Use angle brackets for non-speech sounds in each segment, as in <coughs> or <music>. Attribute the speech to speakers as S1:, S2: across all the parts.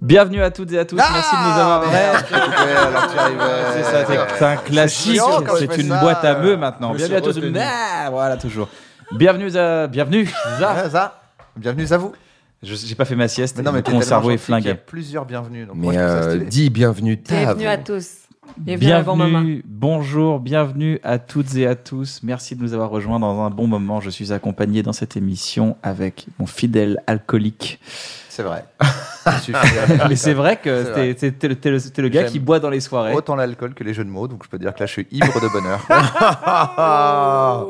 S1: Bienvenue à toutes et à tous,
S2: Ah,
S1: merci de nous avoir C'est ça, c'est un classique,
S2: euh, chiant quand je
S1: c'est
S2: fais
S1: une
S2: ça,
S1: boîte à
S2: euh,
S1: bœufs maintenant.
S2: me
S1: Bienvenue à
S2: suis
S1: tous.
S2: retenu.
S1: Ah, voilà, toujours. Bienvenue à. Bienvenue, Zah.
S2: Ah, ça. Bienvenue à vous.
S1: Je J'ai pas fait ma sieste,
S2: Mais non, mais
S1: donc
S2: t'es
S1: mon
S2: tellement
S1: cerveau est
S2: gentil qu'il y a
S1: flingué.
S2: plusieurs bienvenues. Donc moi,
S3: Mais
S2: je trouve ça
S3: euh,
S2: stylé.
S3: dis bienvenue ta
S4: Bienvenue à tous. Bienvenue à maman.
S1: Bienvenue, bonjour, bienvenue à toutes et à tous. Merci de nous avoir rejoints dans un bon moment. Je suis accompagné dans cette émission avec mon fidèle alcoolique.
S2: C'est vrai. Je suis fidèle.
S1: Ah, Mais <laughs> c'est vrai que
S2: C'est
S1: t'es- t'es t'es le, t'es le- t'es le gars
S2: J'aime.
S1: qui boit dans les soirées.
S2: Autant l'alcool que les jeux de mots, donc je peux dire que là je suis ivre de bonheur.
S1: Ah,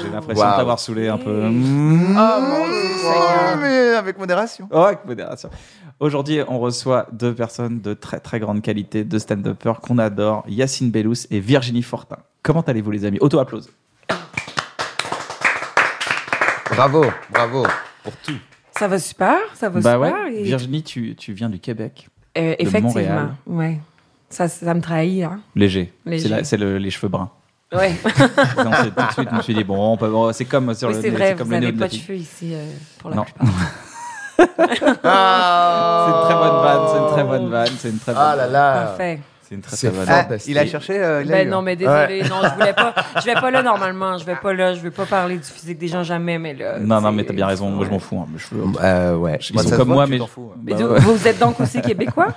S1: J'ai l'impression
S3: Waouh.
S1: de t'avoir saoulé un peu.
S2: Ah, mon Dieu,
S4: Seigneur.
S2: mais avec modération.
S1: Oh, avec modération. Aujourd'hui, on reçoit deux personnes de très très grande qualité, deux stand-uppers qu'on adore, Yacine Bellous et Virginie Fortin. Comment allez-vous les amis Auto-applause.
S3: Bravo, bravo.
S4: Ça va super, ça va
S1: Bah
S4: super.
S1: ouais,
S4: et-
S1: Virginie, tu, tu viens du Québec.
S4: euh,
S1: Montréal.
S4: effectivement, ouais. Ça, ça me trahit, hein.
S1: Léger.
S4: Léger.
S1: C'est la- C'est le- les cheveux bruns.
S4: Ouais.
S1: Non, c'est- tout de suite, je me suis dit, bon, on peut- oh, c'est comme sur
S4: oui,
S1: le
S4: c'est vrai,
S1: comme
S4: vous
S1: le
S4: n'avez
S1: néo de la
S4: pas de
S1: fille.
S4: cheveux ici euh, pour la
S1: Non.
S4: plupart.
S2: Ah.
S1: C'est une très bonne vanne, c'est une très bonne vanne, c'est une très bonne
S3: Ah là là.
S4: Parfait.
S1: C'est une très
S3: C'est
S1: très bonne
S3: fort.
S1: vanne.
S2: Ah,
S3: Fantastique.
S2: il a cherché. euh, il a
S4: Ben
S2: eu,
S4: non,
S2: hein.
S4: mais désolé, non, je voulais pas. Je vais
S1: <laughs>
S4: pas là normalement, je vais pas là, je veux pas parler du physique des gens jamais, mais là.
S1: Non, non,
S4: c'est-
S1: mais t'as bien raison, moi je m'en fous. hein, mes cheveux.
S3: Euh, ouais.
S1: Ils
S3: Moi,
S1: sont
S3: ça-
S1: comme
S2: se
S1: moi,
S2: voit que tu
S1: mais- Bah
S2: t'en fous, ouais.
S4: Mais vous, vous êtes donc
S1: <laughs>
S4: aussi québécois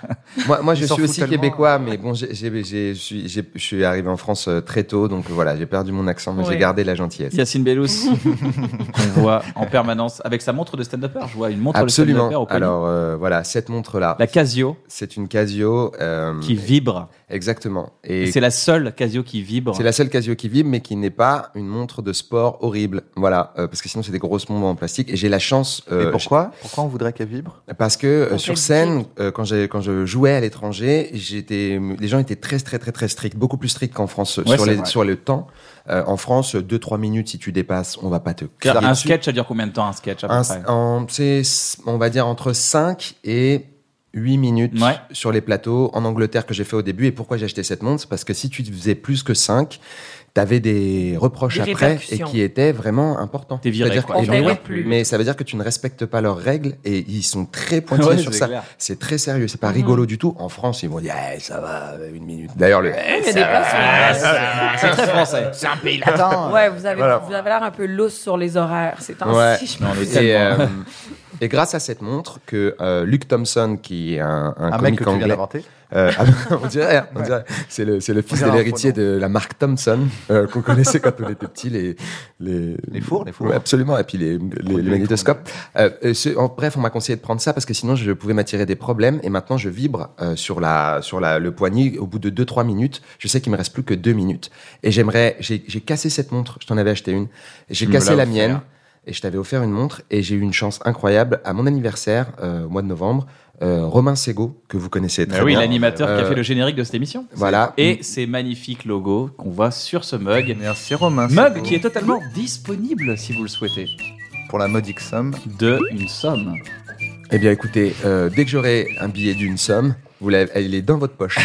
S3: moi, moi, je
S2: Ils s'en
S3: suis aussi
S2: foutent tellement.
S3: québécois, mais bon, j'ai- j'ai- j'ai- je suis- j'ai- je suis arrivé en France euh, très tôt, donc voilà, j'ai perdu mon accent, mais
S4: Ouais.
S3: j'ai gardé la gentillesse.
S1: Yacine Bellous, qu'on vovoit en permanence avec sa montre de stand-upper. Je vois une montre de
S3: Absolument.
S1: stand-upper au collier.
S3: Alors euh, voilà, cette montre-là,
S1: La Casio
S3: c'est une Casio. euh,
S1: qui vibre.
S3: Exactement.
S1: Et
S3: Et
S1: c'est la seule Casio qui vibre.
S3: c'est la seule Casio qui vibre, mais qui n'est pas une montre de sport horrible. Voilà, euh, parce que sinon c'est des grosses montres en plastique. Et j'ai la chance.
S2: Mais
S3: euh,
S2: pourquoi Pourquoi on voudrait qu'elle vibre
S3: Parce que euh,
S4: Pour
S3: sur
S4: cette
S3: scène, euh, quand, j'ai- quand je jouais à l'étranger, j'étais, les gens étaient très très très très stricts, beaucoup plus stricts qu'en France
S1: Ouais,
S3: sur,
S1: c'est
S3: les,
S1: vrai.
S3: sur le temps. Euh, en France, 2-3 minutes, si tu dépasses, on va pas te crier
S1: Un
S3: dessus.
S1: sketch, ça dure combien de temps un sketch à peu
S3: Un-
S1: près
S3: en- c'est, on va dire, entre 5 et 8 minutes
S1: Ouais.
S3: sur les plateaux en Angleterre que j'ai fait au début. Et pourquoi j'ai acheté cette montre C'est parce que si tu faisais plus que 5, t'avais des reproches
S4: Des
S3: après et
S4: répercussions.
S3: qui étaient vraiment importants.
S1: T'es viré,
S3: C'est-à-dire
S1: quoi.
S3: que-
S4: On
S3: et
S1: j'en
S4: t'aimait
S1: vois.
S4: plus.
S3: mais ça veut dire que tu ne respectes pas leurs règles et ils
S1: <laughs>
S3: sont très pointilleux
S1: Ouais,
S3: sur
S1: c'est
S3: ça.
S1: clair.
S3: C'est très sérieux, c'est pas
S4: Mhm.
S3: rigolo du tout. En France, ils vont dire Eh, ça va, une minute. D'ailleurs, le Eh,
S4: Il y
S3: ça
S4: a des
S3: va.
S4: places où-
S1: C'est très français.
S2: Attends.
S4: Ouais, vous avez, vous avez l'air un peu lousse sur les horaires ces
S3: Ouais.
S4: temps-ci. hein, je pense.
S1: Non, on est
S3: et,
S1: tellement-
S3: euh, et grâce à cette montre que euh, Luke Thompson, qui est un, un
S2: Un mec
S3: comique
S2: que tu viens
S3: anglais,
S2: d'inventer.
S3: euh, <laughs> on dirait, on dirait, c'est le, c'est le fils de
S2: dirait un
S3: l'héritier
S2: faux nom.
S3: de la marque Thompson euh, qu'on connaissait quand on était petit, les les,
S2: Les fours, les fours.
S3: Ouais, absolument, et puis les, les, les magnétoscopes. Euh, euh, ce- en, bref, on m'a conseillé de prendre ça parce que sinon je pouvais m'attirer des problèmes. Et maintenant, je vibre euh, sur la sur la le poignet au bout de 2-3 minutes. Je sais qu'il me reste plus que 2 minutes. Et j'aimerais, j'ai j'ai cassé cette montre. Je t'en avais acheté une. J'ai
S1: Tu me
S3: cassé
S1: l'as
S3: la
S1: offert.
S3: mienne. Et je t'avais offert une montre et j'ai eu une chance incroyable à mon anniversaire euh, au mois de novembre. euh, Romain Sego, que vous connaissez très
S1: Ah oui,
S3: bien.
S1: l'animateur qui a
S3: Euh,
S1: fait le générique de cette émission.
S3: Voilà.
S1: Et ces magnifiques logos qu'on voit sur ce mug.
S2: Merci Romain. c'est
S1: Mug
S2: beau.
S1: qui est totalement disponible si vous le souhaitez.
S2: pour la modique somme.
S1: De une somme.
S3: Eh bien, écoutez, euh, dès que j'aurai un billet d'une somme, vous l'avez- il est dans votre
S4: <laughs>
S3: poche.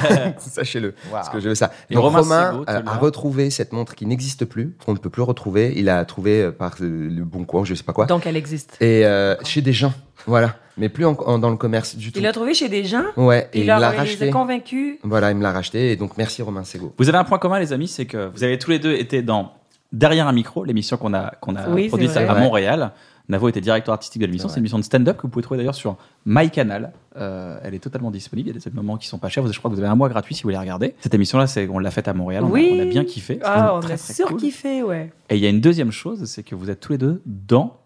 S3: <laughs> Sachez-le. Parce que je veux ça.
S4: Ah.
S1: Et
S3: Donc,
S1: Romain
S3: Romain,
S1: Segaud, tu
S3: euh,
S1: l'as.
S3: a retrouvé cette montre qui n'existe plus, qu'on ne peut plus retrouver. Il a trouvé euh, par euh, le bon coin, je sais pas quoi.
S4: Donc elle existe.
S3: Et euh, chez des gens. Voilà. Mais plus en- en- dans le commerce du tout.
S4: Il l'a trouvé chez des gens,
S3: Ouais. Et
S4: il
S3: il
S4: leur
S3: l'a
S4: a les a
S3: racheté.
S4: convaincus.
S3: Voilà, il me l'a racheté. Et donc, merci Romain Sego.
S1: Vous avez un point commun, les amis, c'est que vous avez tous les deux été dans Derrière un micro, l'émission qu'on a, qu'on a
S4: Oui, c'est
S1: produite
S4: vrai.
S1: à
S3: Ouais.
S1: Montréal. Navo était directeur artistique de l'émission.
S3: C'est
S1: C'est une émission de stand-up que vous pouvez trouver d'ailleurs sur MyCanal. Euh, elle est totalement disponible. Il y a des moments qui sont pas chers. Vous- Je crois que vous avez un mois gratuit si vous voulez la regarder. Cette émission-là, c'est, on l'a faite à Montréal. On a-
S4: oui.
S1: On, a, bien kiffé. C'était
S4: Ah, on
S1: très,
S4: a
S1: très cool.
S4: surkiffé, ouais.
S1: Et il y a une deuxième chose, c'est que vous êtes tous les deux dans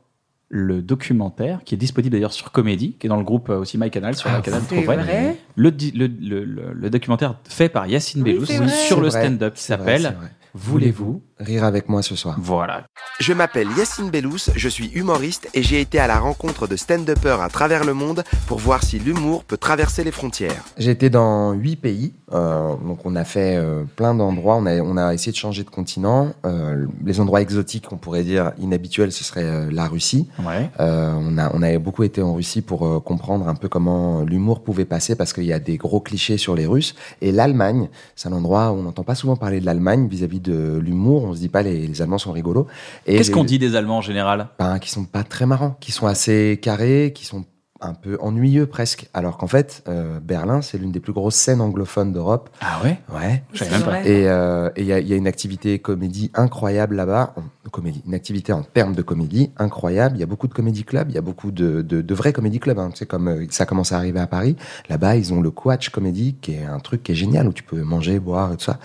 S1: le documentaire qui est disponible d'ailleurs sur Comédie, qui est dans le groupe euh, aussi My Canal sur My Canal, vous
S4: C'est
S1: trouverez.
S4: vrai?
S1: Le, di- le, le- le- le documentaire fait par Yacine
S4: Oui,
S1: Bellous
S4: c'est vrai.
S1: sur le
S3: C'est vrai,
S1: stand-up qui
S3: c'est vrai, c'est
S1: s'appelle
S3: vrai.
S1: Voulez-vous
S3: Rire avec moi ce soir.
S1: Voilà.
S5: Je m'appelle Yacine Bellous, je suis humoriste et j'ai été à la rencontre de stand-uppers à travers le monde pour voir si l'humour peut traverser les frontières.
S3: J'ai été dans huit pays, euh, donc on a fait euh, plein d'endroits. On a, on a essayé de changer de continent. Euh, les endroits exotiques, on pourrait dire inhabituels, ce serait euh, la Russie.
S1: Ouais.
S3: Euh, on a, on a beaucoup été en Russie pour euh, comprendre un peu comment euh, l'humour pouvait passer parce qu'il y a des gros clichés sur les Russes. Et l'Allemagne, c'est un endroit où on n'entend pas souvent parler de l'Allemagne vis-à-vis de l'humour. On se dit pas les, les Allemands sont rigolos. Et
S1: Qu'est-ce
S3: j'ai-
S1: qu'on dit des Allemands en général
S3: ben, qui sont pas très marrants, qui sont assez carrés, qui sont un peu ennuyeux presque. Alors qu'en fait, euh, Berlin, c'est l'une des plus grosses scènes anglophones d'Europe.
S1: Ah ouais
S3: Ouais.
S1: Je savais
S4: C'est
S1: même pas.
S4: vrai.
S3: Et euh, et il y, a, il y a une activité comédie incroyable là-bas. En- Comédie, une activité en termes de comédie incroyable. Il y a beaucoup de comédie clubs, il y a beaucoup de, de, de vrais comédie clubs. Hein. Tu sais, comme euh, ça commence à arriver à Paris, là-bas, ils ont le Quatch Comedy, qui est un truc qui est génial où tu peux manger, boire et tout ça.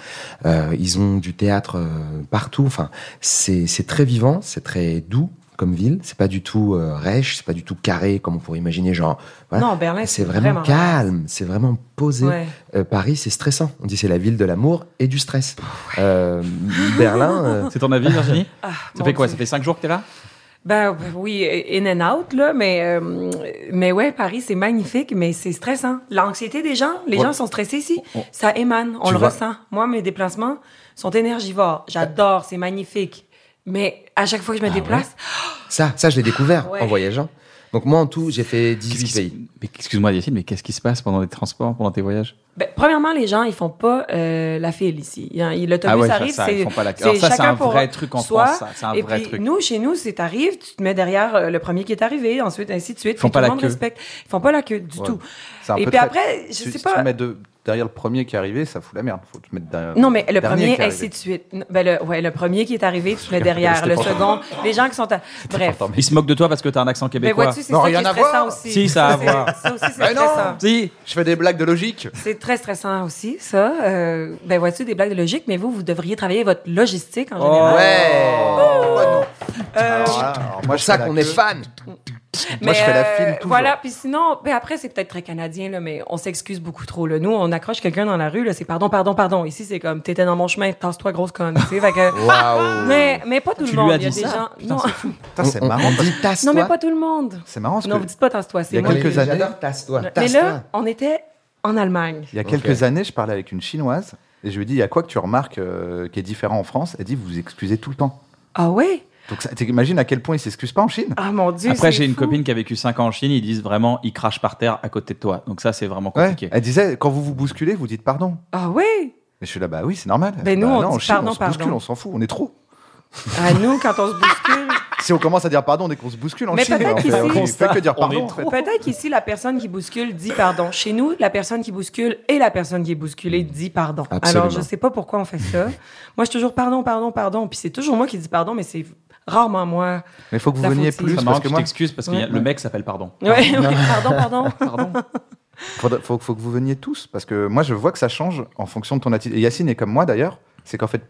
S3: Euh, ils ont du théâtre euh, partout. Enfin, c'est c'est très vivant, c'est très doux comme ville. C'est pas du tout euh, rêche, c'est pas du tout carré comme on pourrait imaginer. Genre, voilà.
S4: Non, Berlin,
S3: c'est vraiment, calme, c'est vraiment posé.
S4: Ouais.
S3: Euh, Paris, c'est stressant. On dit c'est la ville de l'amour et du stress. Euh, Berlin, euh,
S1: <laughs> C'est ton avis, Virginie
S4: Ah,
S1: Ça
S4: mon
S1: fait quoi
S4: Dieu.
S1: Ça fait 5 jours que t'es là
S4: Ben b- oui, in and out, là, mais, euh, mais ouais, Paris, c'est magnifique, mais c'est stressant. L'anxiété des gens, les
S3: Ouais.
S4: gens sont stressés ici.
S1: On- on-
S4: Ça émane, on
S3: Tu
S4: le
S3: vois.
S4: ressent. Moi, mes déplacements sont énergivores. J'adore, c'est magnifique. Mais à chaque fois que je me déplace,
S3: ça, ça, je l'ai découvert
S4: Ouais.
S3: en voyageant. Donc moi, en tout, j'ai fait
S1: Qu'est-ce
S3: 18
S1: qui se-
S3: pays.
S1: Mais excuse-moi, Yacine, mais qu'est-ce qui se passe pendant les transports, pendant tes voyages
S4: ben, premièrement, les gens, ils font pas euh, la file ici. Il y a- il- L'autobus
S1: Ah ouais, ça,
S4: arrive,
S1: ça,
S4: c'est
S1: ils font pas la-
S4: c'est
S1: Alors ça, c'est
S4: chacun
S1: un
S4: pour
S1: vrai truc en
S4: soi.
S1: France, ça, c'est un
S4: Et
S1: vrai
S4: puis,
S1: truc.
S4: nous, chez nous, c'est t'arrives, tu te mets derrière euh, le premier qui est arrivé, ensuite, ainsi de suite.
S1: Ils font
S4: puis
S1: pas
S4: tout
S1: la
S4: le monde
S1: queue.
S4: respecte. Ils font pas la queue du
S2: Ouais.
S4: tout.
S2: C'est un
S4: Et
S2: peu
S4: puis
S2: très-
S4: après, je
S2: si,
S4: sais
S2: si
S4: pas.
S2: tu mets de- derrière le premier qui est arrivé, ça fout la merde. Faut te mettre derrière.
S4: Non, mais
S2: dernier
S4: le premier, eh,
S2: qui est
S4: ainsi
S2: arrivé.
S4: de suite. Non, Ben le, ouais, le premier qui est
S1: <laughs>
S4: arrivé, tu te mets
S2: C'était
S4: derrière.
S2: pas
S4: Le
S2: entendu.
S4: second, les gens qui sont à... Bref.
S2: Attends, mais-
S1: Ils se moquent de toi parce que t'as un accent
S4: Mais
S1: québécois.
S4: vois-tu, c'est
S2: Non,
S4: ça qui
S2: rien
S4: est
S2: à
S4: stressant
S2: voir.
S4: aussi.
S1: Si, ça a à
S4: c'est-
S1: voir. Ben
S4: Ça aussi, c'est
S2: Mais non.
S4: stressant.
S1: Si
S2: Je fais des blagues de logique.
S4: C'est très stressant aussi, ça. Euh, ben vois-tu, des blagues de logique, mais vous, vous devriez travailler votre logistique en
S2: Oh,
S4: général.
S3: Ouais.
S2: Pourquoi non
S4: Oh. Euh,
S2: Alors là, alors moi,
S3: Moi,
S2: je
S3: ça
S2: fais la
S3: qu'on est
S2: queue.
S3: fan.
S2: Moi, je fais la file
S4: euh,
S2: toujours.
S4: Voilà, puis sinon, ben après, c'est peut-être très canadien, là, mais on s'excuse beaucoup trop. Là. Nous, on accroche quelqu'un dans la rue, là, c'est pardon, pardon, pardon. Ici, c'est comme, t'étais dans mon chemin, tasse-toi, grosse conne. tu sais, fait
S2: <laughs>
S4: que-
S3: Waouh.
S4: mais, mais pas tout
S1: Tu
S4: le
S1: lui
S4: monde.
S1: as
S4: Il y a
S1: dit
S4: des
S1: ça?
S4: gens.
S1: Putain,
S4: <laughs> non,
S1: c'est fou.
S2: Putain, c'est
S3: On- on-
S2: marrant.
S3: On dit tasse-toi.
S4: non, mais pas tout le monde.
S2: C'est marrant parce
S4: Non,
S2: que
S4: vous dites pas tasse-toi, c'est
S2: Il y a
S4: moi.
S2: quelques années-
S3: J'adore tasse-toi.
S4: Mais
S3: tasse-toi.
S4: là, on était en Allemagne.
S2: il y a quelques années, je parlais avec une chinoise et je lui ai dit il y a quoi que tu remarques euh, qui est différent en France Elle dit vous vous excusez tout le temps.
S4: Ah ouais?
S2: Donc ça- t'imagines à quel point ils s'excusent pas en Chine
S4: Ah mon Dieu.
S1: Après,
S4: c'est
S1: j'ai une
S4: fou.
S1: copine qui a vécu 5 ans en Chine, ils disent vraiment, ils crachent par terre à côté de toi. Donc ça, c'est vraiment
S2: Ouais.
S1: compliqué.
S2: Elle disait quand vous vous bousculez, vous dites pardon.
S4: Ah ouais?
S2: Mais je suis là bah oui c'est normal.
S4: Ben, nous,
S2: Bah
S4: on
S2: non,
S4: dit
S2: en Chine,
S4: pardon,
S2: on se bouscule,
S4: pardon.
S2: on s'en fout, on est trop.
S4: À nous, quand on se bouscule.
S2: Si on commence à dire pardon dès qu'on se bouscule en
S4: Mais
S2: Chine,
S4: peut-être
S2: on fait,
S4: qu'ici-
S2: on fait que dire
S1: On est
S2: pardon. en
S1: trop.
S2: fait.
S4: Peut-être qu'ici, la personne qui bouscule dit pardon. Chez nous, la personne qui bouscule et la personne qui est bousculée dit pardon.
S3: Absolument.
S4: Alors, je sais pas pourquoi on fait ça. moi, je suis toujours pardon, pardon, pardon. Puis c'est toujours moi qui dis pardon, mais c'est rarement moi.
S2: Mais faut que vous
S4: La
S2: veniez
S4: faute,
S2: plus
S4: c'est-
S1: C'est
S2: parce
S1: marrant
S2: que
S1: que je
S2: moi,
S1: t'excuse parce que
S4: Ouais.
S1: le mec s'appelle pardon.
S4: Ouais, ouais, pardon, pardon.
S1: Pardon.
S2: Faudra- faut, faut que vous veniez tous, parce que moi, je vois que ça change en fonction de ton attitude. Et Yacine est comme moi, d'ailleurs. C'est qu'en fait,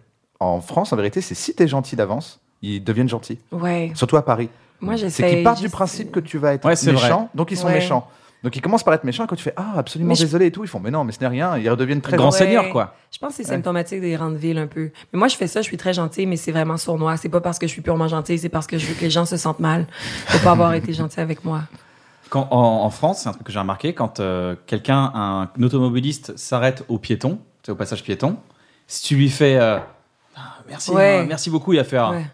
S2: en France, en vérité, c'est si t'es gentil d'avance, ils deviennent gentils.
S4: Ouais.
S2: Surtout à Paris.
S4: Moi, j'essaie.
S2: C'est qu'ils partent du
S4: juste-
S2: principe que tu vas être
S1: Ouais, c'est
S2: méchant, donc ils sont
S4: Ouais.
S2: méchants. Donc ils commencent par être méchants, et quand tu fais Ah, absolument
S4: Mais je-
S2: désolé et tout, ils font Mais non, mais ce n'est rien. Ils redeviennent
S1: <laughs>
S2: très
S1: Grand
S2: gentils.
S1: seigneur, quoi.
S4: Je pense que c'est symptomatique des grandes villes un peu. Mais moi, je fais ça, je suis très gentille, mais c'est vraiment sournois. C'est pas parce que je suis purement gentille, c'est parce que je veux que les gens se sentent mal de pas avoir été gentils avec moi.
S1: Quand, en, en France, c'est un truc que j'ai remarqué, quand euh, quelqu'un, un, un automobiliste s'arrête au piéton, tu sais, au passage piéton, si tu lui fais euh, Ah, merci,
S4: Ouais.
S1: hein, merci beaucoup, il va faire.
S4: Ouais.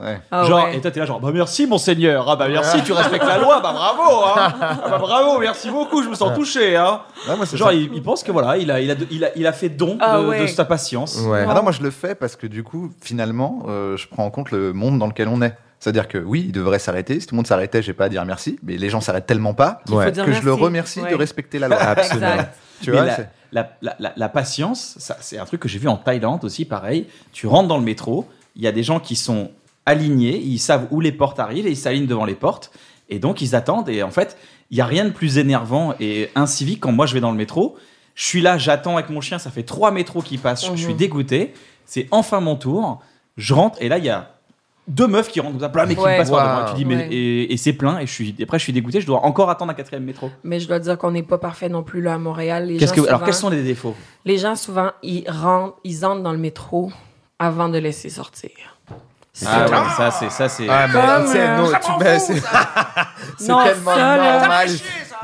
S2: Ouais.
S4: Ah
S1: genre,
S4: ouais.
S1: et toi, t'es là, genre, bah merci, monseigneur, ah bah merci, tu respectes la loi, bah bravo,
S2: <laughs>
S1: hein. Ah, bah bravo, merci beaucoup, je me sens touché, hein.
S2: Ouais, moi, c'est
S1: Genre,
S2: ça.
S1: il, il pense que voilà, il a, il a, il a, il a fait don
S4: Ah
S1: de,
S4: ouais.
S1: de sa patience.
S3: Ouais.
S2: Ah non, moi je le fais parce que du coup, finalement, euh, je prends en compte le monde dans lequel on est. C'est-à-dire que oui, il devrait s'arrêter. Si tout le monde s'arrêtait, j'ai pas à dire merci. Mais les gens s'arrêtent tellement pas
S4: Qu'il faut
S2: que
S4: dire
S2: je le
S4: merci.
S2: remercie
S4: Ouais.
S2: de respecter
S3: <laughs>
S2: la loi.
S4: Exact.
S2: Tu
S1: Mais
S2: vois,
S1: la,
S2: c'est-
S1: la, la- la- la patience, ça, c'est un truc que j'ai vu en Thaïlande aussi, pareil. Tu rentres dans le métro, il y a des gens qui sont alignés, ils savent où les portes arrivent et ils s'alignent devant les portes. Et donc, ils attendent. Et en fait, il n'y a rien de plus énervant et incivique quand moi je vais dans le métro. Je suis là, j'attends avec mon chien, ça
S4: Mmh
S1: fait trois métros qui passent, je- je suis
S4: Mhm.
S1: dégoûté. C'est enfin mon tour. Je rentre et là, il y a deux meufs qui rentrent comme ça, plein, mais qui
S4: Ouais.
S1: me passent par
S3: Wow.
S1: devant. Tu dis, mais,
S4: Ouais.
S1: et, et c'est plein, et je suis, et après, je suis dégoûté, je dois encore attendre un quatrième métro.
S4: Mais je dois dire qu'on n'est pas parfait non plus là à Montréal. Les,
S1: Qu'est-ce
S4: gens,
S1: que, alors,
S4: souvent-
S1: quels sont les défauts
S4: les gens souvent, ils rentrent, ils entrent dans le métro avant de laisser sortir.
S1: Ah,
S4: C'est-
S1: ouais, ça, c'est, ça, c'est.
S3: Ah, mais
S4: Comme,
S3: tu sais,
S4: euh,
S3: non,
S4: ça
S3: tu mets. C'est c'est
S4: Non,
S3: tellement
S4: ça, là.
S3: normal.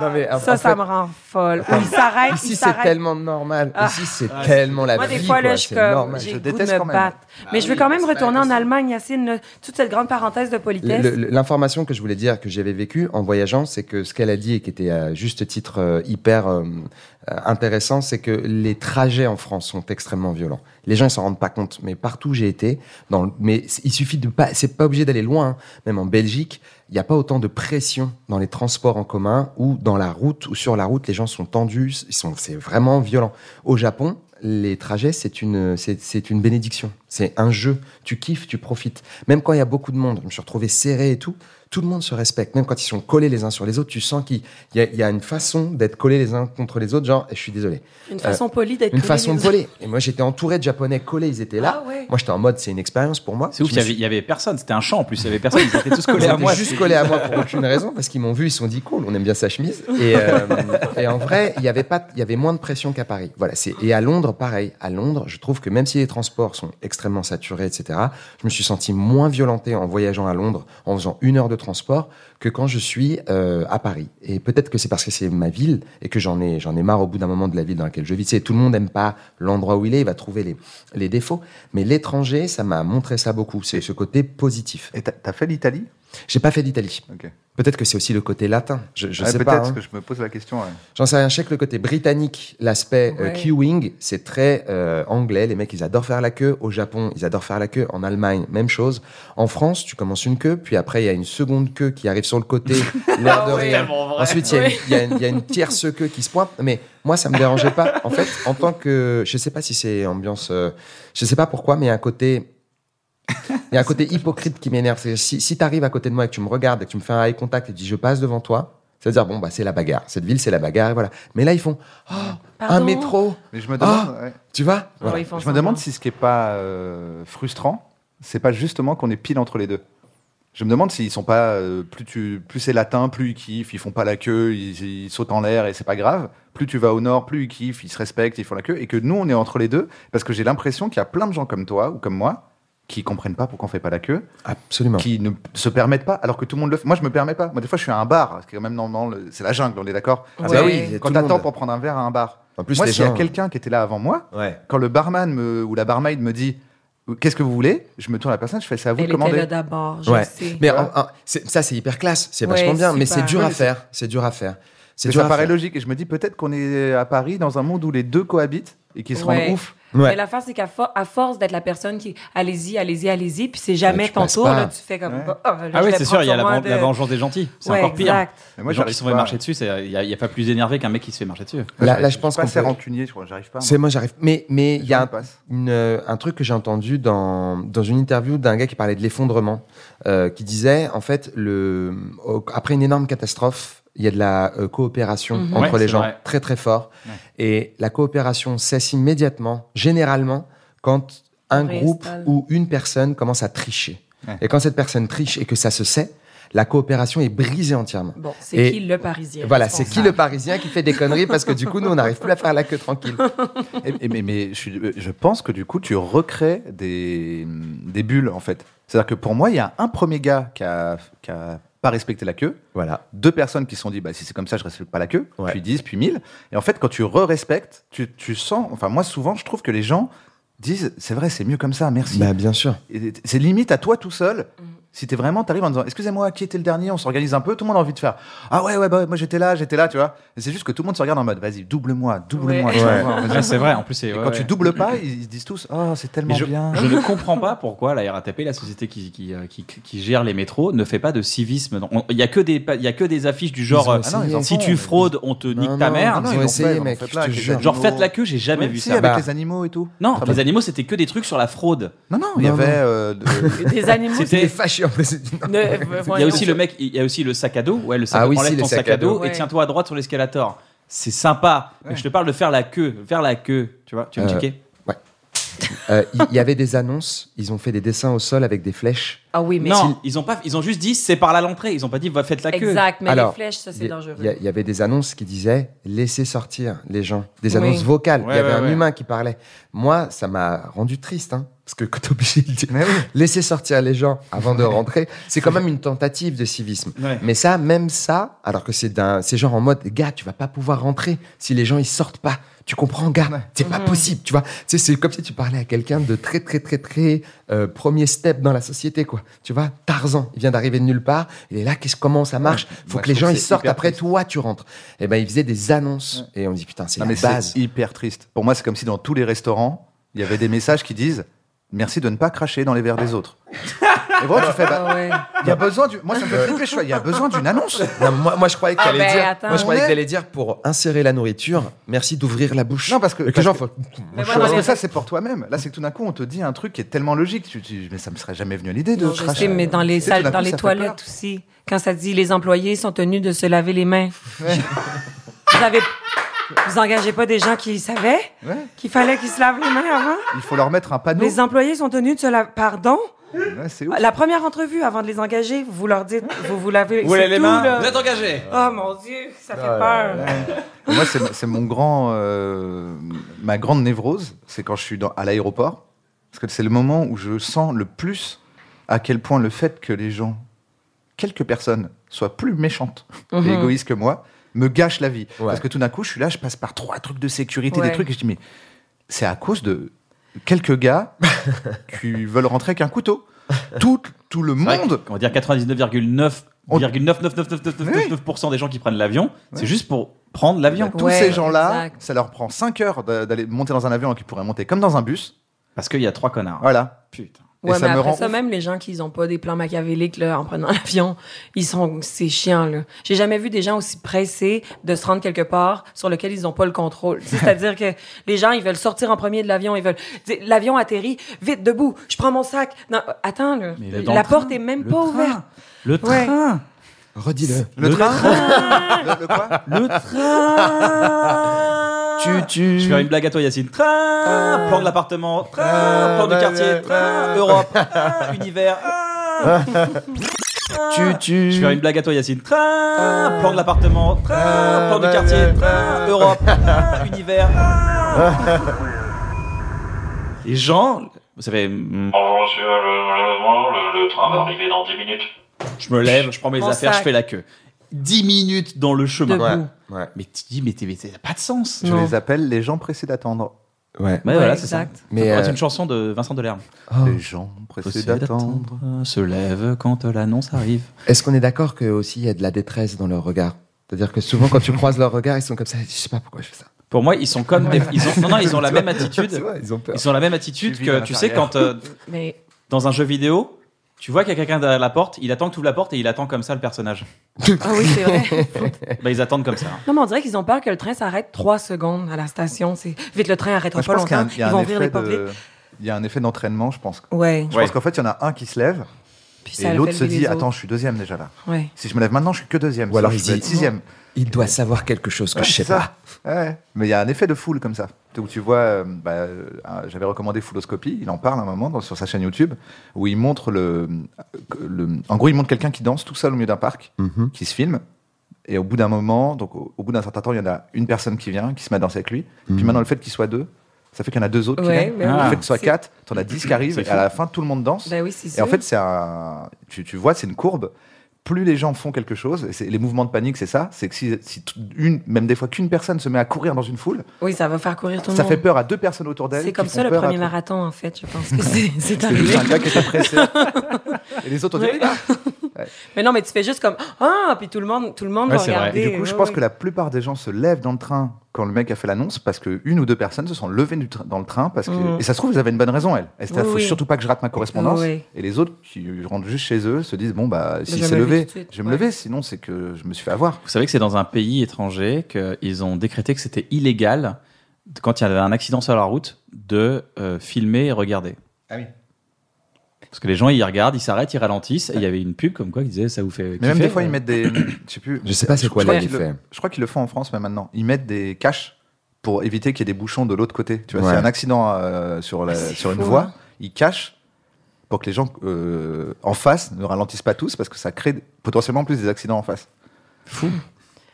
S3: Non, mais en-
S4: Ça,
S3: en
S4: ça
S3: fait,
S4: me rend folle. Ou Ils s'arrêtent,
S3: Ici,
S4: ils
S3: c'est
S4: s'arrêtent.
S3: tellement normal.
S4: Ah.
S3: Ici, c'est
S1: Ouais.
S3: tellement la
S4: Moi,
S3: vie.
S4: des fois,
S3: quoi.
S4: là, je suis
S3: C'est
S4: comme,
S3: normal.
S4: j'ai
S2: Je
S4: le goût de
S2: déteste quand
S4: me
S2: même.
S4: battre. mais je
S3: Ah
S4: veux
S3: oui,
S4: quand même
S3: c'est
S4: retourner en
S3: pas-
S4: Allemagne, Yacine, là, toute cette grande parenthèse de politesse.
S3: Le- le- L'information que je voulais dire, que j'avais vécue en voyageant, c'est que ce qu'elle a dit et qui était à juste titre euh, hyper euh, euh, intéressant, c'est que les trajets en France sont extrêmement violents. Les gens ils s'en rendent pas compte, mais partout où j'ai été, dans le- mais c- il suffit de pas, c'est pas obligé d'aller loin. hein. Même en Belgique, il n'y a pas autant de pression dans les transports en commun ou dans la route ou sur la route. Les gens sont tendus, ils sont, c'est vraiment violent. Au Japon. Les trajets, c'est une, c'est- c'est une bénédiction. C'est un jeu. Tu kiffes, tu profites. Même quand il y a beaucoup de monde, je me suis retrouvé serré et tout, tout le monde se respecte. Même quand ils sont collés les uns sur les autres, tu sens qu'il y, a- il y a une façon d'être collés les uns contre les autres. Genre, je suis désolé.
S4: une façon polie d'être
S3: euh,
S4: Ah
S3: Une
S4: collé
S3: façon
S4: les
S3: de coller. Et moi, j'étais entouré de Japonais collés, ils étaient là.
S4: Ah ouais.
S3: Moi, j'étais en mode, c'est une expérience pour moi.
S1: C'est ouf,
S3: Je
S1: il
S3: me
S1: y
S3: suis-
S1: avait, il y avait personne, c'était un champ en plus, il y avait personne, ils étaient tous
S3: ils
S1: collés à
S3: étaient
S1: moi.
S3: juste collés à moi pour aucune raison, parce qu'ils m'ont vu, ils se sont dit cool, on aime bien sa chemise. Et, euh, et en vrai, il y avait pas, il y avait moins de pression qu'à Paris. Voilà, c'est et à Londres, pareil. À Londres, je trouve que même si les transports sont extrêmement saturés, etc., je me suis senti moins violenté en voyageant à Londres, en faisant une heure de transport, que quand je suis euh, à Paris. Et peut-être que c'est parce que c'est ma ville et que j'en ai, j'en ai marre au bout d'un moment de la ville dans laquelle je vis. Tu sais, tout le monde n'aime pas l'endroit où il est, il va trouver les, les défauts. Mais l'étranger, ça m'a montré ça beaucoup. C'est ce côté positif.
S2: Et t'as- t'as fait l'Italie
S3: J'ai pas fait d'Italie.
S2: Ok.
S3: Peut-être que c'est aussi le côté latin. Je, je
S2: Ouais,
S3: sais
S2: Peut-être
S3: pas. hein.
S2: que je me pose la question. ouais.
S3: J'en sais rien. Je sais que le côté britannique, l'aspect euh,
S4: Ouais.
S3: queuing, c'est très euh, anglais. Les mecs, ils adorent faire la queue. Au Japon, ils adorent faire la queue. En Allemagne, même chose. En France, tu commences une queue, puis après, il y a une seconde queue qui arrive sur le
S4: <laughs>
S3: côté. l'air de
S4: Ah ouais.
S3: rien. Ensuite, il y a
S4: Ouais.
S3: une- il y, a une- il y a une tierce queue qui se pointe. Mais moi, ça me dérangeait pas. En fait, en tant que, je sais pas si c'est ambiance, euh, je sais pas pourquoi, mais il y a un côté, il y a un
S4: <laughs>
S3: côté hypocrite qui m'énerve. C'est-à-dire, Si, si t'arrives à côté de moi et que tu me regardes et que tu me fais un eye contact et que tu dis je passe devant toi, ça veut dire bon bah c'est la bagarre. Cette ville c'est la bagarre et voilà. Mais là ils font oh, un
S4: Pardon
S3: métro,
S2: Mais je me
S3: Ah
S2: demande. ouais.
S3: tu vois
S4: Alors,
S3: Voilà.
S4: ils font
S2: Je me
S4: semblant.
S2: demande si ce qui est pas euh, frustrant, c'est pas justement qu'on est pile entre les deux. Je me demande s'ils sont pas euh, plus tu plus c'est latin, plus ils kiffent, ils font pas la queue, ils, ils sautent en l'air et c'est pas grave. Plus tu vas au nord, plus ils kiffent, ils se respectent, ils font la queue et que nous on est entre les deux parce que j'ai l'impression qu'il y a plein de gens comme toi ou comme moi qui comprennent pas pourquoi on fait pas la queue,
S3: Absolument.
S2: qui ne se permettent pas alors que tout le monde le fait. Moi je me permets pas. Moi des fois je suis à un bar, c'est quand même normal, c'est la jungle, on est d'accord.
S4: Ouais.
S2: bah
S3: Ah il y a
S2: Quand
S3: tout le
S2: t'attends
S3: monde.
S2: pour prendre un verre à un bar.
S3: En plus
S2: moi
S3: les
S2: s'il y a
S3: gens. hein.
S2: quelqu'un qui était là avant moi,
S3: Ouais.
S2: quand le barman me- ou la barmaid me dit qu'est-ce que vous voulez, je me tourne à la personne, je fais ça à vous de
S4: Elle était là
S2: commander.
S4: d'abord, je
S3: Ouais.
S4: sais.
S3: Mais
S2: Ouais.
S3: en- en- c'est- ça c'est hyper classe, c'est
S4: Ouais,
S3: vachement bien, mais c'est
S4: super.
S3: dur à
S4: Ouais,
S3: faire, c'est dur à faire. C'est
S2: Mais
S3: dur
S2: ça
S3: à
S2: paraît
S3: faire.
S2: logique et je me dis peut-être qu'on est à Paris dans un monde où les deux cohabitent et qu'ils se
S4: Ouais.
S2: rendent ouf.
S3: Ouais.
S4: Mais l'affaire, c'est qu'à fo- à force d'être la personne qui allez-y, allez-y, allez-y, puis c'est jamais
S3: Ouais, tu
S4: ton
S3: passes
S4: tour,
S3: pas.
S4: là, tu fais comme.
S2: Ouais.
S4: Oh, là,
S1: Ah
S4: je
S1: oui,
S4: vais
S1: c'est sûr,
S4: prendre
S1: il y a
S4: sur
S1: la,
S4: moi
S1: ven- la
S4: de-
S1: vengeance des gentils, c'est
S4: Ouais,
S1: encore pire.
S4: exact.
S1: Moi,
S2: Mais moi
S1: les gens
S2: j'arrive
S1: qui se font
S2: pas.
S1: marcher dessus, il n'y a, y a pas plus énervé qu'un mec qui se fait marcher dessus.
S3: Là, là, je pense
S2: suis
S3: qu'on
S2: pas assez
S3: peut-
S2: rancunier, je crois, j'arrive pas.
S3: C'est moi j'arrive. Mais mais il y a un,
S2: passe.
S3: une, euh, un truc que j'ai entendu dans, dans une interview d'un gars qui parlait de l'effondrement, euh, qui disait, en fait, le, au- après une énorme catastrophe, il y a de la euh, coopération
S4: Mhm.
S3: entre
S1: Ouais,
S3: les
S1: c'est
S3: gens,
S1: vrai.
S3: très très fort. Et la coopération cesse immédiatement, généralement, quand un
S4: Réinstalle.
S3: groupe ou une personne commence à tricher.
S2: Ouais.
S3: Et quand cette personne triche et que ça se sait, la coopération est brisée entièrement.
S4: Bon,
S3: Et-
S4: c'est qui le Parisien
S3: Voilà, c'est qui le Parisien qui fait des conneries parce que du coup, nous, on n'arrive plus à faire la queue tranquille.
S2: Et- et- mais mais je, suis- euh, je pense que du coup, tu recrées des, des bulles en fait. C'est-à-dire que pour moi, il y a un premier gars qui a, qui a pas respecté la queue,
S3: Voilà.
S2: deux personnes qui se sont dit bah, si c'est comme ça, je respecte pas la queue,
S3: Ouais.
S2: puis 10, puis 1000. Et en fait, quand tu re-respectes, tu, tu sens. Enfin, moi, souvent, je trouve que les gens disent c'est vrai, c'est mieux comme ça, merci.
S3: Bah, bien sûr.
S2: Et C'est limite à toi tout seul.
S1: Mm.
S2: Si t'es vraiment, t'arrives en disant excusez-moi, qui était le dernier On s'organise un peu, tout le monde a envie de faire ah ouais, ouais, bah, ouais, moi j'étais là, j'étais là, tu vois. Et C'est juste que tout le monde se regarde en mode vas-y, double-moi, double-moi.
S4: Ouais.
S2: je t'en
S3: Ouais.
S2: veux, vas-y.
S1: Ouais, c'est vrai, en plus, c'est.
S2: Et
S1: ouais,
S2: quand
S1: ouais.
S2: tu doubles pas, ils ils se disent tous oh, c'est
S1: Mais
S2: tellement
S1: je,
S2: bien.
S1: je ne comprends pas pourquoi la RATP, la société qui, qui, euh, qui, qui gère les métros, ne fait pas de civisme. On- Il y a que des pa- il y a que des affiches du genre
S3: Ils ont
S1: euh,
S3: essayé.
S2: Ah non, ils en
S1: si
S2: font,
S1: tu
S2: mais-
S1: fraudes, on te nique
S3: Non,
S1: ta
S3: non,
S1: mère.
S3: non, non,
S2: Ah
S3: ils ont
S2: l'ont
S3: essayé,
S2: ils l'ont
S3: mec,
S2: fait
S3: je
S2: là,
S3: te
S2: avec les
S3: jure.
S2: animaux.
S1: Genre faites la queue, j'ai jamais
S2: Ouais,
S1: vu
S2: si,
S1: ça.
S2: avec
S3: Bah.
S2: les animaux et tout.
S1: Non,
S2: Ah,
S1: les
S2: bah,
S1: animaux, c'était que des trucs sur la fraude.
S2: non, non, il y
S3: Non,
S2: avait.
S3: non.
S2: euh,
S1: <laughs>
S2: de-
S4: Des animaux.
S1: C'était-
S3: T'es fâché en plus.
S4: <laughs> Ne-
S1: Il y
S4: voyons.
S1: a aussi le mec, il y a aussi le sac à dos. Ouais, le sac,
S3: Ah oui,
S1: enlève
S3: si, les
S1: ton
S3: sacs
S1: sac à
S3: à
S1: dos
S4: dos.
S1: et
S4: Ouais.
S1: tiens-toi à droite sur l'escalator. C'est sympa, mais je te parle de faire la queue, faire la queue. Tu vois, tu veux me
S3: Euh,
S1: checker
S3: ouais. <laughs> Euh, Il il y, avait des annonces, ils ont fait des dessins au sol avec des flèches.
S4: Ah oui, mais.
S1: Non, ils ont pas, ils ont juste dit c'est par là l'entrée. Ils ont pas dit va faites la queue.
S4: Exact, mais
S3: Alors,
S4: les flèches, ça,
S3: des-
S4: c'est dangereux.
S3: Il y a- il y, avait des annonces qui disaient laissez sortir les gens. Des
S4: Oui.
S3: annonces vocales.
S1: Ouais,
S3: il y avait
S1: ouais,
S3: un
S1: ouais.
S3: humain qui parlait. Moi, ça m'a rendu triste, hein, parce que quand t'es obligé de dire
S2: Mais oui.
S3: <laughs> laissez sortir les gens avant de rentrer, c'est quand même une tentative de civisme.
S1: Ouais.
S3: Mais ça, même ça, alors que c'est d'un, c'est genre en mode, gars, tu vas pas pouvoir rentrer si les gens ils sortent pas. Tu comprends, gars C'est pas possible, tu vois. Tu sais, c'est comme si tu parlais à quelqu'un de très, très, très, très euh, premier step dans la société, quoi. Tu vois, Tarzan, il vient d'arriver de nulle part. Il est là, qu'est-ce, comment ça marche Faut
S2: Moi,
S3: que
S2: je
S3: les
S2: trouve
S3: gens
S2: que
S3: ils
S2: c'est
S3: sortent.
S2: hyper
S3: Après,
S2: triste.
S3: toi, tu rentres. Et ben, il faisait des annonces et on dit putain, c'est
S2: Non,
S3: la
S2: Ah, mais
S3: base.
S2: c'est hyper triste. Pour moi, c'est comme si dans tous les restaurants, il y avait des messages qui disent merci de ne pas cracher dans les verres des
S3: <laughs>
S2: autres. Et voilà, tu fais. bah,
S4: Ah ouais.
S2: il y a besoin du. Moi, ça me fait flipper. je fais, Il y a besoin d'une annonce.
S3: Non, moi, moi, je croyais que
S4: Ah
S3: t'allais
S4: ben,
S3: dire.
S4: attends.
S3: moi, je croyais
S2: On
S3: que
S2: est-
S3: t'allais dire pour insérer la nourriture. Merci d'ouvrir la bouche.
S2: Non, parce que-
S3: Et les
S2: parce
S3: gens
S2: que-
S3: font-
S4: Mais
S2: Je
S4: moi,
S2: pense
S4: dans
S2: que
S4: les-
S2: ça, c'est pour toi-même. Là, c'est que tout d'un coup, on te dit un truc qui est tellement logique. Tu, tu- mais ça me serait jamais venu l'idée <laughs> de
S4: Non, je
S2: cracher.
S4: sais, mais dans les
S2: Et tout
S4: salles,
S2: d'un
S4: dans
S2: coup,
S4: les
S2: ça fait peur.
S4: toilettes aussi, quand ça dit les employés sont tenus de se laver les mains. vous avez, vous engagez pas des gens qui savaient
S2: Ouais.
S4: qu'il fallait qu'ils se lavent les mains avant.
S2: Il faut leur mettre un panneau.
S4: Les employés sont tenus de se laver. Pardon.
S2: Ouais, c'est ouf.
S4: La première entrevue avant de les engager, vous leur dites, vous vous lavez.
S1: Vous
S4: c'est
S1: les
S4: tout,
S1: mains,
S4: là.
S1: vous êtes Ah engagés.
S4: Oh mon Dieu, ça fait peur.
S2: Et Moi, c'est c'est mon grand, euh, ma grande névrose, c'est quand je suis dans- à l'aéroport, parce que c'est le moment où je sens le plus à quel point le fait que les gens, quelques personnes, soient plus méchantes et égoïstes que moi, me gâche la vie.
S3: Ouais.
S2: Parce que tout d'un coup, je suis là, je passe par trois trucs de sécurité,
S4: Ouais.
S2: des trucs, et je dis mais c'est à cause de quelques gars qui veulent rentrer avec un couteau. Tout, tout le
S1: C'est vrai que,
S2: monde.
S1: on va dire 99,9
S2: On-
S1: 9,99999% des gens qui prennent l'avion, c'est juste pour prendre l'avion.
S2: Tous
S4: Ouais,
S2: ces gens-là,
S4: exact.
S2: ça leur prend 5 heures d'a- d'aller monter dans un avion qui pourrait monter comme dans un bus.
S1: Parce qu'il y a trois connards.
S2: Voilà.
S1: Putain.
S2: Et
S4: Ouais,
S2: ça
S4: mais
S2: me
S4: après
S2: rend
S4: ça,
S2: ouf.
S4: même les gens qui n'ont pas des plans machiavéliques là, en prenant <laughs> l'avion, ils sont. C'est chiant, là. J'ai jamais vu des gens aussi pressés de se rendre quelque part sur lequel ils n'ont pas le contrôle.
S2: <laughs>
S4: Tu sais, C'est-à-dire que les gens, ils veulent sortir en premier de l'avion, ils veulent. tu sais, L'avion atterrit, vite, debout, je prends mon sac. Non, euh, attends, là.
S1: Mais le- dans
S4: La
S1: le
S4: porte
S1: train,
S4: est même
S1: le
S4: pas
S1: train,
S4: ouverte.
S1: Le
S4: Ouais.
S1: train.
S3: Redis-le.
S2: Le, train, Le- le quoi
S1: Le
S2: Ah.
S1: train.
S3: Tu, tu.
S1: Je vais faire une blague à toi, Yacine. Train. Plan de l'appartement. Train. Plan du
S3: ouais,
S1: quartier.
S3: ouais,
S1: Train. Europe. Train. Univers. Train.
S3: tu, tu.
S1: Je vais faire une blague à toi, Yacine. Train. Plan de l'appartement. Train. Plan
S3: ouais,
S1: du quartier.
S3: ouais.
S1: Train. Europe. Train. Univers. Train. Les gens, vous savez, mm,
S6: Bonjour monsieur, le, le, le train va arriver dans 10 minutes.
S1: je me lève, je prends mes
S4: Mon
S1: affaires, je
S4: sac.
S1: fais la queue. 10 minutes dans le chemin.
S3: Ouais, ouais.
S1: Mais tu dis, mais t'es- mais ça n'a pas de sens.
S2: Je
S4: Non.
S2: les appelle les gens pressés d'attendre.
S3: Ouais.
S1: Ouais,
S4: Ouais,
S1: voilà, c'est ça.
S4: exact.
S3: Mais,
S1: Ça pourrait être
S3: euh,
S1: une chanson de Vincent Delerme.
S3: Oh.
S2: Les gens pressés d'attendre.
S1: se lève quand l'annonce arrive.
S3: oh. Est-ce qu'on est d'accord que aussi il y a de la détresse dans leur regard C'est-à-dire que
S2: <laughs>
S3: souvent quand tu croises leur regard, ils sont comme ça. Je sais pas pourquoi je fais ça.
S1: Pour moi, ils sont comme des. Ils ont, non, non, ils ont la même
S3: <laughs> C'est
S1: attitude.
S3: vrai, ils ont peur.
S1: Ils ont la même attitude
S2: Tu vis dans
S1: que,
S2: la
S1: tu sais,
S2: carrière.
S1: quand euh,
S4: Mais
S1: dans un jeu vidéo, tu vois qu'il y a quelqu'un derrière la porte, il attend que tu ouvres la porte et il attend comme ça le personnage.
S4: ah oui,
S2: <laughs>
S4: c'est vrai.
S1: Bah, ils attendent comme ça. hein.
S4: Non, mais on dirait qu'ils ont peur que le train s'arrête trois secondes à la station. C'est vite, le train arrêtera
S2: Moi, je
S4: pas
S2: pense qu'il y a
S4: longtemps.
S2: un- il y a un
S4: Ils vont ouvrir les
S2: effet
S4: portes vite.
S2: de- il y a un effet d'entraînement, je pense.
S4: Ouais.
S2: Je
S1: Ouais.
S2: pense qu'en fait, il y en a un qui se lève
S4: Puis ça
S2: et
S4: le
S2: l'autre
S4: fait
S2: se
S4: lever
S2: dit
S4: les
S2: Attends,
S4: autres.
S2: je suis deuxième déjà là.
S4: Ouais.
S2: Si je me lève maintenant, je suis que deuxième.
S3: Ou
S2: sinon
S3: alors
S2: je
S3: il
S2: peux
S3: dit-
S2: être sixième.
S3: Il doit savoir quelque chose que je sais
S2: C'est ça.
S3: pas.
S2: Ouais. Mais il y a un effet de foule comme ça. Où tu vois, euh, bah, euh, j'avais recommandé Fouloscopie, il en parle un moment dans- sur sa chaîne YouTube, où il montre le. le- en gros, il montre quelqu'un qui danse tout seul au milieu d'un parc,
S3: Mhm.
S2: qui se filme. Et au bout d'un moment, donc au, au bout d'un certain temps, il y en a une personne qui vient, qui se met à danser avec lui. Puis maintenant, le fait qu'il soit deux, ça fait qu'il y en a deux autres qui
S4: Ouais,
S2: viennent.
S4: mais
S1: Ah.
S4: oui.
S2: Le fait que ce soit
S4: C'est-
S2: quatre, t'en as dix qui arrivent,
S1: C'est
S2: et
S1: fou.
S2: à la fin, tout le monde danse.
S4: Ben oui, c'est
S2: Et
S4: sûr.
S2: en fait, c'est un. Tu, tu vois, c'est une courbe. Plus les gens font quelque chose, et c'est- les mouvements de panique, c'est ça. C'est que si, si t- une, même des fois qu'une personne se met à courir dans une foule,
S4: Oui, ça va faire courir tout le
S2: ça
S4: monde.
S2: fait peur à deux personnes autour d'elle.
S4: C'est
S2: qui
S4: comme
S2: font
S4: ça le
S2: peur à
S4: premier
S2: tout-
S4: marathon, en fait, je pense que
S2: <laughs>
S4: c'est- c'est
S2: C'est
S4: arrivé.
S2: juste un gars qui était pressé.
S4: <laughs>
S2: et les autres ont dit,
S4: Ouais.
S2: "Ah."
S4: Mais non, mais tu fais juste comme Ah, puis tout le monde, tout le monde
S1: Ouais,
S4: va
S1: c'est vrai.
S4: regarder.
S2: Et du coup, je
S4: Ouais,
S2: pense
S4: ouais.
S2: que la plupart des gens se lèvent dans le train quand le mec a fait l'annonce parce que une ou deux personnes se sont levées du tra- dans le train parce que
S4: Mhm.
S2: et ça se trouve ils avaient une bonne raison elles. Elles étaient là,
S4: Oui,
S2: faut
S4: oui.
S2: surtout pas que je rate ma correspondance.
S4: Oui.
S2: Et les autres qui rentrent juste chez eux se disent bon bah
S4: Je
S2: si
S4: vais
S2: c'est
S4: me lever
S2: levé,
S4: tout de suite,
S2: je vais me
S4: ouais.
S2: lever sinon c'est que je me suis fait avoir.
S1: Vous savez que c'est dans un pays étranger qu'ils ont décrété que c'était illégal, quand il y avait un accident sur la route, de euh, filmer et regarder.
S3: Ah oui.
S1: Parce que les gens, ils regardent, ils s'arrêtent, ils ralentissent. Et il y avait une pub comme quoi qui disait ça vous fait.
S2: Mais même
S1: kiffer
S2: des
S4: euh, <clears throat>
S2: fois ils mettent des je sais plus
S3: Je sais pas c'est
S2: je
S3: quoi
S2: crois
S3: là,
S2: qu'ils le-
S3: l'effet.
S2: je crois qu'ils le font en France même maintenant. Ils mettent des caches pour éviter qu'il y ait des bouchons de l'autre côté. Tu vois,
S3: Ouais.
S2: s'il y a un accident euh, sur, la,
S4: Ah, c'est
S2: sur une
S4: fou,
S2: voie,
S4: hein.
S2: ils cachent pour que les gens euh, en face ne ralentissent pas tous parce que ça crée potentiellement plus des accidents en face.
S3: Fou.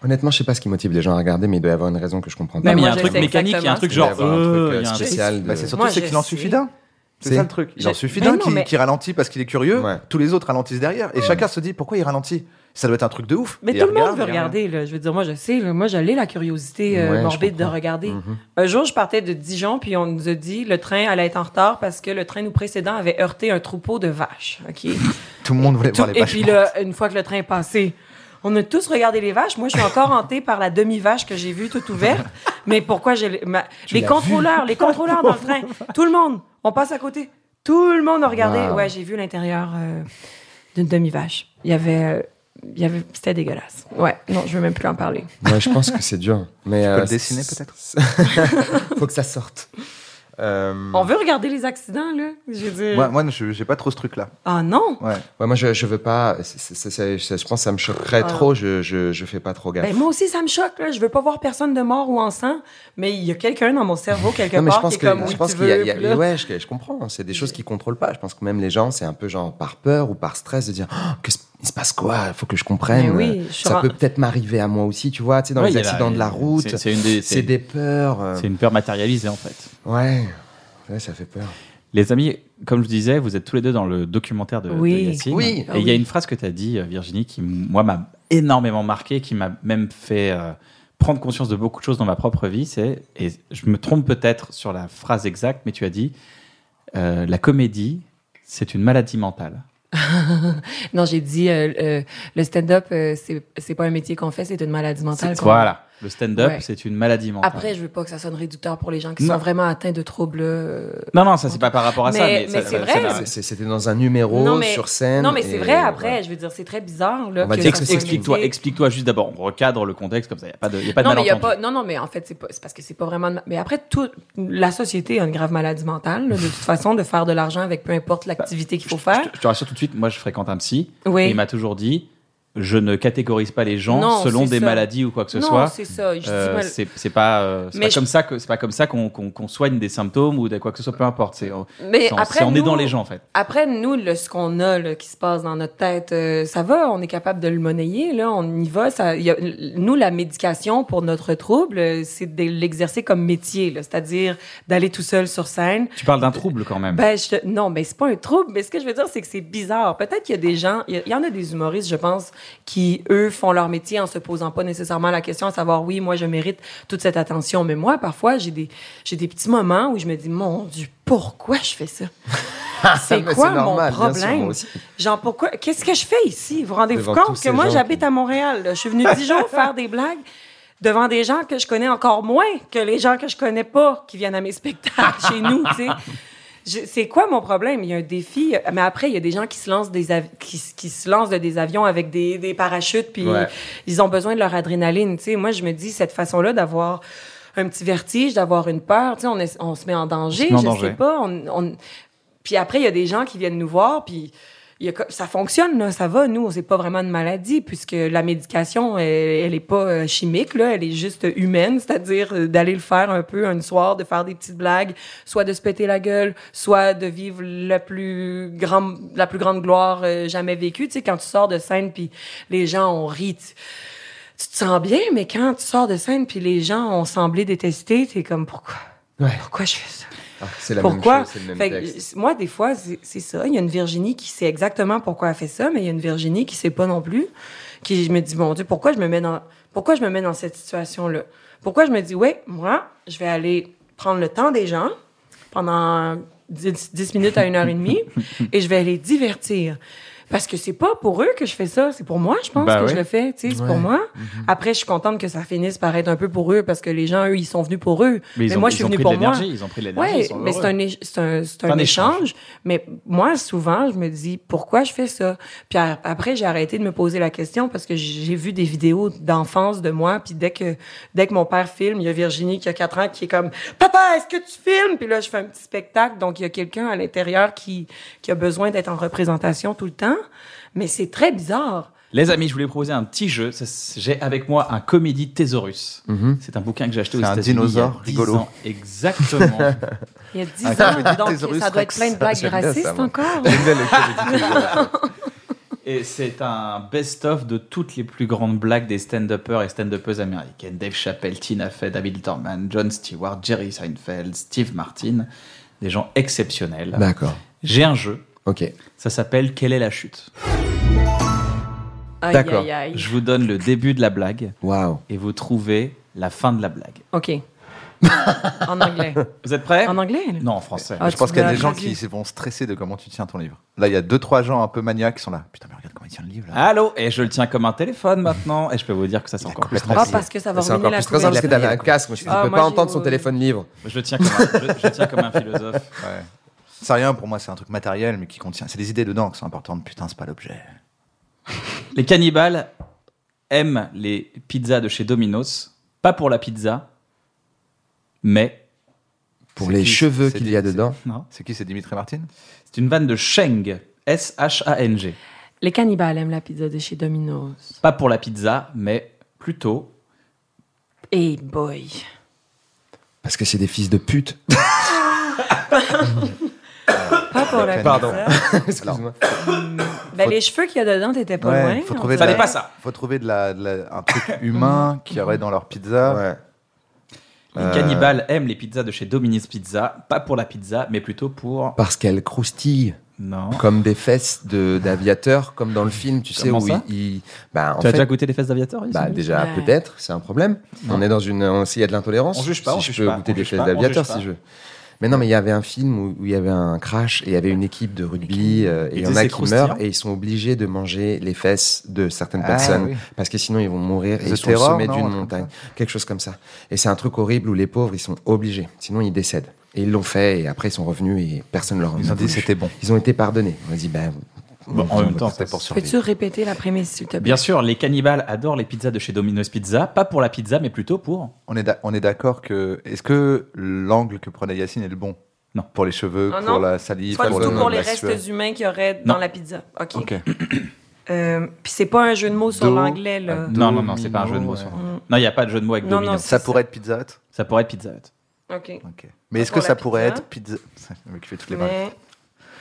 S3: Honnêtement, je sais pas ce qui motive les gens à regarder, mais il doit y avoir une raison que je comprends pas.
S4: Mais
S1: Non, mais il y
S4: moi,
S1: a un
S4: je
S1: truc
S4: sais
S1: mécanique, il y a un
S4: exactement
S1: truc
S3: Il doit y
S1: genre.
S3: avoir
S1: euh,
S3: un
S1: il y a
S3: truc
S1: un
S3: euh,
S1: truc-
S3: spécial. de-
S2: Bah, c'est surtout
S4: Moi,
S2: c'est
S4: je
S2: qu'il en
S4: sais.
S2: suffit d'un.
S3: C'est-
S2: C'est ça le truc. Il en
S4: J'ai-
S2: suffit
S4: Mais
S2: d'un
S4: non,
S2: qui,
S4: mais-
S2: qui ralentit parce qu'il est curieux.
S3: Ouais.
S2: Tous les autres ralentissent derrière. Et chacun se dit pourquoi il ralentit Ça doit être un truc de ouf.
S4: Mais
S2: Et
S4: tout
S2: il
S4: le monde
S2: regarde,
S4: veut
S2: il regarde.
S4: regarder. Là. Je veux dire, moi, je sais. là. moi, j'allais la curiosité euh,
S3: Ouais, je
S4: morbide de
S3: comprends.
S4: regarder.
S3: Mhm.
S4: Un jour, je partais de Dijon, puis on nous a dit le train allait être en retard parce que le train nous précédent avait heurté un troupeau de vaches. OK?
S2: Tout le monde
S3: <laughs>
S2: voulait voir
S4: Tout-
S2: les
S4: et
S2: vaches.
S4: puis là, une fois que le train est passé, on a tous regardé les vaches. Moi, je suis encore hantée par la demi-vache que j'ai vue toute
S3: <laughs>
S4: ouverte. Mais pourquoi j'ai ma- les
S2: l'as
S4: contrôleurs, les contrôleurs dans
S3: <laughs>
S4: le train, tout le monde, on passe à côté. Tout le monde a regardé.
S3: Wow.
S4: Ouais, j'ai vu l'intérieur euh, d'une demi-vache. Il y avait, euh, il y avait, c'était dégueulasse. Ouais, non, je veux même plus en parler.
S3: Ouais, je pense que
S2: <laughs>
S3: c'est dur. Mais euh, tu
S2: peux le dessiner, peut-être
S3: Faut que ça sorte. Euh,
S4: On veut regarder les accidents là. Je veux dire.
S2: Moi, moi, je j'ai pas trop ce truc-là.
S4: Ah non.
S2: Ouais.
S3: Ouais, moi je, je veux pas. c'est- c'est- c'est- c'est- je pense que ça me choquerait
S4: Ah.
S3: trop. Je, je, je fais pas trop gaffe.
S4: Ben, moi aussi, ça me choque. Là. Je veux pas voir personne de mort ou en sang, mais il y a quelqu'un dans mon cerveau quelque
S3: Non, mais je
S4: part
S3: pense
S4: qui
S3: que
S4: est comme oui,
S3: je pense
S4: tu
S3: qu'il y a,
S4: veux,
S3: il y a-
S4: puis là-
S3: ouais, je, je comprends. hein. C'est des choses qu'ils contrôlent pas. Je pense que même les gens, c'est un peu genre par peur ou par stress de dire Oh, que se- il se passe quoi Faut que je comprenne.
S4: Mais oui,
S3: Euh,
S4: je
S3: ça
S4: rends-
S3: peut peut-être m'arriver à moi aussi, tu vois. Tu sais, dans
S1: Ouais, il
S3: les
S1: y a la-
S3: accidents de la route,
S1: c'est- C'est une des-
S3: c'est
S1: c'est-
S3: des peurs. euh,
S1: c'est une peur matérialisée en fait.
S3: Ouais. Ouais, ça fait peur.
S1: Les amis, comme je vous disais, vous êtes tous les deux dans le documentaire de, de
S4: Oui.
S1: Yacine.
S3: Oui.
S1: Et
S4: Ah
S1: il y a
S4: oui.
S1: une phrase que tu as dit, euh, Virginie, qui, m- moi, m'a énormément marqué, qui m'a même fait euh, prendre conscience de beaucoup de choses dans ma propre vie. C'est, et je me trompe peut-être sur la phrase exacte, mais tu as dit euh, La comédie, c'est une maladie mentale.
S4: Non, j'ai dit euh, euh, le stand-up, euh, c'est c'est pas un métier qu'on fait, c'est une maladie mentale.
S1: C'est-
S4: qu'on-
S1: voilà. Le stand-up,
S4: Ouais.
S1: c'est une maladie mentale.
S4: Après, je veux pas que ça sonne réducteur pour les gens qui
S1: Non.
S4: sont vraiment atteints de troubles. euh,
S1: non, non, ça, c'est pas par rapport à ça. Mais,
S4: Mais- mais
S1: ça-
S4: c'est
S1: ça-
S4: vrai.
S1: ça-
S3: C'est- c'est- C'était dans un numéro
S4: Non, mais-
S3: sur scène.
S4: Non, mais
S3: et-
S4: c'est vrai. Après,
S3: ouais.
S4: je veux dire, c'est très bizarre là.
S3: On va
S4: que
S3: dire
S4: ça
S3: que
S4: soit
S3: c'est
S4: un
S1: Explique-toi,
S4: métier.
S1: explique-toi juste d'abord. On recadre le contexte comme ça. Il n'y a pas de, y a pas de
S4: non, mais y a
S1: malentendu.
S4: pas- non, non, mais en fait, c'est pas- c'est parce que c'est pas vraiment. de ma- Mais après, toute la société a une grave maladie
S1: <laughs>
S4: mentale, là, de toute façon, de faire de l'argent avec peu importe l'activité qu'il faut faire.
S1: Je te- je te rassure tout de suite, moi je fréquente un psy.
S4: Oui.
S1: Et il m'a toujours dit je ne catégorise pas les gens
S4: Non,
S1: selon
S4: c'est
S1: des
S4: ça.
S1: maladies ou quoi que ce
S4: non,
S1: soit.
S4: c'est ça. Je
S1: Euh,
S4: dis, moi,
S1: c'est c'est pas, euh, c'est
S4: Mais
S1: pas
S4: je-
S1: comme ça que c'est pas comme ça qu'on qu'on- qu'on soigne des symptômes ou de quoi que ce soit, peu importe. C'est on,
S4: mais
S1: c'est en-
S4: après,
S1: c'est en aidant
S4: nous-
S1: les gens en fait.
S4: Après, nous, là, ce qu'on a là, qui se passe dans notre tête, euh, ça va, on est capable de le monnayer, là, on y va. Ça, y a- nous, la médication pour notre trouble, euh, c'est de l'exercer comme métier, là, c'est-à-dire d'aller tout seul sur scène.
S1: Tu parles d'un trouble quand même.
S4: Ben, je- non, mais c'est pas un trouble, mais ce que je veux dire, c'est que c'est bizarre. Peut-être qu'il y a des gens, il y a- il y, en a des humoristes, je pense, qui, eux, font leur métier en se posant pas nécessairement la question à savoir, oui, moi, je mérite toute cette attention. Mais moi, parfois, j'ai des, j'ai des petits moments où je me dis, mon Dieu, pourquoi je
S3: <laughs>
S4: fais ça? C'est
S3: Mais
S4: quoi
S3: normal,
S4: mon
S3: bien sûr,
S4: problème?
S3: moi aussi.
S4: Genre, pourquoi? Qu'est-ce que je fais ici? Vous vous rendez-vous
S3: Devant tous
S4: compte
S3: ces
S4: que moi,
S3: gens
S4: j'habite
S3: qui-
S4: à Montréal? là. Je suis venue dix jours faire des blagues devant des gens que je connais encore moins que les gens que je connais pas qui viennent à mes spectacles chez nous, tu sais. Je- C'est quoi mon problème? Il y a un défi. Mais après, il y a des gens qui se lancent, des av- qui, s- qui se lancent de des avions avec des, des parachutes, puis
S3: Ouais.
S4: ils ont besoin de leur adrénaline. tu sais. Moi, je me dis, cette façon-là d'avoir un petit vertige, d'avoir une peur, tu sais, on, est- on se met en danger,
S1: se met en
S4: je
S1: danger.
S4: sais pas. on- on- Puis après, il y a des gens qui viennent nous voir, puis il y a co- ça fonctionne, là, ça va. Nous, c'est pas vraiment une maladie, puisque la médication, elle, elle est pas euh, chimique, là, elle est juste humaine, c'est-à-dire euh, d'aller le faire un peu un soir, de faire des petites blagues, soit de se péter la gueule, soit de vivre la plus, grande la plus grande gloire euh, jamais vécue. Tu sais, quand tu sors de scène, puis les gens, on rit. tu- tu te sens bien, mais quand tu sors de scène puis les gens ont semblé détester, t'es comme pourquoi
S3: Ouais.
S4: Pourquoi je fais ça
S3: Ah, c'est la
S4: Pourquoi
S3: même chose, c'est le même
S4: Fait que,
S3: texte.
S4: euh, Moi, des fois, c'est c'est ça. Il y a une Virginie qui sait exactement pourquoi elle fait ça, mais il y a une Virginie qui sait pas non plus. Qui je me dit mon Dieu, pourquoi je me mets dans pourquoi je me mets dans cette situation là Pourquoi je me dis ouais, moi, je vais aller prendre le temps des gens pendant 10, 10 minutes à une heure
S1: <laughs>
S4: et demie et je vais aller divertir. Parce que c'est pas pour eux que je fais ça, c'est pour moi, je pense,
S1: Bah
S4: que
S1: ouais.
S4: je le fais, tu sais, c'est
S3: Ouais.
S4: pour moi.
S1: Mhm.
S4: Après, je suis contente que ça finisse par être un peu pour eux parce que les gens, eux, ils sont venus pour eux. Mais,
S1: ils ont,
S4: moi,
S1: ils
S4: je suis
S1: ont
S4: venue
S1: pris
S4: pour
S1: de
S4: moi.
S1: l'énergie, ils ont pris de l'énergie.
S4: Oui,
S1: ils sont
S4: mais c'est
S1: heureux.
S4: un, éche- c'est un, c'est un
S1: un
S4: échange.
S1: échange.
S4: Mais moi, souvent, je me dis pourquoi je fais ça. Puis a- après, j'ai arrêté de me poser la question parce que j'ai vu des vidéos d'enfance de moi. Puis dès que, dès que mon père filme, il y a Virginie qui a 4 ans qui est comme Papa, est-ce que tu filmes? Puis là, je fais un petit spectacle. Donc, il y a quelqu'un à l'intérieur qui, qui a besoin d'être en représentation tout le temps. Mais c'est très bizarre.
S1: Les amis, je voulais proposer un petit jeu. Ça, c'est- J'ai avec moi un comédie Thésaurus.
S3: Mhm.
S1: C'est un bouquin que j'ai acheté aux
S2: C'est un
S1: États-Unis. il
S2: dinosaure
S1: y a 10
S2: rigolo.
S1: ans. Exactement.
S2: <laughs>
S4: Il y a 10
S2: Attends, mais
S4: ans, donc
S2: Thésaurus
S4: ça doit être
S2: Rex.
S4: plein de blagues
S3: J'aime bien ça,
S4: racistes
S3: moi.
S4: encore.
S3: J'aime bien le comédie.
S1: et c'est un best-of de toutes les plus grandes blagues des stand-uppers et stand-uppeuses américaines. Dave Chappelle, Tina Fey, David Letterman, John Stewart, Jerry Seinfeld, Steve Martin. Des gens exceptionnels.
S3: D'accord.
S1: J'ai un jeu.
S3: Ok.
S1: Ça s'appelle Quelle est la chute
S4: Aïe,
S3: D'accord.
S4: aïe, aïe.
S1: Je vous donne le début de la blague
S3: Waouh.
S1: et vous trouvez la fin de la blague.
S4: OK. en anglais.
S1: Vous êtes prêts
S4: En anglais? là?
S1: Non, en français.
S4: Ah,
S2: je pense
S4: tu
S2: qu'il y a
S4: l'as
S2: des gens
S4: traduit.
S2: qui se- vont stresser de comment tu tiens ton livre. Là, il y a deux, trois gens un peu maniaques qui sont là. Putain, mais regarde comment il tient le livre. Là.
S1: Allô Et je le tiens comme un téléphone maintenant. Et je peux vous dire que ça c'est encore plus
S4: Ah,
S1: stressant.
S4: parce que ça va
S3: C'est encore
S4: ruiner la
S3: plus stressant parce
S4: couleur.
S3: que t'avais un casque. Je ne
S4: Ah,
S3: peux
S4: moi,
S3: pas
S4: j'ai-
S3: entendre son téléphone livre.
S1: Je le tiens comme un, je, je le tiens comme un philosophe.
S2: Ouais. C'est rien pour moi, c'est un truc matériel, mais qui contient. C'est les idées dedans qui sont importantes. Putain, c'est pas l'objet.
S1: Les cannibales aiment les pizzas de chez Domino's, pas pour la pizza, mais
S3: Pour
S2: C'est
S3: les
S2: qui
S3: cheveux
S2: C'est
S3: qu'il
S2: qui
S3: y a
S2: C'est-
S3: dedans.
S1: non.
S2: C'est qui C'est Dimitri Martin
S1: C'est une vanne de Sheng, S-H-A-N-G.
S4: Les cannibales aiment la pizza de chez Domino's.
S1: Pas pour la pizza, mais plutôt
S4: Et boy.
S3: Parce que c'est des fils de pute.
S4: Pas pour la
S2: Pardon.
S4: pizza.
S3: Excuse-moi.
S4: Ben, les cheveux qu'il y a dedans, t'étais pas
S2: Ouais,
S4: loin.
S2: faut
S4: en
S2: trouver
S4: fait.
S1: Ça
S2: de
S1: n'est
S2: la-
S1: pas ça.
S2: Faut trouver de la, de la- un truc <laughs> humain qu'il y aurait dans leur pizza.
S3: Ouais.
S1: Les
S3: Euh.
S1: cannibales aiment les pizzas de chez Domino's Pizza, pas pour la pizza, mais plutôt pour...
S3: Parce qu'elles croustillent
S1: Non.
S3: comme des fesses de- d'aviateurs, comme dans le film, tu sais,
S1: Comment
S3: où
S1: ça
S3: il. il- Bah, en
S1: Tu as
S3: fait,
S1: déjà goûté les fesses d'aviateur
S3: Bah déjà
S4: Ouais.
S3: peut-être, c'est un problème. On est dans une, on- s'il y a de l'intolérance,
S1: On juge pas,
S3: si
S1: on
S3: je
S1: juge
S3: peux
S1: pas,
S3: goûter
S1: on
S3: des
S1: juge
S3: fesses
S1: pas, on
S3: d'aviateur,
S1: juge
S3: si
S1: pas.
S3: je. Mais non, mais il y avait un film où, où il y avait un crash et il y avait une équipe de rugby euh, et
S1: Ils
S3: il y en
S1: faisaient
S3: a qui
S1: croustillant.
S3: meurent et ils sont obligés de manger les fesses de certaines
S2: Ah,
S3: personnes
S2: oui.
S3: parce que sinon ils vont mourir et
S2: The
S3: ils sont au
S2: Terror,
S3: sommet
S2: non,
S3: d'une
S2: un truc
S3: montagne, quelque chose comme ça. Et c'est un truc horrible où les pauvres ils sont obligés, sinon ils décèdent. Et ils l'ont fait et après ils sont revenus et personne leur en
S2: Ils ont
S3: a
S2: dit
S3: voulu.
S2: c'était bon.
S3: Ils ont été pardonnés. On a dit ben
S1: Bon, en même temps,
S2: C'était pour survivre.
S4: Peux-tu répéter la prémisse, s'il te plaît?
S1: Bien sûr, les cannibales adorent les pizzas de chez Domino's Pizza, pas pour la pizza, mais plutôt pour.
S2: On est d'a- on est d'accord que. Est-ce que l'angle que prenait Yacine est le bon
S1: Non.
S2: Pour les cheveux,
S4: Ah, non.
S2: pour la salive,
S4: Pas du
S3: pour
S4: tout
S3: le-
S4: pour les
S2: la
S4: restes
S2: sueur.
S4: humains qu'il y aurait
S1: Non.
S4: dans la pizza. OK.
S2: Ok.
S4: <clears throat> Euh, Puis c'est pas un jeu de mots sur
S2: Do- Ah,
S4: l'anglais, là.
S1: Non, non, non, c'est pas un jeu de mots.
S2: Domino,
S1: ça.
S2: ouais.
S4: Mm.
S1: Non, il n'y a pas de jeu de mots avec
S4: Non, non,
S1: Domino's.
S4: c'est-
S2: Ça pourrait être Pizza Hut
S1: Ça pourrait être Pizza Hut.
S4: OK.
S2: Ok. Mais est-ce
S4: Pour
S2: que
S4: la
S2: ça pourrait
S4: pizza
S2: être Pizza. Le mec qui fait toutes les blagues.
S4: Mais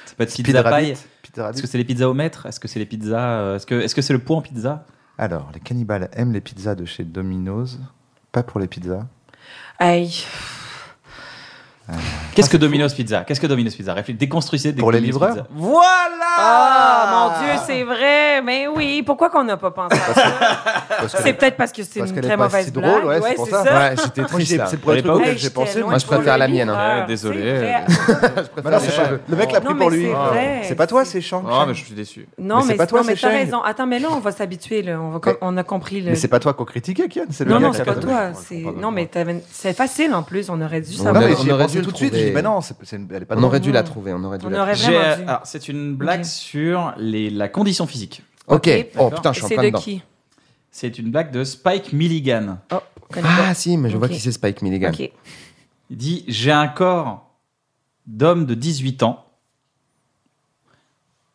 S1: Ça peut être
S2: Pizza
S1: pizza
S2: Rabbit
S1: paille.
S2: Pizza Rabbit
S1: Est-ce que c'est les pizzas au maître Est-ce que c'est les pizzas. euh, Est-ce que est-ce que c'est le pot en pizza
S2: Ah, Alors, les cannibales aiment les pizzas de chez Domino's. Pas pour les pizzas.
S4: Aïe.
S1: Qu'est-ce que Domino's Pizza Qu'est-ce que Domino's Pizza Réfléch- Déconstruisez des
S2: Pour les
S1: Domino's
S2: livreurs
S1: Pizza. Voilà
S4: Ah, mon Dieu, c'est vrai. Mais oui, pourquoi qu'on n'a pas pensé à ça?
S2: Parce
S4: C'est peut-être parce que c'est
S2: parce
S4: une
S2: qu'elle est
S4: très
S2: pas
S4: mauvaise
S2: si
S4: blague.
S2: drôle, ouais, c'est pour ça.
S3: ouais, j'étais
S2: Moi,
S3: triste.
S2: j'ai-
S3: là.
S2: c'est le premier
S1: Elle est
S2: truc
S1: pas
S2: auquel
S4: Hey,
S2: j'ai
S4: j'étais
S2: pensé.
S4: loin
S3: Moi, je
S4: de trouver
S3: préfère la
S4: le
S3: mienne, hein.
S4: livreur.
S1: Ouais, désolé.
S4: C'est vrai.
S2: Mais non, c'est pas- Le mec l'a
S4: Non,
S2: pris
S4: mais
S2: pour lui.
S4: c'est
S2: Ah.
S4: vrai.
S2: C'est pas toi, c'est Shang.
S1: je suis déçu.
S4: Non, mais,
S2: c'est pas toi,
S4: non, mais
S2: c'est
S4: t'as
S2: Shang.
S4: raison. Attends, mais là, on va s'habituer. Là. On, va com-
S2: Mais-
S4: on a compris. Le...
S2: Mais c'est pas toi qu'on critiquait, Kian. C'est le
S4: non,
S2: gars
S4: non,
S2: qui
S4: c'est
S2: a
S4: pas
S2: fait-
S4: toi.
S2: Je
S4: c'est-
S2: comprends pas
S4: Non, mais t'avais- c'est facile en plus. On aurait dû
S3: On
S4: savoir.
S2: Non, mais
S3: On
S2: j'y ai
S3: aurait
S2: pensé
S3: dû
S2: tout
S3: le
S2: de suite. J'ai dit,
S3: trouver.
S2: mais non, c'est c'est une- elle est pas
S3: On aurait
S2: drôle.
S3: dû la trouver, on aurait dû
S4: On
S3: la
S4: aurait
S3: trouver.
S4: vraiment dû.
S1: euh, Alors, c'est une blague
S4: Ok.
S1: sur les, la condition physique.
S3: Ok,
S4: Ok,
S3: oh
S1: d'accord.
S3: putain, je suis en
S4: C'est
S3: plein
S4: de
S3: dedans.
S4: qui
S1: C'est une blague de Spike Milligan.
S4: Oh, on connaît pas.
S3: Ah si, mais je vois
S4: Ok.
S3: qui c'est Spike Milligan.
S4: Ok.
S1: Il dit J'ai un corps d'homme de 18 ans.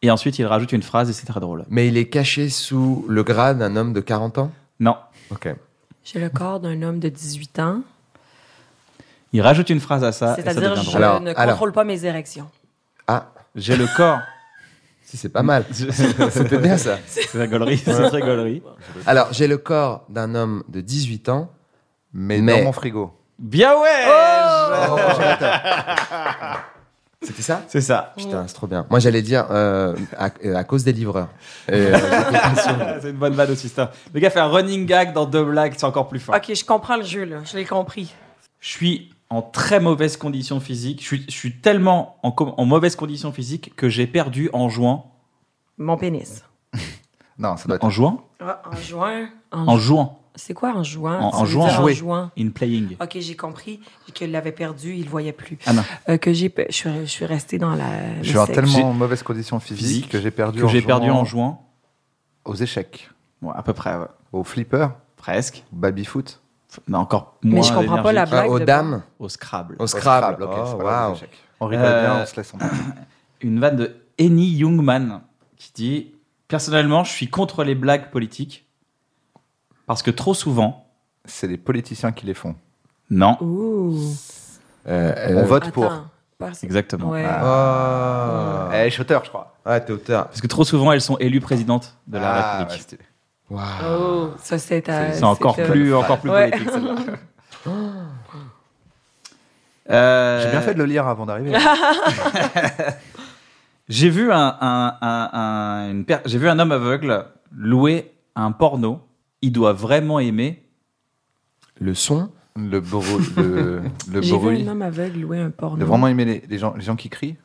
S1: Et ensuite, il rajoute une phrase et c'est très drôle.
S3: Mais il est caché sous le grade d'un homme de 40 ans
S1: Non.
S3: Ok.
S4: J'ai le corps d'un homme de 18 ans.
S1: Il rajoute une phrase à ça. et ça
S4: C'est-à-dire,
S1: devient
S4: je
S1: drôle.
S3: Alors,
S4: ne
S3: alors.
S4: contrôle pas mes érections.
S3: Ah,
S1: J'ai le corps.
S3: si c'est pas
S2: <laughs>
S3: mal. C'était bien ça.
S1: <laughs> c'est la gaulerie, c'est très gaulerie.
S3: Alors, j'ai le corps d'un homme de 18 ans.
S2: Mais
S3: Mais-
S2: dans mon frigo.
S1: Bien ouais
S4: Oh!
S1: Oh
S3: <laughs> C'était ça
S1: C'est ça.
S3: Putain, c'est trop bien. Moi, j'allais dire euh, à, euh, à cause des livreurs. Et, <laughs> euh,
S1: <laughs> c'est une bonne vanne aussi, ça. Le gars fait un running gag dans deux blagues, c'est encore plus fort.
S4: Ok, je comprends le jeu, là. Je l'ai compris.
S1: Je suis en très mauvaise condition physique. Je suis, je suis tellement en, com- en mauvaise condition physique que j'ai perdu en jouant.
S4: Mon pénis.
S2: Non, ça doit être.
S1: En jouant
S4: Ah, en juin.
S1: En jouant.
S4: C'est quoi en juin?
S1: En-
S4: Tu
S1: en
S4: veux
S1: juin,
S4: dire
S1: jouer.
S4: En juin.
S1: In playing.
S4: Ok, j'ai compris qu'il l'avait perdu, il le voyait plus.
S1: Ah non.
S4: Euh, que j'ai, je suis, je suis restée dans la. le
S2: Je suis en
S4: sexe.
S2: tellement mauvaise condition
S1: Physique
S2: physique que j'ai perdu
S1: Que
S2: en
S1: j'ai perdu
S2: jouant
S1: en jouant.
S2: aux échecs,
S1: Bon, à peu près, ouais.
S2: au flipper,
S1: Presque.
S2: au babyfoot.
S1: Mais encore moins.
S4: Mais je comprends pas la
S1: énergique.
S4: blague.
S3: aux
S4: de-
S3: dames,
S1: Au Scrabble.
S3: au
S2: Scrabble,
S3: Scrabble.
S2: ok,
S3: Oh,
S2: c'est pas grave,
S3: wow.
S2: les échecs. On rigole
S1: Euh,
S2: bien, on se laisse en
S1: Une vanne de Annie Youngman qui dit Personnellement, je suis contre les blagues politiques parce que trop souvent,
S2: C'est les politiciens qui les font.
S1: non.
S4: Ouh.
S3: Euh,
S2: On
S3: euh,
S2: vote pour.
S4: Parce...
S1: Exactement.
S4: Ouais.
S2: Ah.
S3: Ah,
S2: Eh, shooter, je crois.
S3: ah t'es au tard.
S1: Parce que trop souvent, elles sont élues présidentes de la
S2: Ah, ouais,
S1: République.
S2: stylé.
S3: Waouh.
S4: Oh, ça c'est à-
S1: c'est encore
S4: euh,
S1: plus, encore plus
S4: Ouais.
S1: politique. celle-là. Euh,
S2: J'ai bien fait de le lire avant d'arriver.
S4: <laughs>
S1: J'ai vu un, un- un- un- une per- j'ai vu un homme aveugle louer un porno. Il doit vraiment aimer.
S3: Le son
S2: le bruit. Le, le
S4: J'ai vu
S2: bruit.
S4: un homme aveugle louer un
S2: De
S4: porno.
S2: vraiment aimer les, les gens, les gens qui crient.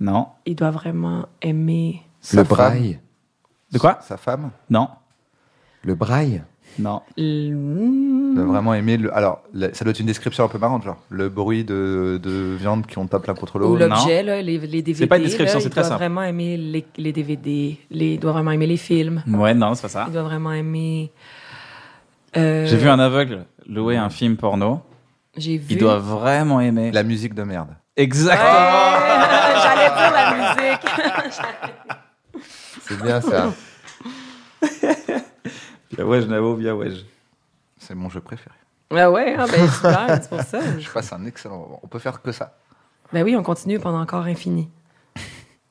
S1: Non.
S4: Il doit vraiment aimer.
S2: Sa
S3: Le
S2: femme.
S3: braille
S1: De quoi
S2: Sa femme.
S1: Non.
S3: Le braille
S1: Non.
S2: De
S4: le-
S2: vraiment aimer. Le... Alors, la- ça doit être une description un peu marrante, genre le bruit de, de viande qui on tape l'un contre
S4: Ou
S2: l'autre.
S1: non.
S4: l'objet, là, les, les DVD.
S1: C'est pas une description,
S4: là,
S1: c'est très
S4: Il doit
S1: simple.
S4: vraiment aimer les, les DVD, les, il doit vraiment aimer les films,
S1: Ouais, non, c'est pas ça.
S4: il doit vraiment aimer. euh,
S1: Ah. J'ai vu un aveugle louer un film porno.
S4: J'ai vu.
S1: Il doit vraiment aimer.
S2: La musique de merde.
S4: Ouais,
S1: Exactement.
S4: <laughs> J'allais dire la musique.
S3: C'est bien ça.
S1: Bien ouais, je n'avoue bien ouais. je-
S2: C'est mon jeu préféré.
S4: Ah ouais, ah ben, c'est clair, <laughs> c'est pour ça.
S2: Je passe un excellent moment. On peut faire que ça.
S4: Ben oui, on continue pendant encore infini.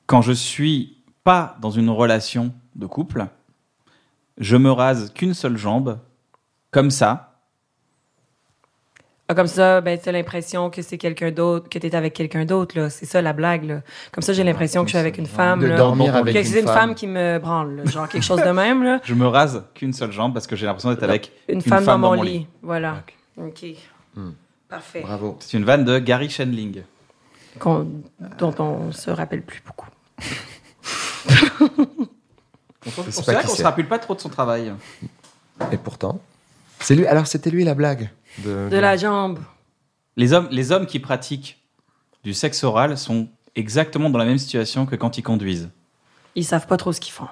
S1: Quand je suis pas dans une relation de couple, je me rase qu'une seule jambe, comme ça.
S4: Ah, comme ça, ben, t'as l'impression que c'est quelqu'un d'autre, que t'es avec quelqu'un d'autre, là. C'est ça, la blague, là. Comme ça, j'ai l'impression que je suis avec une femme,
S3: De
S4: là.
S3: dormir
S4: Que
S3: avec une femme.
S4: c'est une femme qui me branle, là. Genre quelque chose de même, là.
S1: Je me rase qu'une seule jambe parce que j'ai l'impression d'être avec
S4: Une, femme, dans, mon lit. Voilà. OK. Parfait.
S3: Bravo.
S1: C'est une vanne de Gary Shandling.
S4: Qu'on- dont on se rappelle plus beaucoup.
S1: C'est
S3: sais
S1: pour
S3: pas
S1: ça
S3: qui
S1: qu'on se
S3: c'est.
S1: rappelle pas trop de son travail.
S3: Et pourtant. C'est lui. Alors c'était lui la blague.
S4: De la jambe.
S1: Les hommes, les hommes qui pratiquent du sexe oral sont exactement dans la même situation que quand ils conduisent.
S4: Ils savent pas trop ce qu'ils font.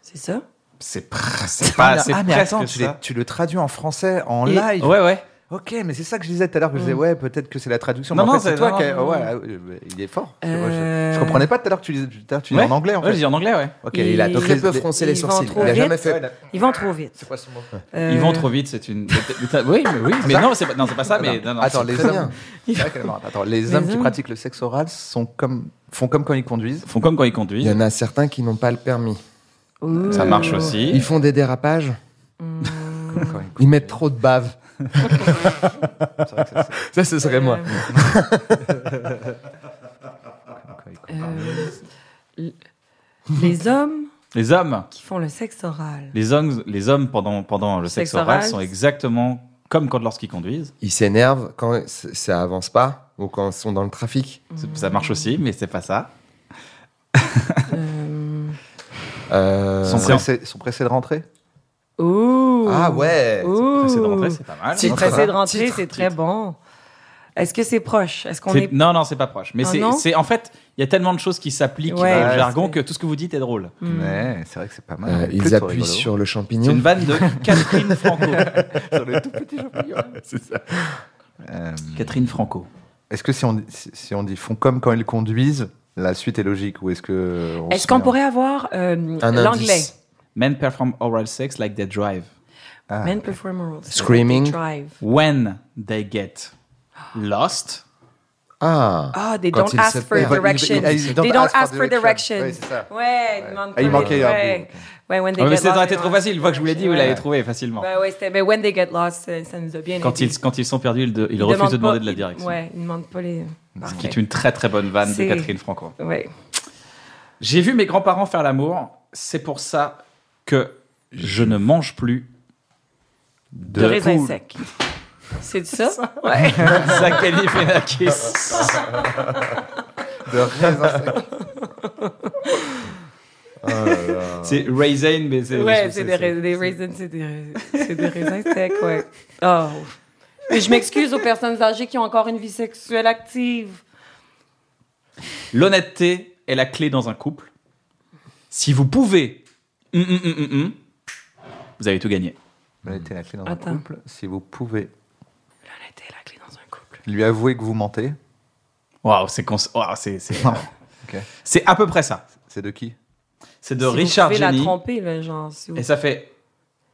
S4: C'est ça?
S1: C'est pr- c'est pas c'est
S2: ah, mais
S1: presque
S2: attends, tu,
S1: ça.
S2: l'es- tu le traduis en français, en
S4: Et-
S2: live.
S1: Ouais ouais.
S2: Ok, mais c'est ça que je disais tout à l'heure. que Je disais,
S4: Mm.
S2: ouais, peut-être que c'est la traduction.
S1: Non,
S2: mais en
S1: non,
S2: fait, c'est
S1: c'est-
S2: toi
S1: non,
S2: qui. a-
S1: non,
S2: ouais,
S1: non.
S2: euh, euh, il est fort. tu vois, je, je
S4: Euh,
S2: comprenais pas tout à l'heure que tu disais, tout à l'heure, tu disais
S1: Ouais.
S2: en anglais, en
S1: Ouais, je
S2: fait.
S1: dis en anglais ouais.
S2: Ok,
S4: Et-
S2: il a
S4: et
S2: donc
S3: Très
S2: les,
S3: peu
S2: les-
S3: froncé les
S4: ils vont
S3: sourcils.
S4: trop
S3: Il a
S4: vite.
S3: jamais fait.
S2: Ouais,
S4: Ils vont trop vite.
S2: C'est quoi ce mot
S1: Ils
S4: Euh,
S1: vont trop vite, c'est une. oui, mais <laughs> oui, mais non, c'est pas, non, c'est pas ça, mais non, non,
S2: Attends,
S3: c'est
S2: les
S3: très
S2: hommes.
S3: bien.
S2: <laughs> C'est vrai qu'elle est marrante. Attends, les
S4: Les
S2: hommes qui
S4: hommes.
S2: pratiquent le sexe oral sont comme font comme quand ils conduisent.
S1: ils font comme quand ils
S3: Il y
S1: conduisent.
S3: en a certains qui n'ont pas le permis.
S4: ouh.
S1: Ça marche aussi.
S3: Ils font des dérapages.
S4: Mmh.
S2: Quand ils-
S3: Ils mettent trop de bave.
S2: <laughs> c'est vrai que ça, c'est-
S3: Ça, ce serait moi.
S2: quand ils-
S4: Euh, l- les hommes
S1: Les hommes,
S4: qui font le sexe oral.
S1: les hommes, les hommes pendant pendant le sexe,
S4: Sexe
S1: oral,
S4: oral.
S1: sont exactement comme quand lorsqu'ils conduisent.
S3: Ils s'énervent quand c- ça avance pas ou quand ils sont dans le trafic.
S1: C'est- Ça marche aussi, mais c'est pas ça.
S4: Euh,
S3: Euh,
S2: Sont
S1: c'est-
S2: pressés, sont pressés de rentrer.
S4: ouh.
S3: Ah ouais.
S4: Ouh.
S1: C'est d'entrée, Ah, c'est pas mal.
S4: oh. Si
S3: Titre.
S4: pressé de rentrer,
S3: Titre.
S4: c'est très bon. Est-ce que c'est proche? Est-ce qu'on
S1: C'est-
S4: est...
S1: Non, non, c'est pas proche. Mais
S4: Ah
S1: c'est-
S4: non
S1: c'est en fait, il y a tellement de choses qui s'appliquent
S4: Ouais,
S1: dans le
S2: ouais,
S1: jargon
S4: c'est-
S1: que tout ce que vous dites est drôle.
S4: Hmm.
S2: Ouais, c'est vrai que c'est pas mal.
S3: Euh,
S2: Plutôt
S3: ils appuient
S2: rigolo.
S3: sur le
S1: C'est une
S3: champignon.
S1: vanne
S4: <laughs>
S1: de Catherine Franco.
S2: <laughs> Sur le tout petit champignon. c'est ça.
S4: Euh,
S1: Catherine Franco.
S2: est-ce que si on, si si on dit font comme quand ils conduisent, la suite est logique ou est-ce que on
S4: Est-ce
S2: se
S4: qu'on
S2: met en-
S4: pourrait avoir euh,
S3: Un
S4: l'anglais?
S3: indice.
S1: Men perform oral sex like they drive
S2: Ah.
S4: Men perform oral sex.
S3: Screaming.
S4: They drive.
S1: when they get lost.
S3: Ah.
S4: Ah, they
S3: Quand
S4: don't
S3: ils
S4: ask
S3: se
S4: for
S3: perdent.
S4: directions.
S2: Ils- ils- ils
S4: They don't ask for directions.
S2: Ouais, c'est ça.
S4: Ouais, ils demandent
S2: Ah, il
S4: pas-
S2: manquait un
S4: ouais.
S2: bout,
S4: Ouais, when they
S1: Ah, mais
S4: get
S1: c'était
S4: lost,
S1: arrêté
S4: they
S1: trop
S4: don't ask
S1: facile. Une fois que je vous l'ai dit, vous
S4: Ouais.
S1: l'avez trouvé facilement.
S4: Ben ouais, c'était- ben, when they get lost, ça, ça nous a bien
S1: Quand
S4: aidé.
S1: ils, quand ils sont perdus, ils, de- ils refusent de demander
S4: pas-
S1: de la
S4: ils-
S1: direction.
S4: Ouais, ils demandent pas les.
S1: Ce qui est une très très bonne vanne de
S4: C'est-
S1: Catherine Franco.
S4: Ouais.
S1: J'ai vu mes grands-parents faire l'amour. C'est pour ça que je ne mange plus
S4: De, raisins secs. C'est ça? <laughs> Ouais.
S1: <laughs> Zachary Fenakis.
S2: De raisins secs.
S1: <laughs> Oh C'est raisin, mais c'est.
S4: Ouais, c'est des, rais- des raisins, c'est des, rais- c'est <laughs> des raisins secs, ouais. Oh. Et je m'excuse aux personnes âgées qui ont encore une vie sexuelle active.
S1: L'honnêteté est la clé dans un couple. Si vous pouvez, hum, hum, hum, hum, hum, vous avez tout gagné.
S3: Hmm.
S2: Mettez la clé dans
S4: Attends.
S2: un couple si vous pouvez.
S4: L'honnêteté est la clé dans un couple.
S2: Lui avouer que vous mentez.
S1: Waouh, c'est cons- waouh, c'est c'est
S2: Non. <laughs> Ok.
S1: c'est à peu près ça.
S2: C'est de qui
S1: C'est
S4: Si
S1: de
S4: vous
S1: Richard
S4: pouvez la
S1: Jenny.
S4: tromper, là, genre. Si
S2: Mm.
S4: vous...
S1: Et ça fait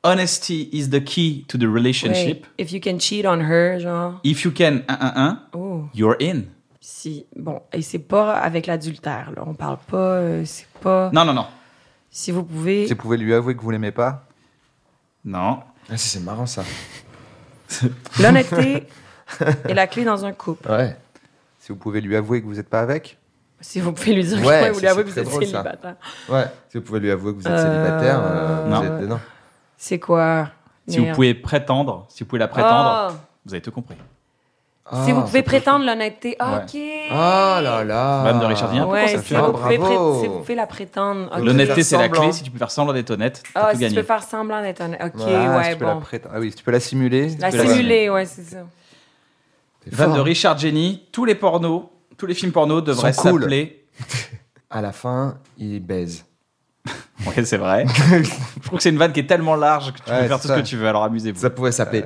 S1: Honesty is the key to the relationship.
S4: Ouais. If you can cheat on her, genre.
S1: If you can 1-1-1,
S4: Oh.
S1: you're in.
S4: Si. Bon, et c'est pas avec l'adultère, là. On parle pas. euh, c'est pas.
S1: Non, non, non.
S4: Si vous pouvez.
S2: Si vous pouvez lui avouer que vous l'aimez pas,
S1: Non.
S3: Ah, ça, c'est marrant ça.
S1: <laughs>
S4: L'honnêteté est la clé dans un couple.
S3: Ouais.
S2: si vous pouvez lui avouer que vous n'êtes pas avec,
S4: Si vous pouvez lui dire
S3: Ouais,
S4: que ouais, vous
S3: ça,
S4: lui avouez
S3: c'est
S4: que vous
S3: très drôle,
S4: êtes
S3: ça.
S4: célibataire.
S3: Ouais. Si vous pouvez lui avouer que vous êtes
S4: Euh,
S3: célibataire, euh, vous
S1: non.
S3: êtes dedans.
S4: C'est quoi?
S1: Si vous
S4: Merde.
S1: pouvez prétendre, si vous pouvez la prétendre,
S2: Oh.
S4: Ah!
S1: vous avez tout compris.
S4: si
S3: Ah,
S4: vous pouvez
S3: ça peut-
S4: prétendre l'honnêteté. Ah,
S1: Ouais.
S4: OK.
S3: Ah là là.
S1: Madame de Richard Viens,
S4: Ouais,
S1: pourquoi ça
S4: si,
S1: fait
S4: vous
S3: ça
S4: pouvez
S3: Bravo.
S4: pré- si vous pouvez la prétendre. ok.
S1: L'honnêteté,
S3: faire
S1: c'est la
S3: semblant.
S1: clé. Si tu peux faire semblant d'être honnête,
S2: Oh,
S1: t'as
S4: Ah,
S1: tout
S4: si tu
S1: gagné.
S4: peux faire semblant d'être honnête. OK,
S2: Ah, si
S4: ouais,
S2: tu peux la
S4: bon.
S2: prétendre- ah oui, si tu peux la simuler, si tu
S4: La
S2: peux
S4: simuler, ouais, c'est ça.
S3: C'est
S1: Van
S3: fort.
S1: de Richard Jenny, tous les pornos, tous les films pornos devraient
S2: Sont cool.
S1: s'appeler.
S3: À la fin, il baise.
S1: Ouais, c'est vrai. Je trouve que c'est une vanne qui est tellement large que tu peux
S2: Ouais,
S1: faire
S2: c'est
S1: tout
S2: ça.
S1: ce que tu veux. Alors amusez-vous.
S3: Ça pouvait s'appeler.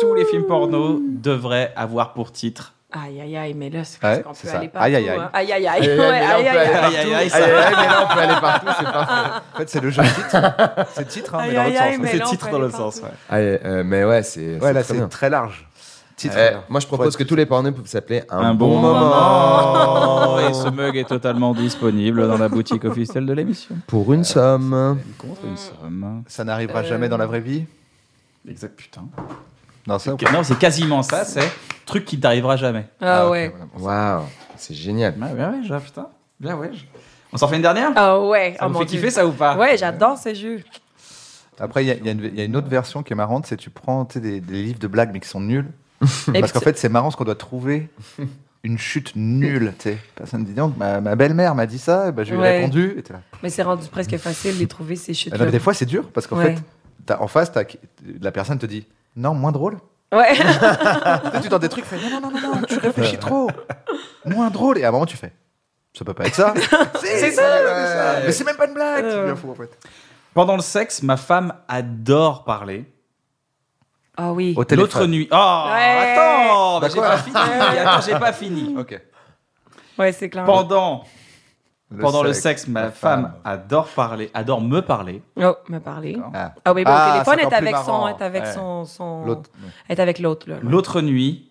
S1: Tous les films pornos devraient avoir pour titre.
S4: Aïe, aïe, aïe, mais là, c'est
S2: Ouais,
S4: qu'on
S2: c'est
S4: peut
S2: ça.
S4: aller partout.
S2: Aïe, aïe, aïe.
S4: hein. Aïe, aïe,
S3: Aïe,
S4: aïe.
S3: aïe,
S4: ouais,
S3: aïe, mais là, on peut
S4: Aïe,
S3: aller
S4: aïe,
S3: partout.
S1: Aïe,
S4: aïe.
S1: aïe, aïe,
S3: Aïe,
S1: ça.
S3: aïe, mais là, on peut aller partout, c'est parfait.
S2: En fait, c'est le jeu de titre. C'est titre, hein, mais dans
S4: Aïe,
S2: l'autre
S4: aïe,
S2: sens.
S4: Mais
S1: C'est
S4: là, on
S1: titre
S4: peut
S1: dans
S4: aller
S1: le sens.
S4: partout.
S1: ouais.
S3: Allez, euh, mais ouais, c'est.
S2: Ouais, là, c'est
S3: très bien.
S2: très large. Titre.
S3: Eh,
S2: alors.
S3: moi, je propose que tous les pornos peuvent s'appeler un,
S1: Un
S3: bon,
S1: bon
S3: moment.
S1: moment. Et ce mug est totalement disponible dans la boutique officielle de l'émission.
S3: Pour une somme.
S1: Contre une somme.
S2: Ça n'arrivera
S4: Euh.
S2: jamais dans la vraie vie
S1: Exact, putain.
S2: Non, ça,
S1: Non, c'est quasiment ça, c'est truc qui t'arrivera jamais.
S4: Ah ouais.
S3: Waouh, c'est génial.
S1: Ouais, ouais, ouais, genre, putain. Bien, ouais. je- On s'en fait une dernière
S4: Ah ouais.
S1: Ça
S4: oh
S1: vous
S4: mon
S1: fait
S4: Dieu.
S1: kiffer, ça ou pas
S4: Ouais, j'adore ce jeu.
S2: Après, il y a- il y, a une- il y a une autre version qui est marrante, c'est tu prends tu sais, des, des livres de blagues mais qui sont nuls.
S4: Et
S2: Parce
S4: puis
S2: qu'en fait, c'est marrant ce qu'on doit trouver une chute nulle. tu sais. Personne ne dit donc, ma, ma belle-mère m'a dit ça, et ben, je lui ai
S4: Ouais.
S2: répondu. Et t'es là.
S4: Mais c'est rendu presque facile de les trouver, ces
S1: Eh
S4: chutes
S2: Ah non, mais des fois, c'est dur parce qu'en
S4: Ouais.
S2: fait, t'as- en face, t'as- la personne te dit non, moins drôle.
S4: Ouais.
S2: Tu sais, tu tentes des trucs, tu fais, non, non, non, non, non, tu réfléchis trop. Moins drôle. Et à un moment, tu fais ça peut pas être ça.
S4: <laughs> C'est ça.
S2: Mais c'est même pas une blague.
S4: Ouais,
S2: Tu deviens
S4: ouais.
S2: fou, en fait.
S1: Pendant le sexe, ma femme adore parler.
S4: Ah oui.
S2: Au téléphone.
S1: L'autre nuit. Oh,
S4: Ouais.
S1: attends, mais
S2: Bah
S1: j'ai
S2: quoi
S1: pas fini. Attends, j'ai pas <laughs> fini.
S2: Ok.
S4: Ouais, c'est clair.
S1: Pendant,
S2: Le
S1: pendant le sexe, ma
S2: la
S1: femme adore parler, adore me parler.
S4: Oh, me parler.
S2: Ah.
S4: Ah oui, ben,
S2: Ah,
S4: au téléphone,
S2: c'est
S4: est
S2: encore plus
S4: avec, son,
S2: marrant.
S4: est avec
S2: Ouais.
S4: son, son-
S2: L'autre.
S4: est avec l'autre, là.
S1: L'autre nuit,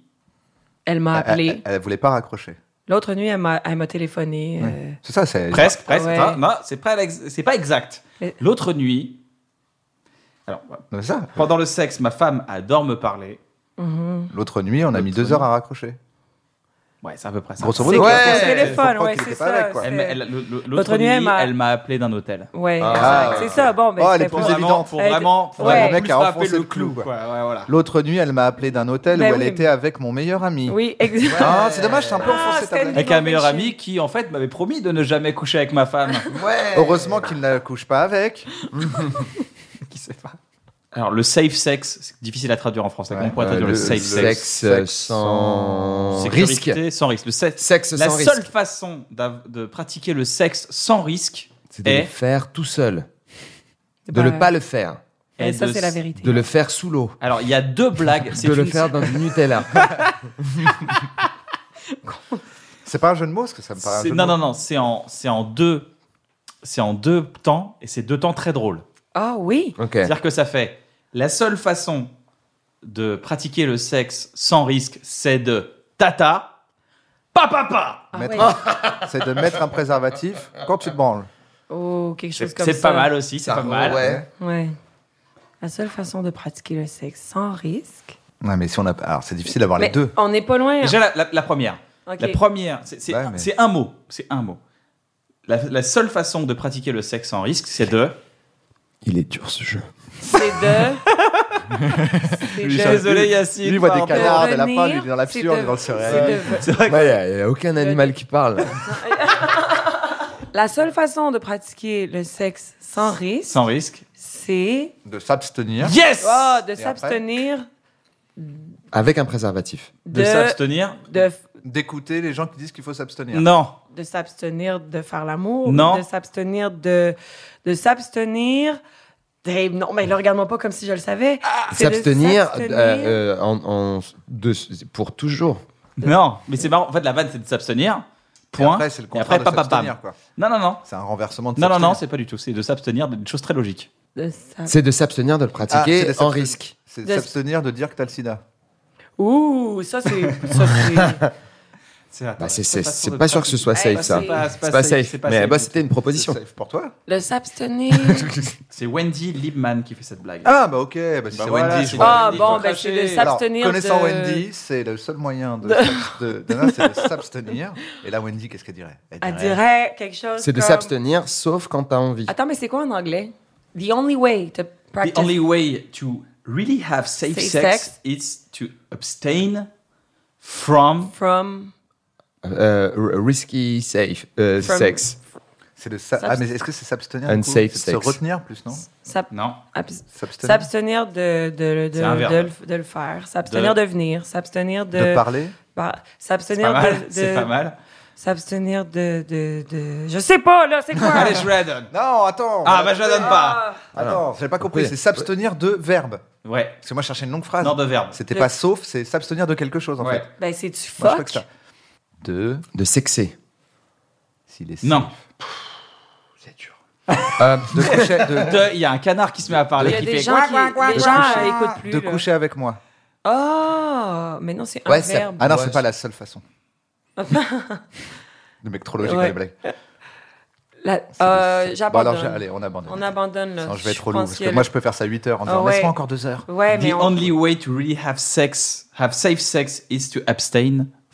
S4: Elle
S2: Elle,
S4: m'a Ah, appelé.
S2: elle- elle voulait pas raccrocher.
S4: L'autre nuit, elle m'a elle m'a téléphoné. euh,
S2: C'est ça, c'est.
S1: presque, presque.
S4: Ah Ouais.
S1: Non, non, c'est pas, l'ex- c'est pas exact.
S4: Mais-
S1: L'autre nuit. Alors,
S2: Non, c'est ça.
S1: pendant le sexe, ma femme adore me parler.
S4: mhm.
S2: L'autre nuit, on a mis deux heures à raccrocher.
S1: Ouais, c'est à peu près ça.
S2: Grosso
S4: C'est
S2: modo.
S4: quoi,
S3: Ouais.
S4: c'est au
S3: Ouais.
S4: téléphone,
S2: Faut pas
S4: ouais,
S2: qu'il
S4: c'est
S2: était pas
S4: ça.
S2: avec, quoi.
S4: c'est-
S1: Elle m'a- elle- le- le-
S4: L'autre
S1: L'autre
S4: nuit,
S1: nuit,
S4: elle m'a-
S1: elle m'a appelé d'un hôtel.
S4: Ouais,
S3: Ah,
S4: exact, c'est ça. Bon, ben,
S2: Oh, elle
S4: c'était
S2: est
S4: pas-
S1: Pour
S2: plus
S1: vraiment,
S2: évident.
S1: pour
S4: Elle-
S1: vraiment, pour
S4: Ouais.
S1: vraiment
S4: Le
S2: mec
S1: plus
S2: a
S1: frapper
S2: enfoncé
S1: le
S2: le
S1: clou.
S2: clou,
S1: quoi. Ouais, voilà.
S2: L'autre nuit, elle m'a appelé d'un hôtel
S4: Ben
S2: où elle
S4: oui.
S2: était avec mon meilleur ami.
S4: Oui, exact.
S2: Ah, c'est dommage, c'est un peu
S4: Ah,
S2: enfoncé ta
S4: c'était
S2: blague.
S1: Avec un
S4: Bon,
S1: meilleur
S4: mais
S1: ami qui, en fait, m'avait promis de ne jamais coucher avec ma femme.
S2: Heureusement qu'il ne la couche pas avec.
S1: qui sait pas. Alors, le safe sex, c'est difficile à traduire en français.
S2: Ouais.
S1: Comment on pourrait
S3: Euh,
S1: traduire le,
S3: le
S1: safe sex
S3: sexe
S2: sexe
S3: sans risque.
S1: Sécurité sans risque. Le sexe-
S3: Sexe
S1: la
S3: sans
S1: seule
S3: risque.
S1: façon d'av- de pratiquer le sexe sans risque
S3: C'est de le
S1: est,
S3: faire tout seul.
S4: <laughs> C'est
S3: De ne
S4: pas-
S3: pas le faire.
S4: Bah Ouais,
S1: est
S4: Ça,
S1: de-
S4: c'est la vérité.
S3: De le faire sous l'eau.
S1: Alors, il y a deux blagues. C'est
S3: De le
S1: une-
S3: faire dans du Nutella.
S1: <laughs>
S2: C'est pas un jeu de mots, parce que ça me paraît. un
S1: c'est-
S2: jeu de
S1: Non,
S2: mots.
S1: non, non. C'est en, c'est en deux. C'est en deux temps et c'est deux temps très drôles.
S4: Ah oui.
S3: Ok.
S1: C'est-à-dire que ça fait la seule façon de pratiquer le sexe sans risque, c'est de tata, papa, papa.
S4: Ah
S2: Mettre-
S4: ouais.
S2: C'est de mettre un préservatif quand tu te branles.
S4: Oh, quelque chose
S1: C'est
S4: comme ça.
S1: c'est pas mal aussi, c'est
S3: Ça-
S1: pas mal.
S3: Ouais.
S4: Ouais. La seule façon de pratiquer le sexe sans risque.
S2: Non, mais si on a. Alors, c'est difficile d'avoir les
S4: Mais
S2: deux.
S4: on n'est pas loin. hein.
S1: Déjà, la, la- la première.
S4: Ok.
S1: La première, c'est c'est-
S2: Ouais, mais-
S1: c'est un mot. C'est un mot. La, la seule façon de pratiquer le sexe sans risque, c'est de.
S3: Il est dur ce jeu.
S4: C'est
S1: <laughs>
S4: de. c'est
S2: Lui,
S4: de-
S2: ça-
S1: Désolé, Yacine.
S2: Lui, il voit des
S1: pardon.
S4: de
S2: canards, des
S4: venir,
S2: lapins, lui, il est dans
S4: c'est
S2: l'absurde,
S4: de-
S2: il est dans le
S4: c'est
S2: céréal.
S4: de-
S2: <laughs>
S1: C'est vrai
S4: <laughs>
S3: Il
S1: que-
S3: n'y a aucun animal qui parle.
S4: La seule façon de pratiquer le sexe sans risque,
S1: Sans risque.
S4: c'est
S2: De s'abstenir.
S1: Yes
S4: oh, de
S2: après?
S4: s'abstenir
S3: Avec un préservatif.
S1: De
S4: de
S1: s'abstenir
S4: de,
S2: D'écouter les gens qui disent qu'il faut s'abstenir.
S1: Non.
S4: de s'abstenir de faire l'amour,
S1: Non.
S4: de s'abstenir de de s'abstenir. Eh, non, mais là, regarde-moi pas comme si je le savais. C'est de
S3: S'abstenir euh,
S4: s'abstenir.
S3: euh, en- en- de- pour toujours.
S1: Non. Mais c'est marrant. En fait, la vanne, c'est de s'abstenir Point.
S2: après, c'est le
S1: Et
S2: contraire
S1: après,
S2: de
S1: pam, pam,
S2: s'abstenir,
S1: pam.
S2: quoi.
S1: Non, non, non.
S2: C'est un renversement de
S1: Non, non, non,
S2: s'abstenir.
S1: c'est pas du tout. C'est de s'abstenir d'une chose très logique.
S4: De ça.
S3: C'est de s'abstenir de le
S2: Ah, c'est de
S3: pratiquer en
S2: s'abstenir-
S3: risque.
S2: C'est de
S4: Yes.
S2: s'abstenir de dire que t'as le sida.
S4: Ouh, ça c'est. ça,
S2: <laughs>
S4: c'est-
S3: Bah, c'est- c'est c'est pas sûr que ce soit safe, ça.
S4: c'est-
S3: C'est pas safe. Mais bah, c'était une proposition.
S2: C'est safe pour toi
S4: le s'abstenir.
S1: C'est Wendy Liebman qui fait cette blague.
S4: Oh,
S2: Ah, bah ok. Bah, si
S1: Bah, Wendy,
S2: c'est- voilà,
S1: je
S2: c'est-
S1: vois.
S4: Ah
S1: Wendy,
S4: bon,
S1: faut
S4: ben c'est de
S1: cracher.
S2: Alors,
S4: s'abstenir.
S2: connaissant
S4: de-
S2: Wendy, c'est le seul moyen
S4: <laughs>
S2: de,
S4: de-
S2: s'abs- de- de- non, c'est de s'abstenir. Et là, Wendy, qu'est-ce qu'elle dirait Elle
S4: Elle dirait quelque chose.
S3: C'est de
S4: comme-
S3: s'abstenir sauf quand t'as envie.
S4: Attends, mais c'est quoi en anglais? The only way to practice.
S1: The only way to really have safe,
S4: Safe
S1: sex,
S4: sex.
S1: is to abstain from.
S4: From.
S3: Euh, r- risky safe euh,
S4: Ah. From-
S3: sex.
S2: C'est de sa- Ah, mais est-ce que c'est s'abstenir du coup
S3: Unsafe
S2: C'est de
S3: sex.
S2: se retenir plus, non
S4: s'ab-
S1: Non.
S4: abs-
S2: S'abstenir
S4: S'abstenir de, de, de,
S1: C'est un
S4: de,
S1: verbe.
S4: le f- de le faire. S'abstenir
S1: De-
S4: de... venir. S'abstenir de.
S2: De parler
S4: bah,
S1: C'est
S4: S'abstenir
S1: pas mal.
S4: de.
S1: C'est
S4: de-
S1: pas mal.
S4: S'abstenir de, de, de. Je sais pas, là, c'est quoi?
S1: Allez, je vous la donne.
S2: Non, attends
S1: Ah, bah, je la donne pas.
S4: Ah,
S2: Attends, euh, j'avais pas compris.
S3: Après-
S2: C'est s'abstenir de verbe.
S1: Ouais.
S2: Parce que moi, je cherchais une longue phrase.
S1: Non, de verbe.
S2: C'était
S4: Le-
S2: pas sauf, c'est s'abstenir de quelque chose, en
S1: Ouais.
S2: fait.
S4: ben, c'est du
S2: Moi, je crois que
S4: fuck.
S2: ça. De.
S3: De sexer.
S2: S'il est
S1: Non.
S2: C'est dur.
S3: Euh,
S2: De coucher, de-
S1: <laughs> De- Il y a un canard qui se met à
S4: Il
S1: parler.
S4: y a
S1: qui
S4: des
S1: fait
S4: gens qui les gens
S2: coucher.
S4: euh, écoutent plus.
S2: de
S4: là.
S2: coucher avec moi.
S4: Ah, mais non, c'est un
S3: Ouais, ça-
S4: verbe.
S2: Ah non,
S3: Ouais.
S2: c'est pas la seule façon. Le mec trop logique,
S4: Ouais.
S2: les blagues.
S4: La-
S2: C'est-
S4: euh,
S2: c'est-
S4: J'abandonne.
S2: Bon, alors, j'ai- allez, on abandonne.
S4: On abandonne. Là.
S2: Non, je vais être trop
S4: pense
S2: lourd. Parce
S4: qu'il y
S2: que
S4: a
S2: moi,
S4: le-
S2: je peux faire ça 8 heures en
S4: Ah
S2: disant
S4: ouais.
S2: laisse-moi encore 2 heures.
S4: Ouais, mais
S1: The
S4: on-
S1: only way to really have sex, have safe sex, is to abstain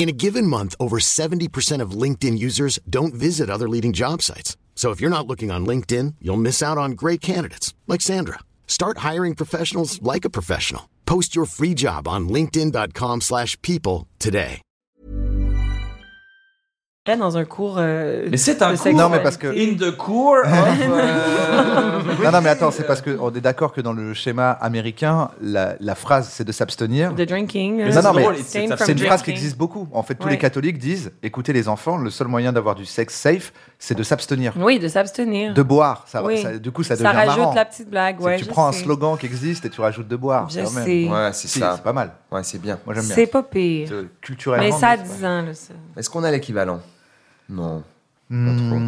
S7: In a given month, over 70% of LinkedIn users don't visit other leading job sites. So if you're not looking on LinkedIn, you'll miss out on great candidates like Sandra. Start hiring professionals like a professional. Post your free job on linkedin.com/people slash people today.
S4: Là, dans un cours. euh,
S1: Mais c'est un
S4: de
S1: cours.
S4: sexualité.
S2: Non, mais parce que-
S1: In the oh, core.
S2: Non, non, mais attends, c'est parce qu'on est d'accord que dans le schéma américain, la, la phrase c'est de s'abstenir.
S4: De drinking.
S1: Mais
S4: euh,
S2: ça, c'est
S4: abstain
S2: drôle,
S1: c'est- c'est-
S4: from
S2: C'est une
S4: drinking.
S2: phrase qui existe beaucoup. En fait, tous
S4: Ouais.
S2: les catholiques disent écoutez les enfants, le seul moyen d'avoir du sexe safe, c'est de s'abstenir.
S4: Oui, de s'abstenir.
S2: De boire. Ça,
S4: Oui.
S2: ça- du coup, ça
S4: Ça,
S2: devient
S4: rajoute
S2: marrant.
S4: la petite blague.
S2: C'est
S4: Ouais,
S2: que tu
S4: je
S2: prends
S4: sais.
S2: un slogan qui existe et tu rajoutes de boire.
S4: Je
S2: quand même.
S4: sais.
S3: ouais, c'est
S2: Si,
S3: ça.
S2: c'est pas mal.
S3: Ouais, c'est bien.
S2: Moi, j'aime bien.
S4: C'est pas pire.
S2: C'est Culturellement.
S4: Mais ça a
S2: c'est pas-
S4: 10 ans, là, ça.
S3: Est-ce qu'on a l'équivalent Non. Pas trop.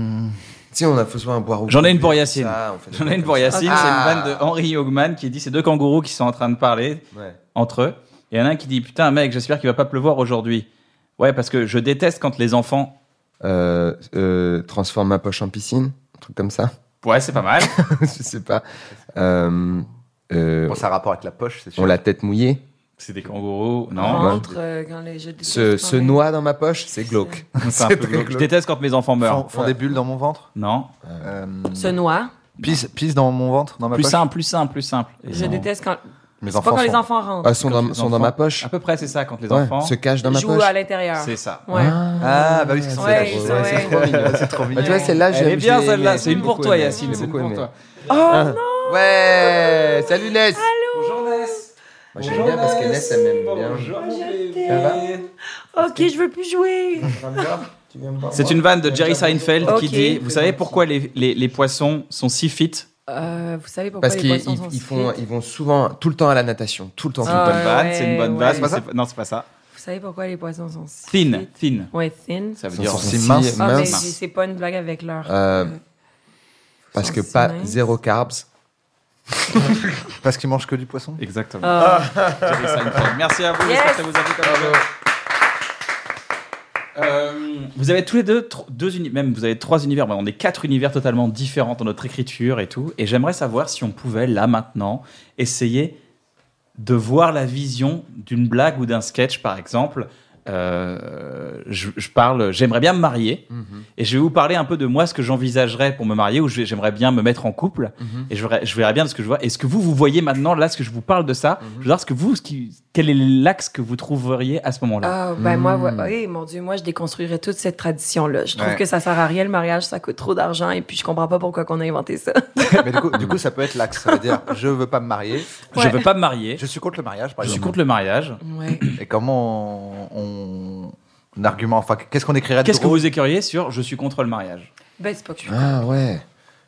S3: Si on a fait soit un boire ou
S1: Hmm. J'en ai une pour Yacine.
S3: Ça, on fait des
S1: J'en ai
S3: trucs
S1: une
S3: comme
S1: pour
S3: ça.
S1: Yacine, c'est
S3: Ah.
S1: une vanne de Henry Hogman qui dit c'est deux kangourous qui sont en train de parler
S3: Ouais.
S1: entre eux. Et il y en a un qui dit Putain, mec, j'espère qu'il va pas pleuvoir aujourd'hui. Ouais, parce que je déteste quand les enfants.
S3: Euh, euh, transforme ma poche en piscine, un truc comme ça. <laughs>
S1: Ouais, c'est pas mal.
S3: je sais pas. Euh, euh,
S2: Bon, ça a rapport avec la poche, c'est sûr.
S3: on l'a tête mouillée.
S1: c'est des kangourous. Non.
S4: Entre euh, quand les jeux de
S3: Se, se noie dans ma poche, c'est glauque.
S1: C'est un peu
S3: très
S1: glauque. Je
S3: glauque.
S1: déteste quand mes enfants meurent.
S2: Font, font des bulles dans mon ventre.
S1: Non.
S2: Euh,
S4: Se noie.
S2: pisse, pisse dans mon ventre, dans ma
S1: Plus
S2: poche.
S1: simple, plus simple, plus simple. Et
S4: Je
S1: non.
S4: déteste quand.
S2: Mes
S4: C'est pas quand
S2: enfants
S4: les
S2: sont-
S4: enfants rentrent.
S3: Ah, sont,
S1: Quand
S3: dans,
S1: les
S3: sont dans
S1: enfants-
S3: ma poche.
S1: À peu près, c'est ça, quand les
S3: Ouais,
S1: enfants.
S3: se cachent dans ma
S4: Jouent
S3: poche.
S4: à l'intérieur.
S1: C'est ça.
S4: Ouais.
S2: Ah, bah oui, parce qu'ils sont
S4: Ouais,
S2: attachés,
S4: ils
S2: c'est
S4: sont-
S2: vrai,
S4: ouais.
S2: c'est trop mignon. C'est trop
S3: Bah,
S2: mignon.
S3: tu vois, celle-là,
S1: Elle est
S3: j'aime
S1: bien
S3: j'ai
S1: celle-là,
S3: aimé,
S1: c'est une
S3: j'ai
S1: pour
S3: beaucoup
S1: toi
S3: aimé,
S1: Yacine,
S3: j'ai
S1: c'est une
S3: beaucoup
S1: pour
S3: aimé.
S1: toi.
S2: Ah.
S4: Oh non!
S3: Ouais, salut Ness.
S1: Bonjour Ness.
S3: Moi, j'aime bien parce que Ness, elle m'aime bien.
S1: Bonjour mon
S3: Ça va
S1: bébé.
S4: Ok, je veux plus jouer.
S1: C'est une vanne de Jerry Seinfeld qui
S4: Ok.
S1: dit Vous savez pourquoi les, les, les poissons sont si fit
S4: Euh, vous savez pourquoi
S3: Parce
S4: les
S3: qu'ils
S4: poissons
S3: ils,
S4: sont
S3: ils
S4: si
S3: font,
S4: frites?
S3: ils vont souvent tout le temps à la natation, tout le temps. tout le
S4: Ah,
S3: temps.
S1: Bonne vanne,
S4: ouais,
S1: c'est une bonne vanne.
S4: ouais.
S1: mais c'est pas- Non, c'est pas ça.
S4: Vous savez pourquoi les poissons sont si
S1: Thin,
S4: frites?
S1: thin.
S4: Ouais, thin.
S1: Ça veut
S3: Ils
S1: dire
S3: sont si
S1: si-
S3: minces,
S4: Ah, mais
S3: minces,
S4: c'est c'est pas une blague avec leur.
S3: Euh,
S4: euh,
S3: parce que
S4: sont si
S3: pas
S4: minces.
S3: zéro carbs.
S2: Parce qu'ils mangent que du poisson.
S1: Exactement.
S4: Ah.
S1: Jerry Seinfeld. Merci à vous.
S4: Yes.
S1: j'espère que ça vous a fait comme Euh, vous avez tous les deux tro- deux uni- même vous avez trois univers, mais on est quatre univers totalement différents dans notre écriture et tout. Et j'aimerais savoir si on pouvait là maintenant essayer de voir la vision d'une blague ou d'un sketch, par exemple. Euh, je, je parle, j'aimerais bien me marier
S3: Mhm.
S1: et je vais vous parler un peu de moi ce que j'envisagerais pour me marier ou je vais- j'aimerais bien me mettre en
S3: Mhm. Mhm.
S1: couple et je verrai, je verrai bien de ce que je vois. Est-ce que vous vous voyez maintenant là ce que je vous parle de ça Je veux dire ce que vous ce qui Quel est l'axe que vous trouveriez à ce moment-là
S4: Ah, ben moi, ouais, oui, mon Dieu, moi, je déconstruirais toute cette tradition-là. Je trouve
S2: Ouais.
S4: que ça sert à rien, le mariage, ça coûte trop d'argent, et puis je comprends pas pourquoi qu'on a inventé ça.
S2: Mais du coup, du coup, ça peut être l'axe. Ça veut dire, je veux pas me marier.
S1: Je veux pas me marier.
S2: Je suis contre le mariage, par
S1: Je suis
S2: exemple.
S1: contre le mariage.
S4: Ouais.
S2: Et comment on, on- un argument, enfin, qu'est-ce qu'on écrirait de
S1: Qu'est-ce que
S2: drôle
S1: vous écririez sur Je suis contre le mariage
S4: <coughs> Ben, c'est pas que je suis
S3: Ah ouais.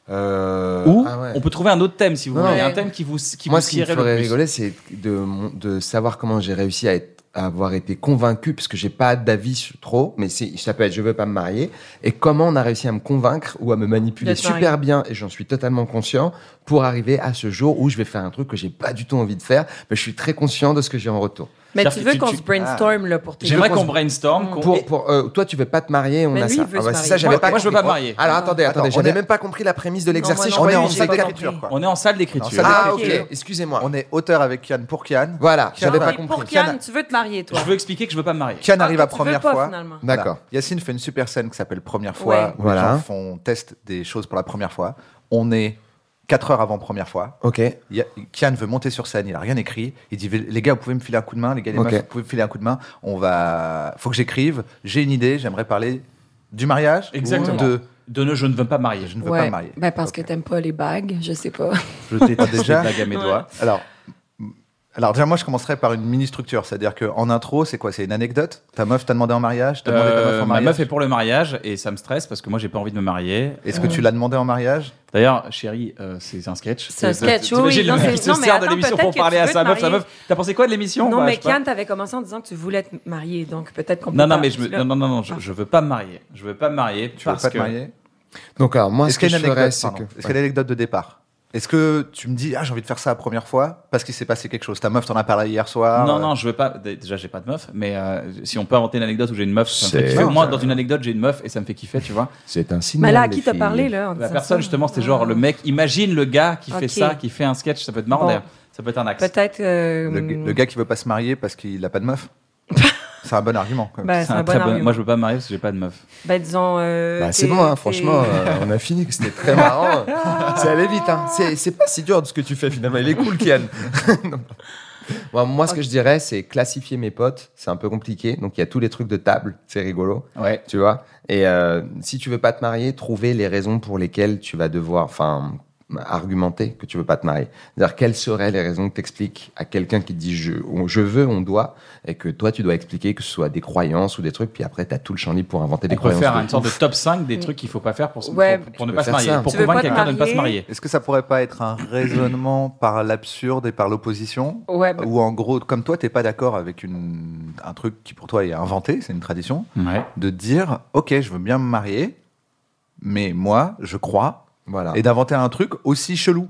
S3: Euh,
S1: Ou
S3: ah ouais.
S1: on peut trouver un autre thème si vous
S3: Ouais.
S1: voulez, un thème qui vous qui
S3: Moi,
S1: vous
S3: ce qui me
S1: scierait le
S3: ferait
S1: plus.
S3: rigoler, c'est de, mon- de savoir comment j'ai réussi à, être- à avoir été convaincu, parce que j'ai pas d'avis sur- trop, mais c'est- ça peut être je veux pas me marier, et comment on a réussi à me convaincre ou à me manipuler
S4: De te marier.
S3: super bien, et j'en suis totalement conscient, pour arriver à ce jour où je vais faire un truc que j'ai pas du tout envie de faire, mais je suis très conscient de ce que j'ai en retour.
S4: Mais tu
S1: C'est-à-dire
S4: veux
S1: que
S4: qu'on
S1: tu-
S4: se brainstorm, là, pour tes
S1: J'aimerais
S3: Je pense-
S1: qu'on brainstorm. qu'on-
S3: Pour, pour, euh, toi, tu veux pas te marier, on
S4: Mais
S3: a
S4: lui,
S3: ça.
S4: il veut
S3: Ah
S4: se
S3: ouais,
S4: marier.
S3: ça, j'avais
S1: Moi-
S3: pas
S1: moi, je veux pas
S3: compris.
S1: me marier.
S3: Alors, attendez,
S2: Attends,
S3: attendez,
S2: on
S3: j'avais
S2: est-
S3: même pas compris la prémisse de l'exercice. je
S4: non,
S2: On est
S3: croyais
S2: en
S3: que
S4: j'ai
S2: salle
S4: pas
S2: d'écriture,
S4: compris.
S2: quoi.
S1: On est en salle
S2: En
S1: d'écriture.
S2: salle
S3: Ah, ok,
S4: d'écriture.
S3: excusez-moi.
S2: On est auteur avec Kian pour Kian.
S3: Voilà, j'avais pas
S4: Mais
S3: compris.
S4: pour Kian, tu veux te marier, toi.
S1: Je veux expliquer que je veux pas me marier.
S2: Kian
S4: Ah,
S2: arrive
S4: que
S2: à
S4: tu veux
S2: première
S4: pas,
S2: fois.
S4: finalement.
S3: D'accord.
S2: Voilà. Yacine fait une super scène qui s'appelle Première fois.
S4: Ouais.
S2: Où
S3: Voilà.
S2: Les gens font test des choses pour la première fois. On est 4 heures avant première fois.
S3: Ok.
S2: Y a- Kian veut monter sur scène, il a rien écrit. Il dit les gars, vous pouvez me filer un coup de main, les gars, les
S3: Ok.
S2: meufs, vous pouvez me filer un coup de main. On va, faut que j'écrive. J'ai une idée, j'aimerais parler du mariage
S1: Exactement.
S2: ou de
S1: De ne, je ne veux pas me marier.
S2: je ne veux pas me marier.
S4: Ben, parce
S2: Ok.
S4: que t'aimes pas les bagues, je sais pas.
S1: <laughs> Je déteste
S2: Déjà.
S1: les blagues à mes
S4: Ouais.
S1: doigts.
S2: Alors, m- alors déjà, moi, je commencerai par une mini structure, c'est-à-dire qu'en intro, c'est quoi C'est une anecdote. Ta meuf t'a demandé en mariage. T'as demandé ta meuf
S1: Euh, ma
S2: en mariage.
S1: meuf est pour le mariage et ça me stresse parce que moi j'ai pas envie de me marier.
S2: Est-ce que tu l'as demandé en mariage
S1: D'ailleurs, chérie, euh, c'est un sketch.
S4: C'est un sketch, oui,
S1: T'imagines
S4: oui, non,
S1: le mec
S4: c'est-
S1: qui se
S4: non, mais
S1: sert de
S4: attends,
S1: l'émission
S4: peut-être
S1: pour
S4: que
S1: parler
S4: tu
S1: à
S4: veux
S1: sa
S4: te
S1: meuf. Sa
S4: marier.
S1: meuf, t'as pensé quoi de l'émission
S4: Non,
S1: Bah,
S4: mais
S1: je sais pas.
S4: Kian, t'avais commencé en disant que tu voulais te marier, donc peut-être qu'on peut
S1: Non, non,
S4: pas-
S1: mais je, me-
S4: tu l'as-
S1: non, non, non, non, je, je veux pas me marier. Je veux pas me marier
S2: Tu
S1: parce
S2: veux pas te
S1: que
S2: marier
S3: Donc, alors, moi, ce
S2: Est-ce
S3: que
S2: qu'il y
S3: je
S2: a une
S3: ferais,
S2: anecdote
S3: c'est
S2: pardon,
S3: que.
S2: Est-ce qu'il y a une anecdote de départ Est-ce que tu me dis ah j'ai envie de faire ça la première fois parce qu'il s'est passé quelque chose Ta meuf t'en a parlé hier soir.
S1: non,
S2: euh,
S1: non, je veux pas. Dé- Déjà, j'ai pas de meuf, mais euh, si on peut inventer une anecdote où j'ai une meuf, ça me fait
S3: C'est-
S1: kiffer.
S3: Non,
S1: Moi,
S2: ça-
S1: dans une anecdote, j'ai une meuf et ça me fait kiffer, tu vois.
S3: C'est un signe.
S4: Mais là, à qui t'as parlé, là en
S1: La
S4: disant
S1: personne,
S4: ça? Ah.
S1: justement, c'était genre le mec. Imagine le gars qui fait
S4: Ok.
S1: ça, qui fait un sketch, ça peut être marrant
S4: Bon.
S1: d'ailleurs. Ça peut être un axe.
S4: Peut-être. euh,
S2: Le, le gars qui veut pas se marier parce qu'il a pas de
S1: <laughs>
S2: meuf. c'est un bon argument. Quand même.
S4: Ben, c'est un, bon
S1: très bon-
S4: argument.
S1: Moi, je veux pas me marier parce que j'ai pas de meuf.
S4: Ben, disons. euh,
S3: Bah, c'est
S4: t'es-
S3: bon, hein,
S4: t'es-
S3: franchement,
S1: Bah,
S3: euh, on a fini, que c'était très marrant. c'est allé vite, hein. C'est, c'est pas si dur de ce que tu fais finalement. Il est cool, Kian. <laughs> Non. Bon, moi, ce que je dirais, c'est classifier mes potes. C'est un peu compliqué. Donc, il y a tous les trucs de table. C'est rigolo,
S1: Ouais.
S3: tu vois. Et euh, si tu veux pas te marier, trouver les raisons pour lesquelles tu vas devoir, enfin, argumenter que tu veux pas te marier. C'est-à-dire, quelles seraient les raisons que t'expliques à quelqu'un qui te dit je, on- je veux, on doit, et que toi, tu dois expliquer que ce soit des croyances ou des trucs. Puis après, t'as tout le champ libre pour inventer des
S1: On peut
S3: croyances.
S1: faire
S3: de
S1: une sorte de
S3: ouf.
S1: top 5 des trucs qu'il faut pas faire pour, se-
S4: Ouais.
S1: pour, pour ne
S3: Tu
S1: pas se
S3: peux faire
S1: marier.
S3: ça.
S1: Pour
S4: Tu veux
S1: convaincre
S4: pas te
S1: quelqu'un de ne pas se
S4: marier
S1: marier.
S2: Est-ce que ça pourrait pas être un raisonnement par l'absurde et par l'opposition
S4: Ouais, ben,
S2: Ou en gros, comme toi, t'es pas d'accord avec une, un truc qui pour toi est inventé, c'est une tradition,
S1: Ouais.
S2: de dire ok, je veux bien me marier, mais moi, je crois,
S3: Voilà.
S2: et d'inventer un truc aussi chelou,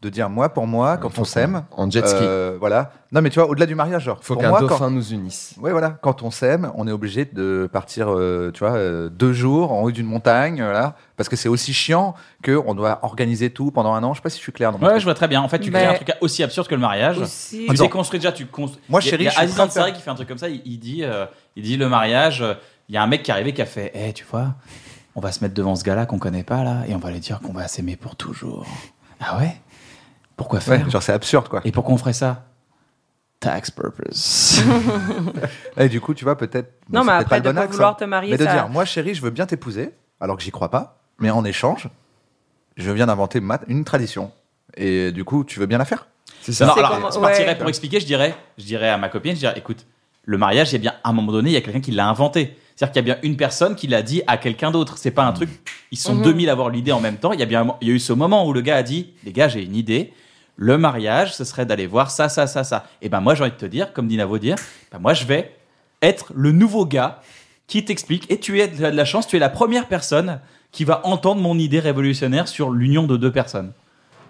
S2: de dire moi pour moi, quand on s'aime,
S3: En jet ski.
S2: euh, voilà. Non, mais tu vois, au-delà du mariage, genre,
S3: faut
S2: pour
S3: qu'un
S2: moi,
S3: dauphin
S2: quand,
S3: nous unisse.
S2: ouais, voilà, quand on s'aime, on est obligé de partir, euh, tu vois, euh, deux jours en haut d'une montagne, voilà, parce que c'est aussi chiant que on doit organiser tout pendant un an. Je sais pas si je suis clair. dans mon
S1: Ouais,
S2: truc.
S1: je vois très bien. En fait, tu
S4: Mais-
S1: crées un truc aussi absurde que le mariage.
S4: aussi.
S1: Tu
S2: Attends.
S1: déconstruis déjà, tu construis.
S2: Moi,
S1: Il y a-
S2: chérie,
S1: il y a
S2: je suis
S1: Aziz
S2: en train de
S1: Ansari qui fait un truc comme ça. Il, il dit, euh, il dit le mariage. euh, Il y a un mec qui est arrivé qui a fait, Eh, tu vois, on va se mettre devant ce gars-là qu'on connaît pas là, et on va lui dire qu'on va s'aimer pour toujours. Ah ouais Pourquoi
S2: Ouais,
S1: faire
S2: genre c'est absurde quoi.
S1: Et pourquoi on ferait ça Tax purpose. <laughs>
S2: Et du coup, tu vois, peut-être.
S4: Non,
S2: c'est
S4: mais
S2: peut-être
S4: après,
S2: pas le
S4: de
S2: bon
S4: pas
S2: axe,
S4: vouloir
S2: hein.
S4: te marier,
S2: Mais de
S4: ça-
S2: dire, moi, chérie, je veux bien t'épouser, alors que j'y crois pas, mais en échange, je viens d'inventer ma- une tradition. Et du coup, tu veux bien la faire
S3: C'est
S1: Non,
S3: ça.
S1: non,
S4: C'est
S1: alors,
S4: comme-
S1: je partirais
S4: ouais.
S1: pour expliquer, je dirais, je dirais à ma copine, je dirais, écoute, le mariage, il y a bien, à un moment donné, il y a quelqu'un qui l'a inventé. C'est-à-dire qu'il y a bien une personne qui l'a dit à quelqu'un d'autre. C'est
S3: Mm.
S1: pas un truc, ils sont 2000 à avoir l'idée en même temps. Il y a bien, un mo- il y a eu ce moment où le gars a dit, les gars, j'ai une idée. Le mariage, ce serait d'aller voir ça, ça, ça, ça. Et ben moi, j'ai envie de te dire, comme dit Navo dire, ben moi, je vais être le nouveau gars qui t'explique. Et tu es tu as de la chance, tu es la première personne qui va entendre mon idée révolutionnaire sur l'union de deux personnes.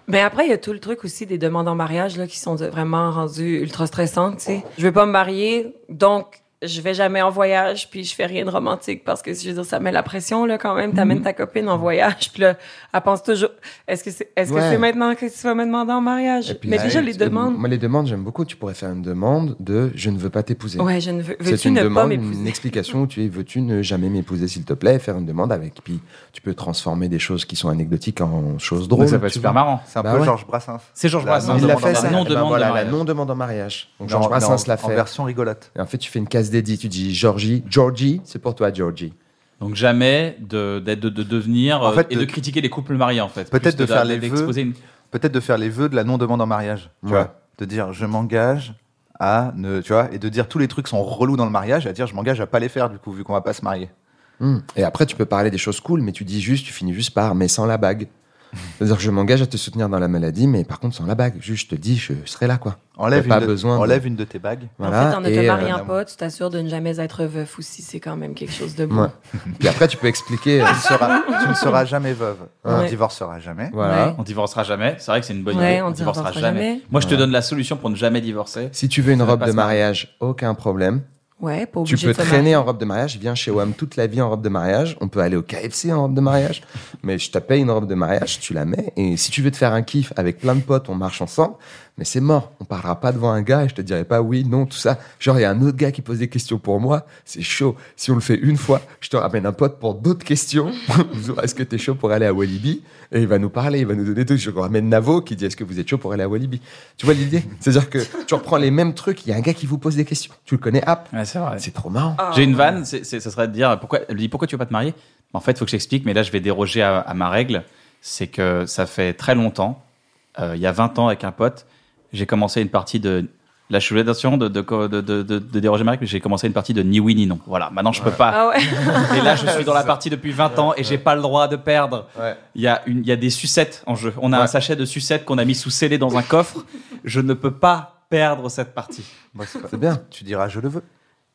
S4: Mais après, il y a tout le truc aussi des
S3: Oh.
S4: demandes en mariage là, qui sont de- vraiment rendues ultra stressantes. tu sais. Je veux pas me marier, donc je vais jamais en voyage, puis je fais rien de romantique parce que je veux dire, ça met la pression là quand même.
S3: Mm-hmm.
S4: T'amènes ta copine en voyage, puis là, elle pense toujours. Est-ce que c'est est-ce que
S3: Ouais.
S4: c'est maintenant que tu vas me demander en mariage
S3: Et puis,
S4: Mais
S3: ouais,
S4: déjà les
S3: parce que
S4: demandes.
S3: Moi, les demandes, j'aime beaucoup. Tu pourrais faire une demande de je ne veux pas t'épouser.
S4: Ouais, je ne veux.
S3: C'est
S4: Veux-tu
S3: une
S4: ne pas
S3: demande, une
S4: m'épouser
S3: explication où tu es veux-tu ne jamais m'épouser, s'il te plaît, faire une demande avec. Puis tu peux transformer des choses qui sont anecdotiques en choses drôles.
S1: Donc, ça peut être
S3: tu
S1: super
S3: vois.
S1: marrant.
S2: C'est un
S3: Bah
S2: peu
S3: ouais.
S2: Georges Brassens.
S1: C'est Georges
S2: La
S1: Brassens.
S2: non-
S3: Il l'a fait,
S1: demande-
S3: ça.
S1: non
S3: Eh ben
S1: demande
S3: voilà,
S1: de
S3: la
S1: mariage.
S3: non-demande en mariage. Donc
S2: Mais
S3: Georges
S2: en- mais
S3: Brassens
S2: en-
S3: l'a
S2: En
S3: fait.
S2: version rigolote.
S3: Et en fait, tu fais une case dédiée. Tu dis Georgie, Georgie, c'est pour toi, Georgie.
S1: Donc jamais de, d'être- de, de devenir
S2: En
S1: euh,
S2: fait,
S1: et de,
S2: de-
S1: critiquer les couples mariés en fait.
S2: Peut-être
S1: Juste
S2: de
S1: d'a-
S2: faire les
S1: d'exposer une-
S2: Peut-être de faire les vœux de la non-demande en mariage. Tu
S3: Ouais.
S2: vois De dire je m'engage à ne. Tu vois Et de dire tous les trucs sont relous dans le mariage, à dire je m'engage à pas les faire du coup, vu qu'on va pas se marier.
S3: Hmm. Et après, tu peux parler des choses cool, mais tu dis juste, tu finis juste par mais sans la bague. C'est-à-dire que je m'engage à te soutenir dans la maladie, mais par contre sans la bague. Juste, je te dis, je serai là, quoi.
S2: Enlève,
S3: T'as pas
S2: une, de,
S3: besoin de-
S2: enlève une de tes bagues.
S3: Voilà.
S4: En fait, en ne te
S3: Et, euh,
S4: mariant pas, tu t'assures de ne jamais être veuf aussi. C'est quand même quelque chose de beau.
S3: Ouais. Puis après, tu peux expliquer.
S4: <laughs>
S3: euh,
S2: Tu ne seras, tu ne seras jamais veuve. On
S4: Ouais.
S2: divorcera jamais.
S3: voilà.
S4: Ouais.
S1: On divorcera jamais. C'est vrai que c'est une bonne
S4: Ouais,
S1: idée.
S4: on divorcera jamais.
S1: Moi, je te
S3: Voilà.
S1: donne la solution pour ne jamais divorcer.
S3: Si tu veux une
S1: Ça va
S3: robe
S1: pas
S3: de
S1: se marier.
S3: mariage, aucun problème.
S4: Ouais, pas
S3: Tu
S4: obligé
S3: peux
S4: de se
S3: traîner en robe de mariage. Viens chez WAM toute la vie en robe de mariage. On peut aller au KFC en robe de mariage. Mais je te paye une robe de mariage, tu la mets. Et si tu veux te faire un kiff avec plein de potes, on marche ensemble. Mais c'est mort. On parlera pas devant un gars et je te dirai pas oui, non, tout ça. Genre, il y a un autre gars qui pose des questions pour moi. C'est chaud. Si on le fait une fois, je te ramène un pote pour d'autres questions. <laughs> Genre, est-ce que t'es chaud pour aller à Walibi? Et il va nous parler, il va nous donner tout. Je ramène Navo qui dit est-ce que vous êtes chaud pour aller à Walibi? Tu vois l'idée? C'est-à-dire que tu reprends les mêmes trucs. Il y a un gars qui vous pose des questions. Tu le connais, hop.
S1: Ouais, c'est vrai.
S3: C'est trop marrant.
S4: marier.
S1: J'ai une vanne, c'est- c'est- ça serait de dire pourquoi, elle lui dit pourquoi tu veux pas te marier En fait, il faut que j'explique, mais là, je vais déroger à, à ma règle. C'est que ça fait très longtemps, euh, il y a 20 ans, avec un pote, j'ai commencé une partie de. Là, je suis obligé, attention, de, de, de, de, de- de déroger à ma règle, mais j'ai commencé une partie de ni oui ni non. Voilà, maintenant, je peux pas.
S4: Ah ouais.
S1: Et là, je suis dans la partie depuis 20 ans et j'ai pas le droit de perdre.
S3: Ouais.
S1: Il y, a une, il y a des sucettes en jeu. On a un
S3: Ouais.
S1: sachet de sucettes qu'on a mis sous scellé dans un coffre. Je ne peux pas perdre cette partie.
S2: Moi, c'est pas-
S3: C'est bien.
S2: Tu diras je le veux.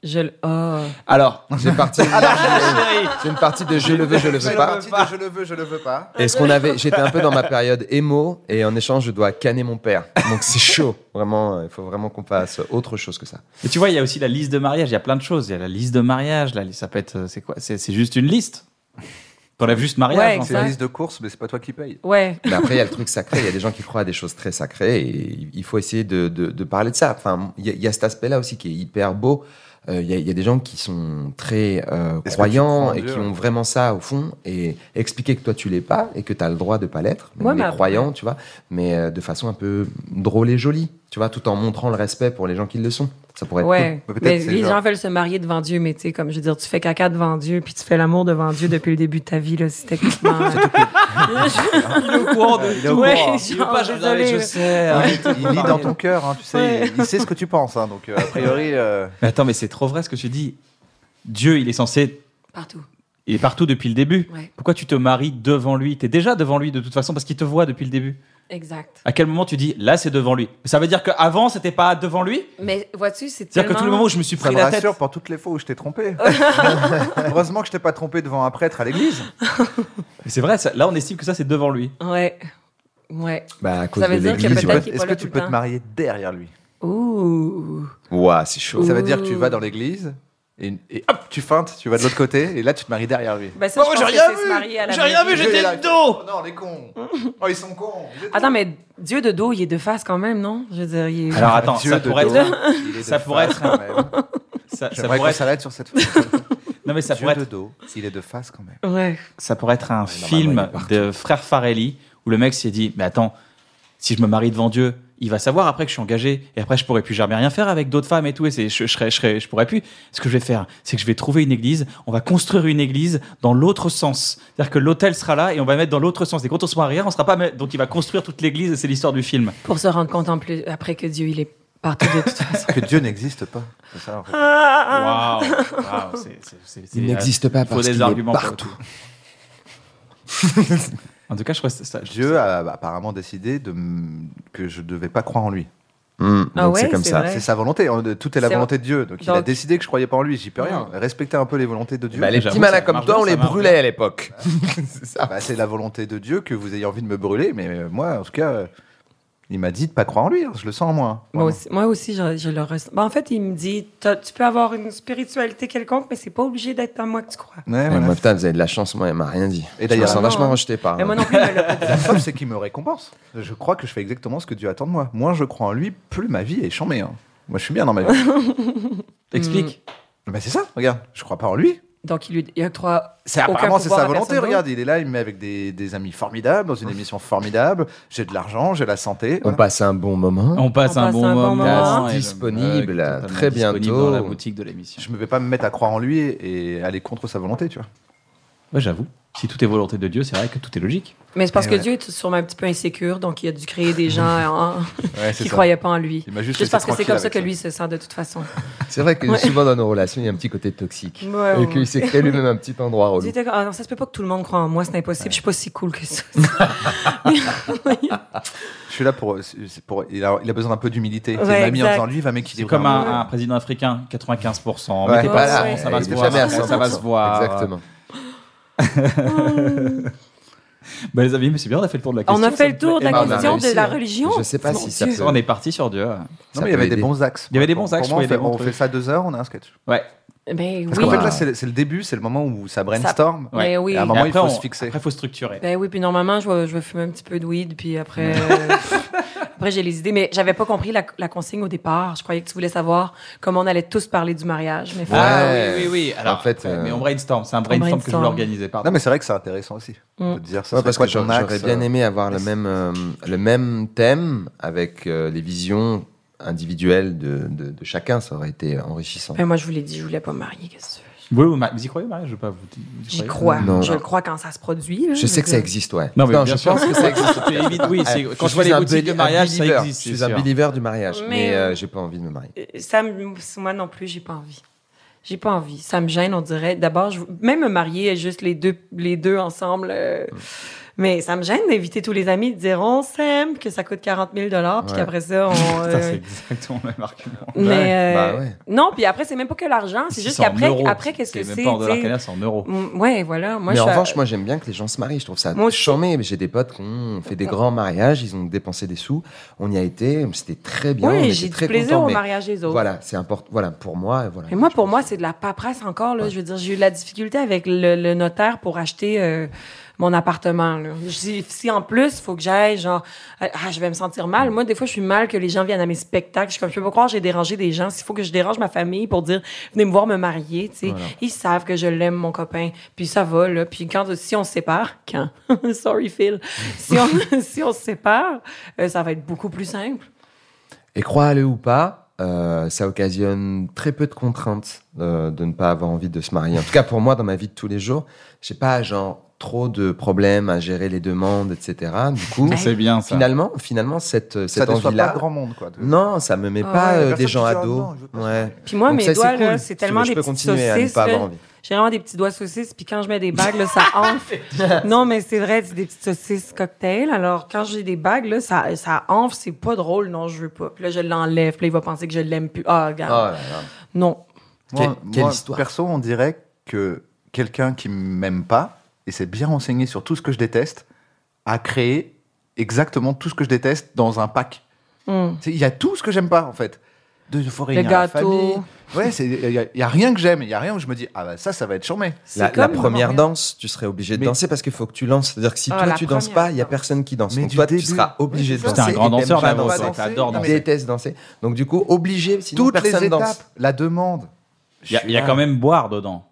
S4: Je le. Oh.
S1: Alors,
S3: J'ai une partie. <laughs>
S2: Ah,
S1: chérie,
S3: J'ai une partie de je le veux, je le veux pas.
S2: Petite de je le veux, je le veux pas.
S3: Et ce qu'on avait, j'étais un peu dans ma période émo et en échange je dois canner mon père. Donc c'est chaud, vraiment. Il faut vraiment qu'on fasse autre chose que ça.
S1: Mais tu vois, il y a aussi la liste de mariage. Il y a plein de choses. Il y a la liste de mariage. Là, ça peut être, euh, c'est quoi C'est c'est juste une liste. T'enlèves juste mariage. hein.
S4: Ouais,
S1: en
S2: C'est
S1: fait.
S4: Ça.
S2: une liste de courses, mais c'est pas toi qui paye.
S4: Ouais.
S3: Mais après il y a le truc sacré. Il y a des gens qui croient à des choses très sacrées et il faut essayer de, de, de parler de ça. Enfin, il y, a- il y a cet aspect-là aussi qui est hyper beau. Euh, Il y, a- il y a des gens qui sont très euh,
S2: Est-ce que tu crois
S3: croyants
S2: en
S3: et
S2: Dieu
S1: hein
S3: qui ont vraiment ça au fond et expliquer que toi tu l'es pas et que tu as le droit de pas l'être, même
S4: Ouais,
S3: les
S4: mais après-
S3: croyants, tu vois, mais euh, de façon un peu drôle et jolie, tu vois, tout en montrant le respect pour les gens qui le sont. Ça pourrait être cool.
S4: Ouais.
S2: Mais peut-être
S4: Mais
S2: c'est
S4: les
S2: genre-
S4: gens veulent se marier devant Dieu, mais tu sais, comme je veux dire, tu fais caca devant Dieu, puis tu fais l'amour devant Dieu depuis le début de ta vie, là, si techniquement. euh,
S1: Il est au courant de
S2: <laughs> Il
S1: tout.
S2: est au
S4: Ouais,
S2: courant.
S4: genre,
S1: Il veut pas, je- non, mais
S4: désolé.
S1: je sais.
S2: Hein, il lit dans ton cœur, hein, tu sais.
S4: Ouais.
S2: Il, il sait ce que tu penses, hein, donc euh, a priori. euh,
S1: Mais attends, mais c'est trop vrai ce que tu dis. Dieu, il est censé,
S4: Partout.
S1: il est partout depuis le début.
S4: Ouais.
S1: Pourquoi tu te maries devant lui T'es déjà devant lui de toute façon parce qu'il te voit depuis le début.
S4: Exact.
S1: À quel moment tu dis là c'est devant lui Ça veut dire qu'avant c'était pas devant lui
S4: Mais vois-tu, c'est
S1: C'est-à-dire
S4: tellement.
S1: que tout le moment où je me suis
S2: Ça
S1: pris
S2: me
S1: la tête.
S2: rassure pour toutes les fois où je t'ai trompé. Heureusement que je t'ai pas trompé devant un prêtre à l'église.
S1: Mais C'est vrai, ça- là on estime que ça c'est devant lui.
S4: Ouais. Ouais.
S3: Bah, à cause
S4: Ça
S3: de
S4: veut dire que
S3: l'église,
S4: peut-être
S3: ouais.
S4: qu'il est
S2: Est-ce
S4: pas
S2: que
S4: là
S2: tu
S4: tout
S2: peux
S4: le
S2: te
S4: temps.
S2: marier derrière lui
S4: Ouh.
S3: Ouah, c'est chaud.
S2: Ça veut dire que tu
S4: Ouh.
S2: vas dans l'église et, et hop, tu feintes, tu vas de l'autre côté et là tu te maries derrière lui.
S4: Ben, ça, je pense que c'est se marier à la
S1: J'ai rien
S4: vraie
S1: vu,
S4: vie.
S1: j'étais
S2: là.
S1: le dos
S2: Oh non, les cons Oh, ils sont cons Vous êtes-
S4: Attends, mais Dieu de dos, il est de face quand même, non? Je veux dire, il est.
S1: Alors attends,
S2: Dieu
S1: ça
S2: de
S1: pourrait
S2: dos,
S1: être.
S2: il est de
S1: ça pourrait
S2: face
S1: être-
S2: quand même.
S1: Ça, ça
S2: J'aimerais
S1: pourrait
S2: qu'on
S1: être.
S2: s'arrête sur cette phrase.
S1: Non mais <laughs> ça
S2: Dieu
S1: pourrait
S2: de
S1: être.
S2: dos, il est de face quand même.
S4: Ouais.
S1: ça pourrait être un
S3: il est
S1: film
S3: partout.
S1: de frère Farelli où le mec s'est dit mais attends si je me marie devant Dieu il va savoir après que je suis engagé et après je pourrais plus jamais rien faire avec d'autres femmes et tout et c'est je, je serais- je serais- je pourrais plus ce que je vais faire c'est que je vais trouver une église on va construire une église dans l'autre sens c'est-à-dire que l'hôtel sera là et on va mettre dans l'autre sens et quand on se mariera on sera pas ma- donc il va construire toute l'église et c'est l'histoire du film
S4: Pour se rendre compte en plus, après que Dieu, il est partout de toute façon.
S2: Que Dieu n'existe pas. C'est ça en fait.
S1: waouh Waouh, c'est- c'est- c'est- c'est- euh,
S3: Il n'existe pas
S1: faut
S3: parce
S1: des
S3: qu'il est
S1: arguments pour le
S3: partout.
S1: <laughs> en tout cas je crois que c'est ça
S2: Dieu a apparemment décidé de m- que je devais pas croire en lui.
S3: Hmm, donc
S4: Ah ouais,
S3: c'est comme
S4: c'est
S3: ça.
S4: vrai.
S2: C'est sa volonté. hein, de- Tout est la
S4: C'est-
S2: volonté de Dieu. Donc, il a
S4: Donc-
S2: décidé que je croyais pas en lui. J'y peux rien.
S3: Non.
S2: Respectez un peu les volontés de Dieu.
S3: Bah, les
S1: J'avoue,
S3: petits malins
S1: ça
S3: comme
S1: marche
S3: toi,
S1: bien,
S3: on
S1: ça
S3: les
S1: marche
S3: brûlait à l'époque. c'est ça.
S2: Ah Bah, c'est la volonté de Dieu que vous ayez envie de me brûler, mais euh, moi, en tout cas, euh, Il m'a dit de pas croire en lui, hein, je le sens moi.
S4: Moi
S2: Vraiment.
S4: aussi, moi aussi, je, je le ressens. Ben, en fait, il me dit T'as- tu peux avoir une spiritualité quelconque, mais c'est pas obligé d'être à moi que tu crois.
S2: Ouais,
S3: Eh,
S2: voilà.
S3: moi, putain, vous avez de la chance, moi, elle m'a rien dit.
S2: Et
S3: Et
S2: d'ailleurs,
S3: d'ailleurs, ça
S4: non.
S3: vachement rejeté
S2: Ah.
S3: par.
S4: Mais moi non plus, il me l'a pas dit.
S2: <laughs> La preuve, c'est qu'il me récompense. Je crois que je fais exactement ce que Dieu attend de moi. Moins je crois en lui, plus ma vie est chambée. hein. Moi, je suis bien dans ma vie.
S1: Explique.
S2: bah, c'est ça, regarde. Je crois pas en lui.
S4: Mm. Donc, il lui il octroie.
S2: C'est
S4: Aucun
S2: apparemment c'est
S4: pouvoir
S2: sa
S4: à personne
S2: volonté.
S4: d'autre.
S2: Regarde, il est là, il me met avec des, des amis formidables dans une émission formidable. J'ai de l'argent, j'ai la santé.
S3: On
S2: Voilà.
S3: passe un bon moment.
S1: On passe
S4: On
S1: un
S4: passe
S1: bon
S4: un bon
S1: moment.
S4: moment.
S1: Et
S3: Disponible,
S1: le mug, totalement
S3: très
S1: disponible
S3: bientôt.
S1: dans la boutique de l'émission.
S2: Je me vais pas me mettre à croire en lui et aller contre sa volonté, tu vois.
S1: Ouais, j'avoue. Si tout est volonté de Dieu, c'est vrai que tout est logique.
S4: Mais c'est parce
S2: Eh
S4: que
S2: ouais.
S4: Dieu est sûrement un petit peu insécure, donc il a dû créer
S2: <laughs>
S4: des gens en-
S2: Ouais,
S4: qui croyaient pas en lui.
S2: Il m'a juste laissé
S4: Juste parce que c'est
S2: tranquille
S4: comme ça
S2: avec
S4: que
S2: ça.
S4: lui se sent de toute façon.
S3: C'est vrai que
S4: Ouais.
S3: souvent dans nos relations, il y a un petit côté toxique.
S4: Ouais,
S3: et
S4: ouais.
S3: qu'il s'est créé lui-même un petit endroit
S4: Il
S3: relou.
S4: était comme, ah non, ça se peut pas que tout le monde croit en moi, c'est impossible, je suis pas si cool
S2: <laughs>
S4: que ça. <laughs>
S2: Je suis là pour. c'est pour il, a, il a besoin d'un peu d'humilité.
S4: Ouais,
S2: il m'a mis en
S4: exact.
S2: disant lui, va
S1: C'est
S2: m'équilibrer.
S1: comme
S2: un
S1: un,
S2: peu.
S1: un président africain, 95%.
S3: Ouais.
S1: mais t'es pas
S4: Ouais,
S1: à
S4: ouais.
S1: 100, ça va
S3: Il
S1: se
S3: est
S1: voir.
S3: jamais à
S1: Ça va se
S3: 100%.
S1: voir.
S3: Exactement.
S1: Bah, les amis, mais c'est bien, on a fait le tour de la question.
S4: On a
S1: ça
S4: fait le
S1: me plaît.
S4: tour
S1: Eh
S4: de la
S1: ben, on a
S4: question
S3: réussi,
S4: de la
S3: hein.
S4: religion.
S3: Je sais pas
S4: Mon
S3: si ça
S4: Dieu.
S3: peut-
S1: On est parti sur Dieu.
S2: Non,
S3: Ça
S2: mais il y
S3: peut
S2: avait des
S3: aider.
S2: bons axes.
S1: Il y avait des
S2: Pour-
S1: bons axes,
S2: Pour moi,
S1: ouais,
S2: on fait,
S1: des bons
S2: on fait
S1: trucs.
S2: ça deux heures, on a un sketch.
S1: Ouais.
S4: Ben
S2: Parce
S4: oui.
S2: qu'en fait,
S3: Wow.
S2: là, c'est le- c'est le début, c'est le moment où ça brainstorm.
S4: Ben oui.
S2: Et à un moment,
S1: Et
S2: il faut
S1: on-
S2: se fixer.
S1: Après, faut structurer.
S4: Ben oui, puis normalement, je vais, je vais fumer un petit peu de weed, puis après, euh, <laughs> après j'ai les idées. Mais j'avais pas compris la, la consigne au départ. Je croyais que tu voulais savoir comment on allait tous parler du mariage. Mais
S1: Ah
S3: Ouais.
S1: oui, oui, oui. Alors,
S3: En fait,
S1: ouais,
S3: euh,
S1: mais on brainstorm. C'est un brainstorm, que je
S4: brainstorm.
S1: voulais organiser. Pardon.
S2: Non, mais c'est vrai que c'est intéressant aussi
S4: Mm.
S2: de dire ça.
S3: Ouais,
S2: serait
S3: parce
S2: quoi
S3: que
S2: ton
S3: j'aurais j'aurais
S2: axe,
S3: bien
S2: euh,
S3: aimé avoir le même, euh, le même thème avec euh, les visions individuelles de, de- de chacun. Ça aurait été enrichissant.
S4: Ben moi, je vous l'ai dit, je voulais pas me marier. qu'est-ce que tu veux?
S1: Oui, vous, ma- vous y croyez, Marie Je veux pas vous. vous y
S4: J'y
S1: croyez
S4: crois.
S3: Non.
S4: Je le crois quand ça se produit. là.
S3: Je sais que ça
S4: veux dire-
S3: existe, ouais.
S1: Non, mais
S3: je
S1: bien sûr.
S3: pense que ça existe.
S1: <laughs> C'est évident, oui, c'est-
S3: Euh,
S1: quand je vois
S3: suis
S1: les
S3: un
S1: boutiques de
S3: beli- un
S1: mariage, ça
S3: believer.
S1: existe,
S3: Je suis
S1: c'est
S3: un
S1: sûr.
S3: believer du mariage,
S4: Mais,
S3: mais euh,
S4: euh,
S3: j'ai pas envie de me marier.
S4: Euh, Ça me- moi non plus, j'ai pas envie. J'ai pas envie. Ça me gêne, on dirait. D'abord, je- même me marier, juste les deux, les deux ensemble. euh,
S3: Mm.
S4: Mais ça me gêne d'inviter tous les amis, de dire on s'aime, que ça coûte 40 000 puis
S3: Ouais. <laughs>
S4: qu'après ça, on.
S1: Putain,
S4: euh,
S1: c'est exactement le même argument.
S4: Mais
S3: Ouais,
S4: euh,
S3: bah ouais.
S4: non, puis après c'est même pas que l'argent, c'est
S1: Si
S4: juste
S1: en
S4: qu'après
S1: euros,
S4: après qu'est-ce que c'est
S1: même pas en dollars
S4: tu sais?
S1: canadiens, c'est en euros.
S4: Mm, Ouais, voilà, moi
S3: mais
S4: je
S3: en
S4: suis à-
S3: revanche, moi j'aime bien que les gens se marient. Je trouve ça
S4: Moi aussi.
S3: charmé. Mais J'ai des potes qui ont fait des grands mariages, ils ont dépensé des sous. On y a été, c'était très bien. on
S4: oui,
S3: était
S4: j'ai
S3: très
S4: du plaisir
S3: contents,
S4: au
S3: mais
S4: mariage des autres.
S3: Voilà, c'est important. Voilà, pour moi, voilà.
S4: Mais moi,
S3: Je
S4: pour
S3: pense-
S4: moi, c'est de la paperasse encore. Là. Je veux dire, j'ai eu de la difficulté avec le, le notaire pour acheter euh, mon appartement. Là. Je- Si, si en plus, faut que j'aille, genre, euh, ah, je vais me sentir mal. Moi, des fois, je suis mal que les gens viennent à mes spectacles. Je suis comme, je peux pas croire que j'ai dérangé des gens. S'il faut que je dérange ma famille pour dire, venez me voir me marier, tu sais. Ils savent que je l'aime, mon copain. Puis ça va, là. Puis quand, si on se sépare, quand? <laughs> Sorry, Phil. Si on, <laughs> si on se sépare, euh, ça va être beaucoup plus simple.
S3: Et crois-le ou pas, euh, ça occasionne très peu de contraintes euh, de ne pas avoir envie de se marier. En tout cas, pour moi, dans ma vie de tous les jours, j'ai pas genre trop de problèmes à gérer les demandes, etc. Du coup,
S4: Bah,
S1: Ça, C'est bien ça.
S3: finalement, finalement, cette euh,
S2: Ça
S3: cette
S2: déçoit
S3: envie-là,
S2: pas grand monde, quoi.
S3: non, ça me met
S4: Ah
S3: pas
S4: ouais.
S3: euh,
S2: Personne
S3: des gens
S2: qui dit,
S3: à
S2: ah
S3: dos.
S2: non, je veux pas
S3: ouais.
S4: Puis moi,
S3: Donc
S4: mes
S3: ça,
S4: doigts,
S3: cool.
S4: là,
S3: Si
S4: c'est
S3: tu
S4: tellement
S3: veux, je
S4: des
S3: peux
S4: petites
S3: continuer à ne
S4: saucisses.
S3: pas avoir
S4: là.
S3: envie.
S4: J'ai vraiment des petits doigts saucisses, puis quand je mets des bagues,
S3: <laughs>
S4: là, ça enfle. non, mais c'est vrai, c'est des petites saucisses cocktail. Alors, quand j'ai des bagues, là, ça, ça enfle, c'est pas drôle. Non, je veux pas. Puis là, je l'enlève, puis là, il va penser que je l'aime plus. Ah,
S3: Oh
S4: regarde.
S3: là là.
S4: Non.
S2: Moi,
S3: Quelle- quelle
S2: moi,
S3: histoire.
S2: Perso, on dirait que quelqu'un qui m'aime pas et s'est bien renseigné sur tout ce que je déteste a créé exactement tout ce que je déteste dans un pack.
S4: Hum.
S2: C'est- Il y a tout ce que j'aime pas en fait. De faut réunir la
S4: gâteau.
S2: famille. Ouais, c'est- il y, a- il y a rien que j'aime. Il y a rien où je me dis ah bah ça, ça va être chômé.
S4: C'est
S3: La,
S4: comme
S3: la
S4: le
S3: première
S4: mariage.
S3: danse, tu serais obligé de
S2: Mais-
S3: danser parce qu'il faut que tu lances. C'est-à-dire que si
S4: Ah,
S3: toi
S4: la
S3: tu danses
S4: première
S3: pas, il y a
S4: danse.
S3: personne qui danse.
S2: Mais
S3: Donc
S2: du
S3: toi, tu
S2: début-
S3: seras
S2: oui,
S3: obligé
S2: c'est
S3: de
S2: ça.
S3: danser.
S1: T'es un grand
S3: et t'aimes
S1: danseur,
S3: pas
S1: Davos.
S3: danser.
S1: ouais, T'adores
S2: Non,
S3: Tu
S2: mais-
S1: danser.
S3: détestes danser. Donc du coup, obligé, sinon
S2: Toutes les
S3: personne
S2: étapes,
S3: danse.
S2: la demande.
S1: Il y a- il y a quand même boire dedans.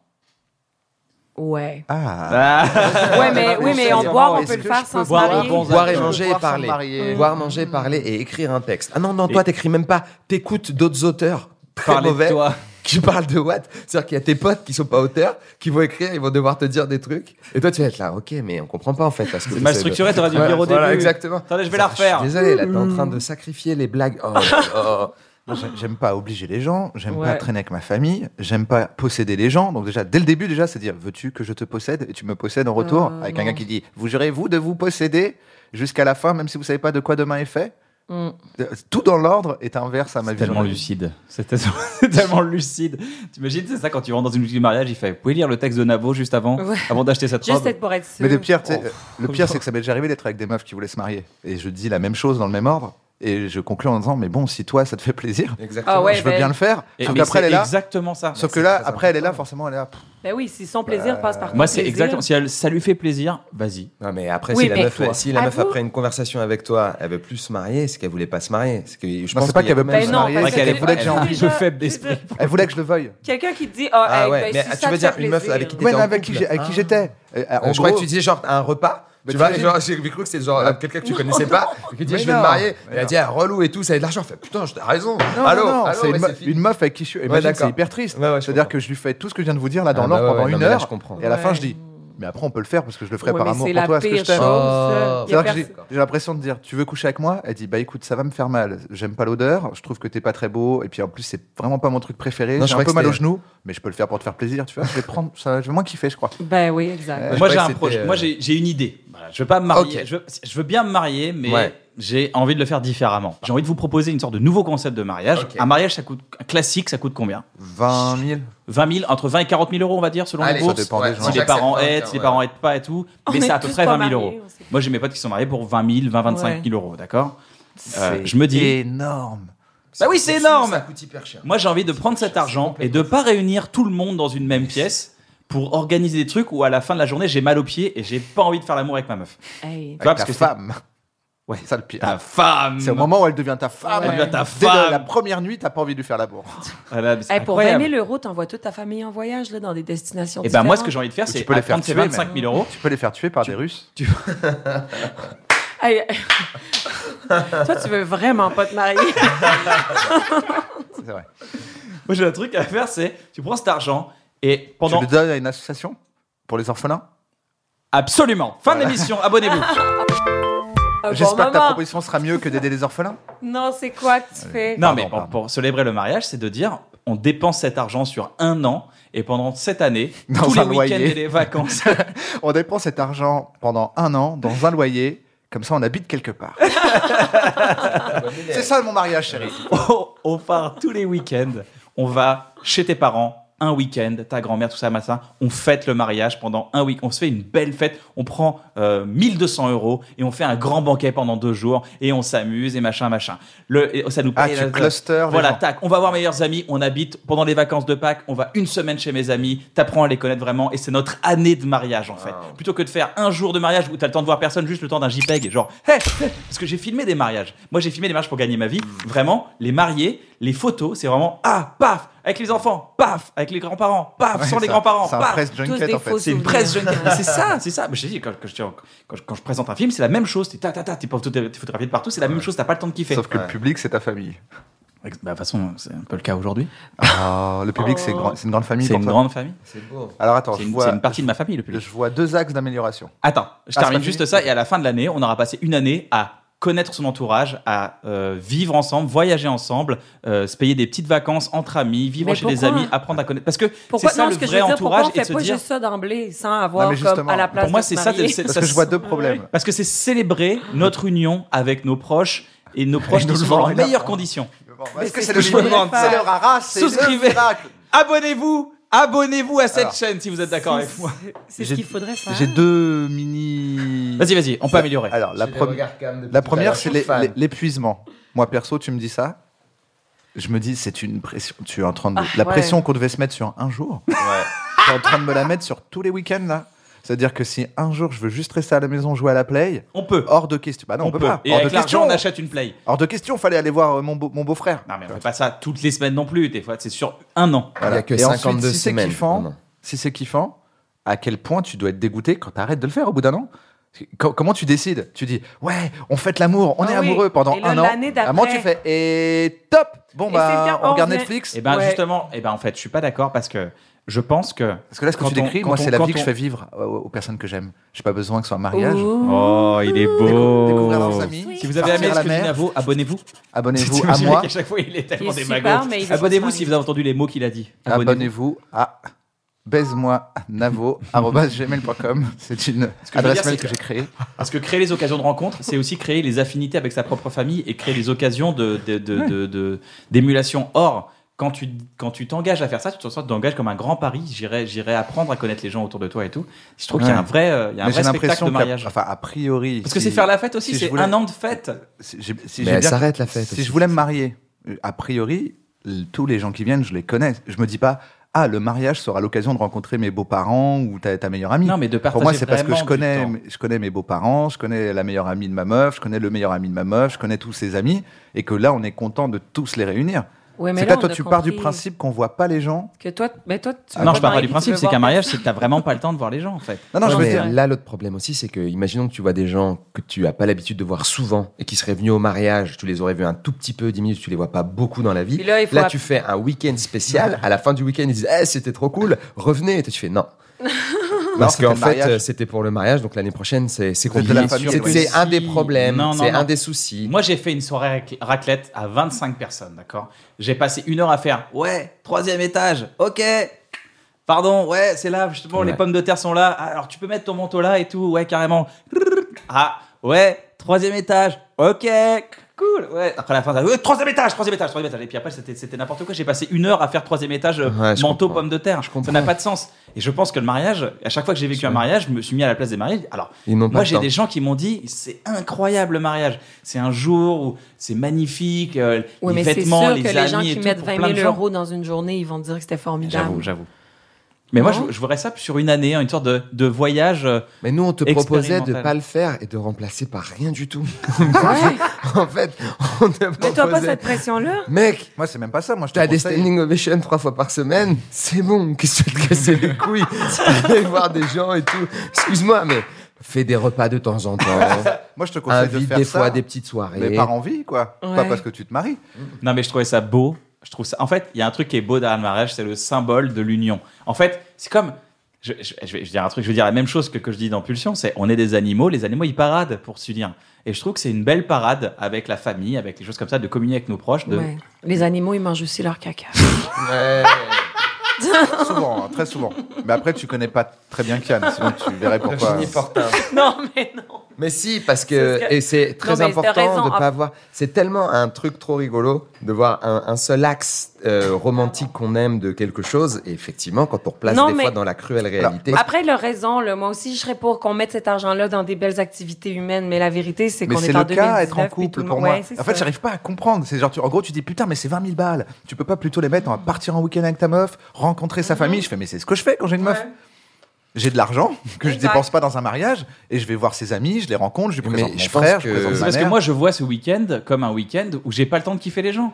S3: <laughs>
S4: Ouais.
S2: Ah.
S1: Ah,
S4: Ouais, mais, oui, mais on boire, on
S2: Est-ce
S4: peut le
S2: que
S4: faire
S2: je
S4: sans
S2: peux
S4: se
S1: boire un
S4: marier.
S1: bon
S3: Boire
S1: Je
S3: et
S1: peux
S3: manger et
S2: boire sans me
S3: parler.
S2: marier.
S3: Boire, manger, parler et écrire un texte. Ah non, non, toi,
S1: Et-
S3: t'écris même pas. T'écoutes d'autres auteurs très
S1: Parler de
S3: mauvais
S1: toi.
S3: qui parlent de what. C'est-à-dire qu'il y a tes potes qui sont pas auteurs, qui vont écrire, ils vont devoir te dire des trucs. Et toi, tu vas être là, ok, mais on comprend pas en fait. parce que
S1: C'est
S3: vous
S1: mal
S3: savez-
S1: structuré, t'aurais dû le
S3: Ouais,
S1: dire au
S3: voilà,
S1: début.
S3: Exactement.
S1: Attendez, je vais
S3: Ça,
S1: la refaire.
S3: suis Désolé, là, t'es en
S4: Mmh.
S3: train de sacrifier les blagues.
S4: <laughs>
S3: Oh, oh.
S2: Moi, j'ai- J'aime pas obliger les gens, j'aime pas
S4: Ouais.
S2: traîner avec ma famille, j'aime pas posséder les gens. Donc déjà, dès le début, déjà, c'est dire, veux-tu que je te possède et tu me possèdes en retour
S4: Euh,
S2: Avec un
S4: non.
S2: gars qui dit, vous jurez-vous de vous posséder jusqu'à la fin, même si vous savez pas de quoi demain est fait
S4: Mm.
S3: Ah,
S2: Euh, Tout dans l'ordre est inverse à ma
S1: C'est
S2: vision.
S1: tellement
S2: de la vie.
S1: lucide. C'est tellement, <laughs> c'est tellement lucide. T'imagines, c'est ça quand tu rentres dans une boutique de mariage, il fait Vous pouvez lire le texte de Navo juste avant,
S4: Ouais.
S1: avant d'acheter cette
S4: Juste
S1: robe
S4: être pour être sûr.
S2: Mais le pire, tu sais,
S1: Oh,
S3: <laughs>
S2: euh, le pire, c'est que ça m'est déjà arrivé d'être avec des meufs qui voulaient se marier. Et je dis la même chose dans le même ordre. Et je conclus en disant, mais bon, si toi, ça te fait plaisir,
S3: Exactement.
S4: Ah ouais.
S2: je veux
S4: ben-
S2: bien le faire.
S1: Et-
S3: eh,
S2: Sauf
S1: mais
S2: qu'après,
S1: c'est
S2: elle est là.
S1: Exactement ça. Bah,
S2: Sauf que
S3: c'est
S2: là,
S3: très
S2: après, elle est là,
S3: important.
S2: forcément, elle est là.
S4: Ben oui, si son
S3: Euh,
S4: plaisir passe par ton
S1: Moi, c'est
S4: plaisir.
S1: exactement. Si elle- ça lui fait plaisir, vas-y.
S3: Non, mais après,
S4: Oui,
S3: si, la
S4: mais
S3: meuf,
S4: toi.
S3: si la meuf,
S4: Avoue.
S3: après une conversation avec toi, elle veut plus se marier, c'est qu'elle voulait pas se marier. C'est que, je
S2: Non,
S3: pense
S2: c'est pas
S3: qu'il y a-
S2: qu'elle veut même
S4: Ben
S2: se
S4: non,
S2: marier,
S4: parce
S2: c'est qu'elle
S4: que-
S2: voulait que j'ai
S4: Ah,
S2: envie.
S1: un peu
S4: déjà-
S1: faible
S4: je veux dire,
S1: d'esprit.
S2: Elle voulait que je le veuille.
S4: Quelqu'un qui te dit ah,
S3: Ah
S4: hey,
S3: ouais,
S4: ben,
S3: mais
S4: si
S3: tu
S4: ça
S3: veux
S4: te
S3: dire
S4: fait
S3: une meuf
S4: plaisir.
S3: avec qui t'es-
S2: Ouais,
S3: en
S2: mais avec qui
S3: couple. Ah.
S2: j'ai- avec qui j'étais. Euh, en
S3: Euh, je crois que
S2: gros-
S3: tu disais genre à un repas.
S2: Mais
S3: Bah, tu vois,
S2: t'imagines-
S3: genre, j'ai cru que c'était genre euh, quelqu'un que tu connaissais <laughs> pas, qui dit
S2: Mais
S3: je vais me
S2: non.
S3: marier.
S2: Mais
S3: Elle a
S2: non.
S3: dit ah, relou et tout, ça a de l'argent. Fait putain, je- t'as raison.
S2: Non,
S3: allô,
S2: non, non,
S3: allô,
S2: c'est
S3: mais
S2: une, me-
S3: c'est fini.
S2: une meuf avec qui je suis. Imagine, c'est
S3: d'accord.
S2: hyper triste.
S3: Ouais, ouais, je
S2: C'est-à-dire
S3: comprends.
S2: que je lui fais tout ce que je viens de vous dire là dans
S3: Ah,
S2: l'ordre
S3: bah ouais,
S2: pendant
S3: ouais, non,
S2: une
S3: mais là,
S2: heure.
S3: je comprends.
S2: Et à la
S4: Ouais.
S2: fin, je dis. Mais après, on peut le faire parce que je le ferai
S4: Ouais,
S2: par
S4: mais
S2: amour
S4: c'est
S2: pour
S4: la
S2: toi, ce que je
S4: pire
S2: t'aime.
S4: chose.
S3: Oh.
S4: Il y a
S2: C'est-à-dire que j'ai
S4: personne-
S2: j'ai l'impression de dire, tu veux coucher avec moi Elle dit, bah écoute, ça va me faire mal. J'aime pas l'odeur, je trouve que t'es pas très beau, et puis en plus, c'est vraiment pas mon truc préféré.
S3: Non, je
S2: J'ai un
S3: crois
S2: peu
S3: que
S2: mal aux
S3: c'était-
S2: genoux, mais je peux le faire pour te faire plaisir, tu vois. Je vais prendre, ça, je vais moins kiffer, je crois.
S4: Ben oui, exact.
S3: Ouais,
S1: Moi,
S3: je
S1: j'ai
S3: croyais
S1: un
S3: que
S1: projet.
S3: c'était, euh,
S1: Moi, j'ai j'ai une idée. Voilà, je veux pas me marier.
S3: Ok.
S1: Je, veux, je veux bien me marier, mais
S3: Ouais.
S1: j'ai envie de le faire différemment. J'ai envie de vous proposer une sorte de nouveau concept de mariage.
S3: Ok.
S1: Un mariage, ça coûte un classique, ça coûte combien
S2: 20 000
S1: 20 000, entre 20 000 et 40 000 euros, on va dire, selon
S3: Allez,
S1: les bourses.
S2: ça dépend des gens.
S3: moi,
S1: Si les
S3: j'accepte
S1: parents
S3: pas,
S1: aident,
S3: tiens,
S1: si les
S3: ouais.
S1: parents aident pas et tout.
S4: On
S1: mais
S4: est
S1: c'est à peu
S4: tous
S1: près
S4: pas
S1: 20 000 euros.
S4: mariés, on sait pas.
S1: Moi, j'ai mes potes qui sont mariés pour 20 000, 20 25 000 euros, d'accord Euh, Je me dis.
S2: Énorme.
S1: Bah oui, c'est énorme.
S3: Ça coûte hyper cher.
S1: Moi, j'ai envie de prendre cet argent et de pas réunir tout le monde dans une même pièce pour organiser des trucs où à la fin de la journée j'ai mal aux pieds et j'ai pas envie de faire l'amour avec ma meuf.
S4: Hey.
S1: Tu vois,
S2: Avec
S1: Ah, parce que
S2: ta
S1: c'est-
S2: femme.
S1: Ouais.
S2: C'est ça le pire.
S1: Ta femme.
S2: C'est au moment où elle devient ta femme.
S4: Elle devient
S1: ta
S2: Dès
S1: femme.
S2: le- la première nuit, t'as pas envie de lui
S1: <laughs>
S2: faire l'amour.
S1: Voilà, Ah, mais c'est
S4: Hey, Eh, pour 20
S1: incroyable.
S4: 000 euros, t'envoies toute ta famille en voyage là, dans des destinations
S1: Et ben moi, ce que j'ai
S4: différentes.
S1: envie de faire,
S2: Ou
S1: c'est
S2: tu peux les
S1: à
S2: faire
S1: prendre ces
S2: tuer,
S1: 25 000 euros.
S2: Tu peux les faire tuer par des Russes.
S4: Hey,
S1: <laughs>
S4: Toi, tu veux vraiment pas
S2: <laughs>
S4: te marier.
S2: C'est vrai.
S1: <laughs> Moi, j'ai un truc à faire, c'est tu prends cet argent et pendant
S2: Tu le donnes à une association pour les orphelins
S1: absolument fin de l'émission, <laughs> abonnez-vous.
S4: Un bon
S2: J'espère que ta
S4: moment.
S2: proposition sera mieux que d'aider les orphelins.
S4: Non, c'est quoi que tu fais?
S1: Non,
S2: Pardon,
S1: mais pour,
S2: pardon.
S1: pour célébrer le mariage, c'est de dire on dépense cet argent sur un an et pendant cette année,
S2: Dans
S1: tous
S2: un
S1: les week-ends
S2: loyer.
S1: et les vacances.
S2: On dépense cet argent pendant un an dans un loyer. Comme ça, on habite quelque part. <laughs> C'est ça mon mariage, chérie.
S1: on, <laughs> on part tous les week-ends. On va chez tes parents un week-end, ta grand-mère, tout ça, matin. On fête le mariage pendant un week. On se fait une belle fête. On prend euh, 1200 euros et on fait un grand banquet pendant deux jours et on s'amuse et machin, machin. Le, et ça nous
S2: Ah,
S1: paye
S2: tu
S1: la-
S2: clusters les
S1: Voilà,
S2: gens.
S1: tac. On va voir meilleurs amis. On habite pendant les vacances de Pâques. On va une semaine chez mes amis. T'apprends à les connaître vraiment et c'est notre année de mariage en fait. Plutôt que de faire un jour de mariage où t'as le temps de voir personne, juste le temps d'un JPEG et genre, hey, hey, parce que j'ai filmé des mariages. Moi, j'ai filmé des mariages pour gagner ma vie.
S2: Hmm.
S1: Vraiment, les mariés, les photos, c'est vraiment ah paf avec les enfants, paf avec les grands-parents, paf sans les
S2: C'est un-
S1: grands-parents,
S2: C'est un
S1: paf.
S2: press junket
S4: des
S2: en fait.
S4: faux
S1: C'est une
S4: souvenirs.
S1: presse jeune. Mais c'est
S2: <laughs>
S1: ça, c'est ça. Mais je te dis, quand, quand je, quand je- quand je présente un film, c'est la même chose. T'es ta, ta, ta, t'es pas- t'es photographié de partout, c'est la même chose, t'as pas le temps de kiffer.
S2: Sauf que le public, c'est ta famille.
S1: Bah, de toute façon, c'est un peu le cas aujourd'hui.
S2: Ah, le public, c'est grand- c'est une grande famille.
S1: C'est
S2: pour
S1: une
S2: toi.
S1: grande famille.
S3: C'est beau.
S2: Alors attends,
S1: C'est
S2: je
S1: une, c'est
S2: vois,
S1: une partie de ma famille, le public.
S2: je vois deux axes d'amélioration.
S1: Attends, je
S2: Ah, c'est
S1: termine
S2: pas
S1: juste
S2: fini
S1: ça et à la fin de l'année, on aura passé une année à connaître son entourage, à euh, vivre ensemble, voyager ensemble, euh, se payer des petites vacances entre amis, vivre
S4: Mais
S1: chez des
S4: pourquoi
S1: amis, apprendre à connaître. Parce que c'est
S4: Pourquoi
S1: ça
S4: non,
S1: le
S4: ce que je
S1: vrai
S4: veux dire, pourquoi
S1: entourage
S4: on
S1: et de
S4: fait
S1: se
S4: pas
S1: dire.
S4: juste ça d'emblée sans
S2: Non,
S4: avoir
S2: mais
S4: comme
S2: justement,
S4: à la place
S1: Pour moi,
S4: de se
S1: c'est ça.
S4: marier?
S1: c'est-
S4: <laughs>
S2: Parce
S1: ça-
S2: que je vois deux problèmes.
S1: Parce que c'est célébrer notre union avec nos proches et nos proches
S2: nous
S1: qui
S2: le
S1: sont dans les
S2: vendent.
S1: meilleures conditions.
S2: Est-ce que
S4: c'est
S2: c'est
S4: ce
S2: le
S4: que je me
S2: minimum
S4: demande.
S2: C'est le rara, c'est
S1: Souscrivez.
S2: le miracle.
S1: Abonnez-vous, abonnez-vous à cette
S2: Alors,
S1: chaîne si vous êtes d'accord
S2: <laughs>
S1: avec moi.
S4: C'est ce
S2: J'ai-
S4: qu'il faudrait faire.
S2: J'ai deux mini.
S1: Vas-y, vas-y, on peut améliorer.
S2: Alors la première. La première, c'est l'é- l'é- l'épuisement. Moi, perso, tu me dis ça. Je me dis, c'est une pression. Tu es en train de. la
S4: ouais.
S2: pression qu'on devait se mettre sur un jour. <laughs> Tu es en train de me la mettre sur tous les week-ends, là. C'est-à-dire que si un jour je veux juste rester à la maison jouer à la play,
S1: On peut.
S2: hors de question. Bah non, on, peut, pas.
S1: Et
S2: hors,
S1: avec
S2: de question,
S1: l'argent, on achète une play.
S2: hors de question, fallait aller voir euh, mon, beau, mon beau-frère.
S1: Non, mais on fait pas ça toutes les semaines non plus. Des fois, c'est sur un an.
S3: Il y a que
S2: Et ensuite,
S3: 52
S2: si c'est
S3: semaines.
S2: kiffant,
S3: Non, non.
S2: si c'est kiffant, à quel point tu dois être dégoûté quand tu arrêtes de le faire au bout d'un an Co- Comment tu décides Tu dis ouais, on fête l'amour, on
S4: Ah
S2: est
S4: oui.
S2: amoureux pendant
S4: Et là,
S2: un an.
S4: l'année d'après.
S2: Maman, tu fais et top. Bon
S4: Et c'est
S2: bah,
S4: bien,
S2: on
S4: on
S2: regarde
S4: revient.
S2: Netflix.
S1: Et ben
S4: Ouais.
S1: justement, et ben en fait, je suis pas d'accord parce que je pense que
S2: Parce que là, ce que
S1: Quand
S2: tu
S1: on-
S2: décris,
S1: quand
S2: moi,
S1: on-
S2: c'est la
S1: quand
S2: vie que
S1: on-
S2: je fais vivre euh, aux personnes que j'aime. J'ai pas besoin que ce soit un mariage.
S4: Ouh.
S1: oh, il est beau.
S2: Découvrir leurs amis.
S1: Si vous avez aimé
S2: Partir à
S1: ce
S2: la
S1: que dit
S2: mer.
S1: Navo, abonnez-vous. <laughs>
S2: Abonnez-vous à
S1: T'imagines
S2: moi.
S1: qu'à chaque fois, il est tellement
S4: Il est
S1: démagogue.
S4: super, mais il veut
S1: Abonnez-vous
S4: pas se
S1: si vous avez entendu les mots qu'il a dit.
S2: Abonnez-vous à baise-moi navo gmail.com. C'est une
S1: Ce que je veux dire,
S2: adresse mail
S1: c'est
S2: que
S1: que-
S2: j'ai créée.
S1: Parce que créer les occasions de rencontre, c'est aussi créer les affinités avec sa propre famille et créer les occasions de de- de- de- de- d'émulation. Or, quand tu quand tu t'engages à faire ça, tu te sens- tu t'engages comme un grand pari. J'irai j'irai apprendre à connaître les gens autour de toi et tout. Je trouve qu'il y a
S2: Ouais.
S1: un vrai euh, il y a un
S2: Mais
S1: vrai
S2: j'ai
S1: spectacle
S2: l'impression
S1: de
S2: qu'à-
S1: mariage.
S2: Enfin, a priori.
S1: Parce que
S2: si-
S1: c'est faire la fête aussi,
S2: si je
S1: c'est
S2: voulais-
S1: un an de fête.
S2: si j'ai- si
S3: Mais
S2: j'ai
S3: elle
S2: bien-
S3: s'arrête la fête.
S2: Si
S3: aussi.
S2: je voulais me marier, euh, a priori, l- tous les gens qui viennent, je les connais. Je me dis pas, ah, le mariage sera l'occasion de rencontrer mes beaux-parents ou ta, ta meilleure amie.
S1: Non, mais de
S2: Pour moi,
S1: partager
S2: c'est parce que
S1: vraiment
S2: je
S1: du
S2: connais,
S1: temps.
S2: mes- je connais mes beaux-parents, je connais la meilleure amie de ma meuf, je connais le meilleur ami de ma meuf, je connais tous ses amis, et que là, on est content de tous les réunir.
S4: Ouais, mais
S2: C'est
S4: là,
S2: là, toi,
S4: on a
S2: tu pars du
S4: compris
S2: principe Ah qu'on voit pas les gens.
S4: Que toi, mais toi, tu veux
S1: non,
S4: pas
S1: je parle pas
S4: marier,
S1: du
S4: tu
S1: principe,
S4: veux
S1: c'est
S4: voir
S1: qu'un mariage, c'est que t'as vraiment pas le temps de voir les gens en fait.
S2: Non, non,
S3: Non,
S2: je veux
S3: mais euh,
S2: dire.
S3: là, l'autre problème aussi, c'est que, imaginons que tu vois des gens que tu as pas l'habitude de voir souvent et qui seraient venus au mariage, tu les aurais vus un tout petit peu, 10 minutes, tu les vois pas beaucoup dans la vie.
S4: Puis là, il faut app-
S3: tu fais un week-end
S4: <laughs>
S3: spécial, à la fin du week-end, ils disent, eh, c'était trop cool, revenez, et toi, tu fais, non. Parce
S2: c'était
S3: qu'en
S2: le
S3: fait,
S2: mariage.
S3: euh, c'était pour le mariage, donc l'année prochaine, c'est c'est
S2: C'était
S3: compliqué.
S2: la famille,
S3: C'est
S2: oui.
S3: c'est un des problèmes,
S1: Non, non,
S3: c'est
S1: non.
S3: un des soucis.
S1: Moi, j'ai fait une soirée rac- raclette à 25 personnes, d'accord J'ai passé une heure à faire Ouais, troisième étage, ok Pardon, ouais, c'est là, justement, les
S3: Ouais.
S1: pommes de terre sont là. Ah, Alors, tu peux mettre ton manteau là et tout, ouais, carrément. Ah, ouais, troisième étage, ok Cool, ouais. Après la fin, ça, ouais, troisième étage, troisième étage, troisième étage. Et puis après, c'était c'était n'importe quoi. J'ai passé une heure à faire troisième étage, euh,
S3: Ouais, je
S1: manteau,
S3: comprends.
S1: pommes de terre.
S3: Je comprends.
S1: Ça n'a pas de sens. Et je pense que le mariage, à chaque fois que j'ai vécu un mariage, je me suis mis à la place des mariés. Alors,
S3: Ils n'ont pas
S1: moi,
S3: le
S1: j'ai
S3: temps.
S1: des gens qui m'ont dit c'est incroyable le mariage. C'est un jour où c'est magnifique, euh,
S4: Ouais,
S1: les
S4: mais c'est
S1: vêtements,
S4: sûr
S1: les
S4: que
S1: amis
S4: les gens
S1: et
S4: qui
S1: tout,
S4: mettent
S1: pour
S4: 20
S1: plein de
S4: 000
S1: gens.
S4: euros dans une journée, ils vont dire que c'était formidable.
S1: J'avoue, j'avoue. Mais moi,
S4: Non.
S1: je, je voudrais ça sur une année, hein, une sorte de, de voyage. euh,
S3: Mais nous, on te proposait de
S1: Expérimental.
S3: pas le faire et de remplacer par rien du tout.
S2: <laughs>
S3: <laughs>
S4: Ouais.
S3: en fait, on te proposait.
S4: Mais t'as pas cette pression-là?
S3: Mec,
S2: Moi, c'est même pas ça. Moi, je te
S3: T'as des
S2: conseille.
S3: standing ovations trois fois par semaine, c'est bon, qu'est-ce que tu veux te casser les couilles <laughs> Aller voir des gens et tout. Excuse-moi, mais fais des repas de temps en temps.
S2: Moi, je te <laughs> conseille de
S3: Invite
S2: faire
S3: des
S2: ça.
S3: fois à des petites soirées.
S2: mais par envie, quoi. Pas
S4: Ouais.
S2: parce que tu te maries.
S1: Non, mais je trouvais ça beau. Je trouve ça. En fait, il y a un truc qui est beau derrière le mariage, c'est le symbole de l'union. En fait, c'est comme. Je, je- je vais je vais dire un truc, je vais dire la même chose que, que je dis dans Pulsion, c'est on est des animaux, les animaux ils paradent pour s'unir. Et je trouve que c'est une belle parade avec la famille, avec les choses comme ça, de communier avec nos proches, de
S4: Ouais. Les animaux, ils mangent aussi
S1: <laughs>
S4: leur caca.
S3: Ouais.
S2: souvent, hein, très souvent. Mais après, tu connais pas très bien Kian, sinon tu verrais pourquoi.
S3: Virginie Fortin.
S4: non, mais non.
S3: Mais si, parce
S4: C'est
S3: que,
S4: ce que-
S3: et c'est très
S4: mais t'as
S3: important
S4: raison.
S3: de
S4: Ah.
S3: pas avoir. C'est tellement un truc trop rigolo de voir un, un seul axe euh, romantique qu'on aime de quelque chose. Et effectivement, quand on replace
S4: Non,
S3: des
S4: mais- Ah,
S3: fois dans la cruelle réalité,
S4: Après, leur raison, là, moi aussi, je serais pour qu'on mette cet argent-là dans des belles activités humaines, mais la vérité, c'est
S2: Mais
S4: qu'on est,
S2: c'est
S4: en
S2: le cas,
S4: 2019,
S2: être en
S4: puis tout
S2: couple
S4: le
S2: pour
S4: monde-
S2: moi.
S4: Ouais, c'est
S2: en fait,
S4: ça.
S2: j'arrive pas à comprendre. C'est genre, tu- en gros, tu dis putain, mais c'est 20 000 balles. Tu peux pas plutôt les mettre en partir en week-end avec ta meuf, rencontrer
S4: Mhm.
S2: sa famille. Je fais, mais c'est ce que je fais quand j'ai une meuf. J'ai de l'argent que je
S4: Exact.
S2: dépense pas dans un mariage et je vais voir ses amis, je les rencontre, je lui
S3: Mais
S2: présente mon
S3: je pense
S2: frère, je
S3: que-
S2: présente
S3: C'est
S1: C'est
S2: ma
S1: parce que
S2: mère.
S1: moi, je vois ce week-end comme un week-end où j'ai pas le temps de kiffer les gens.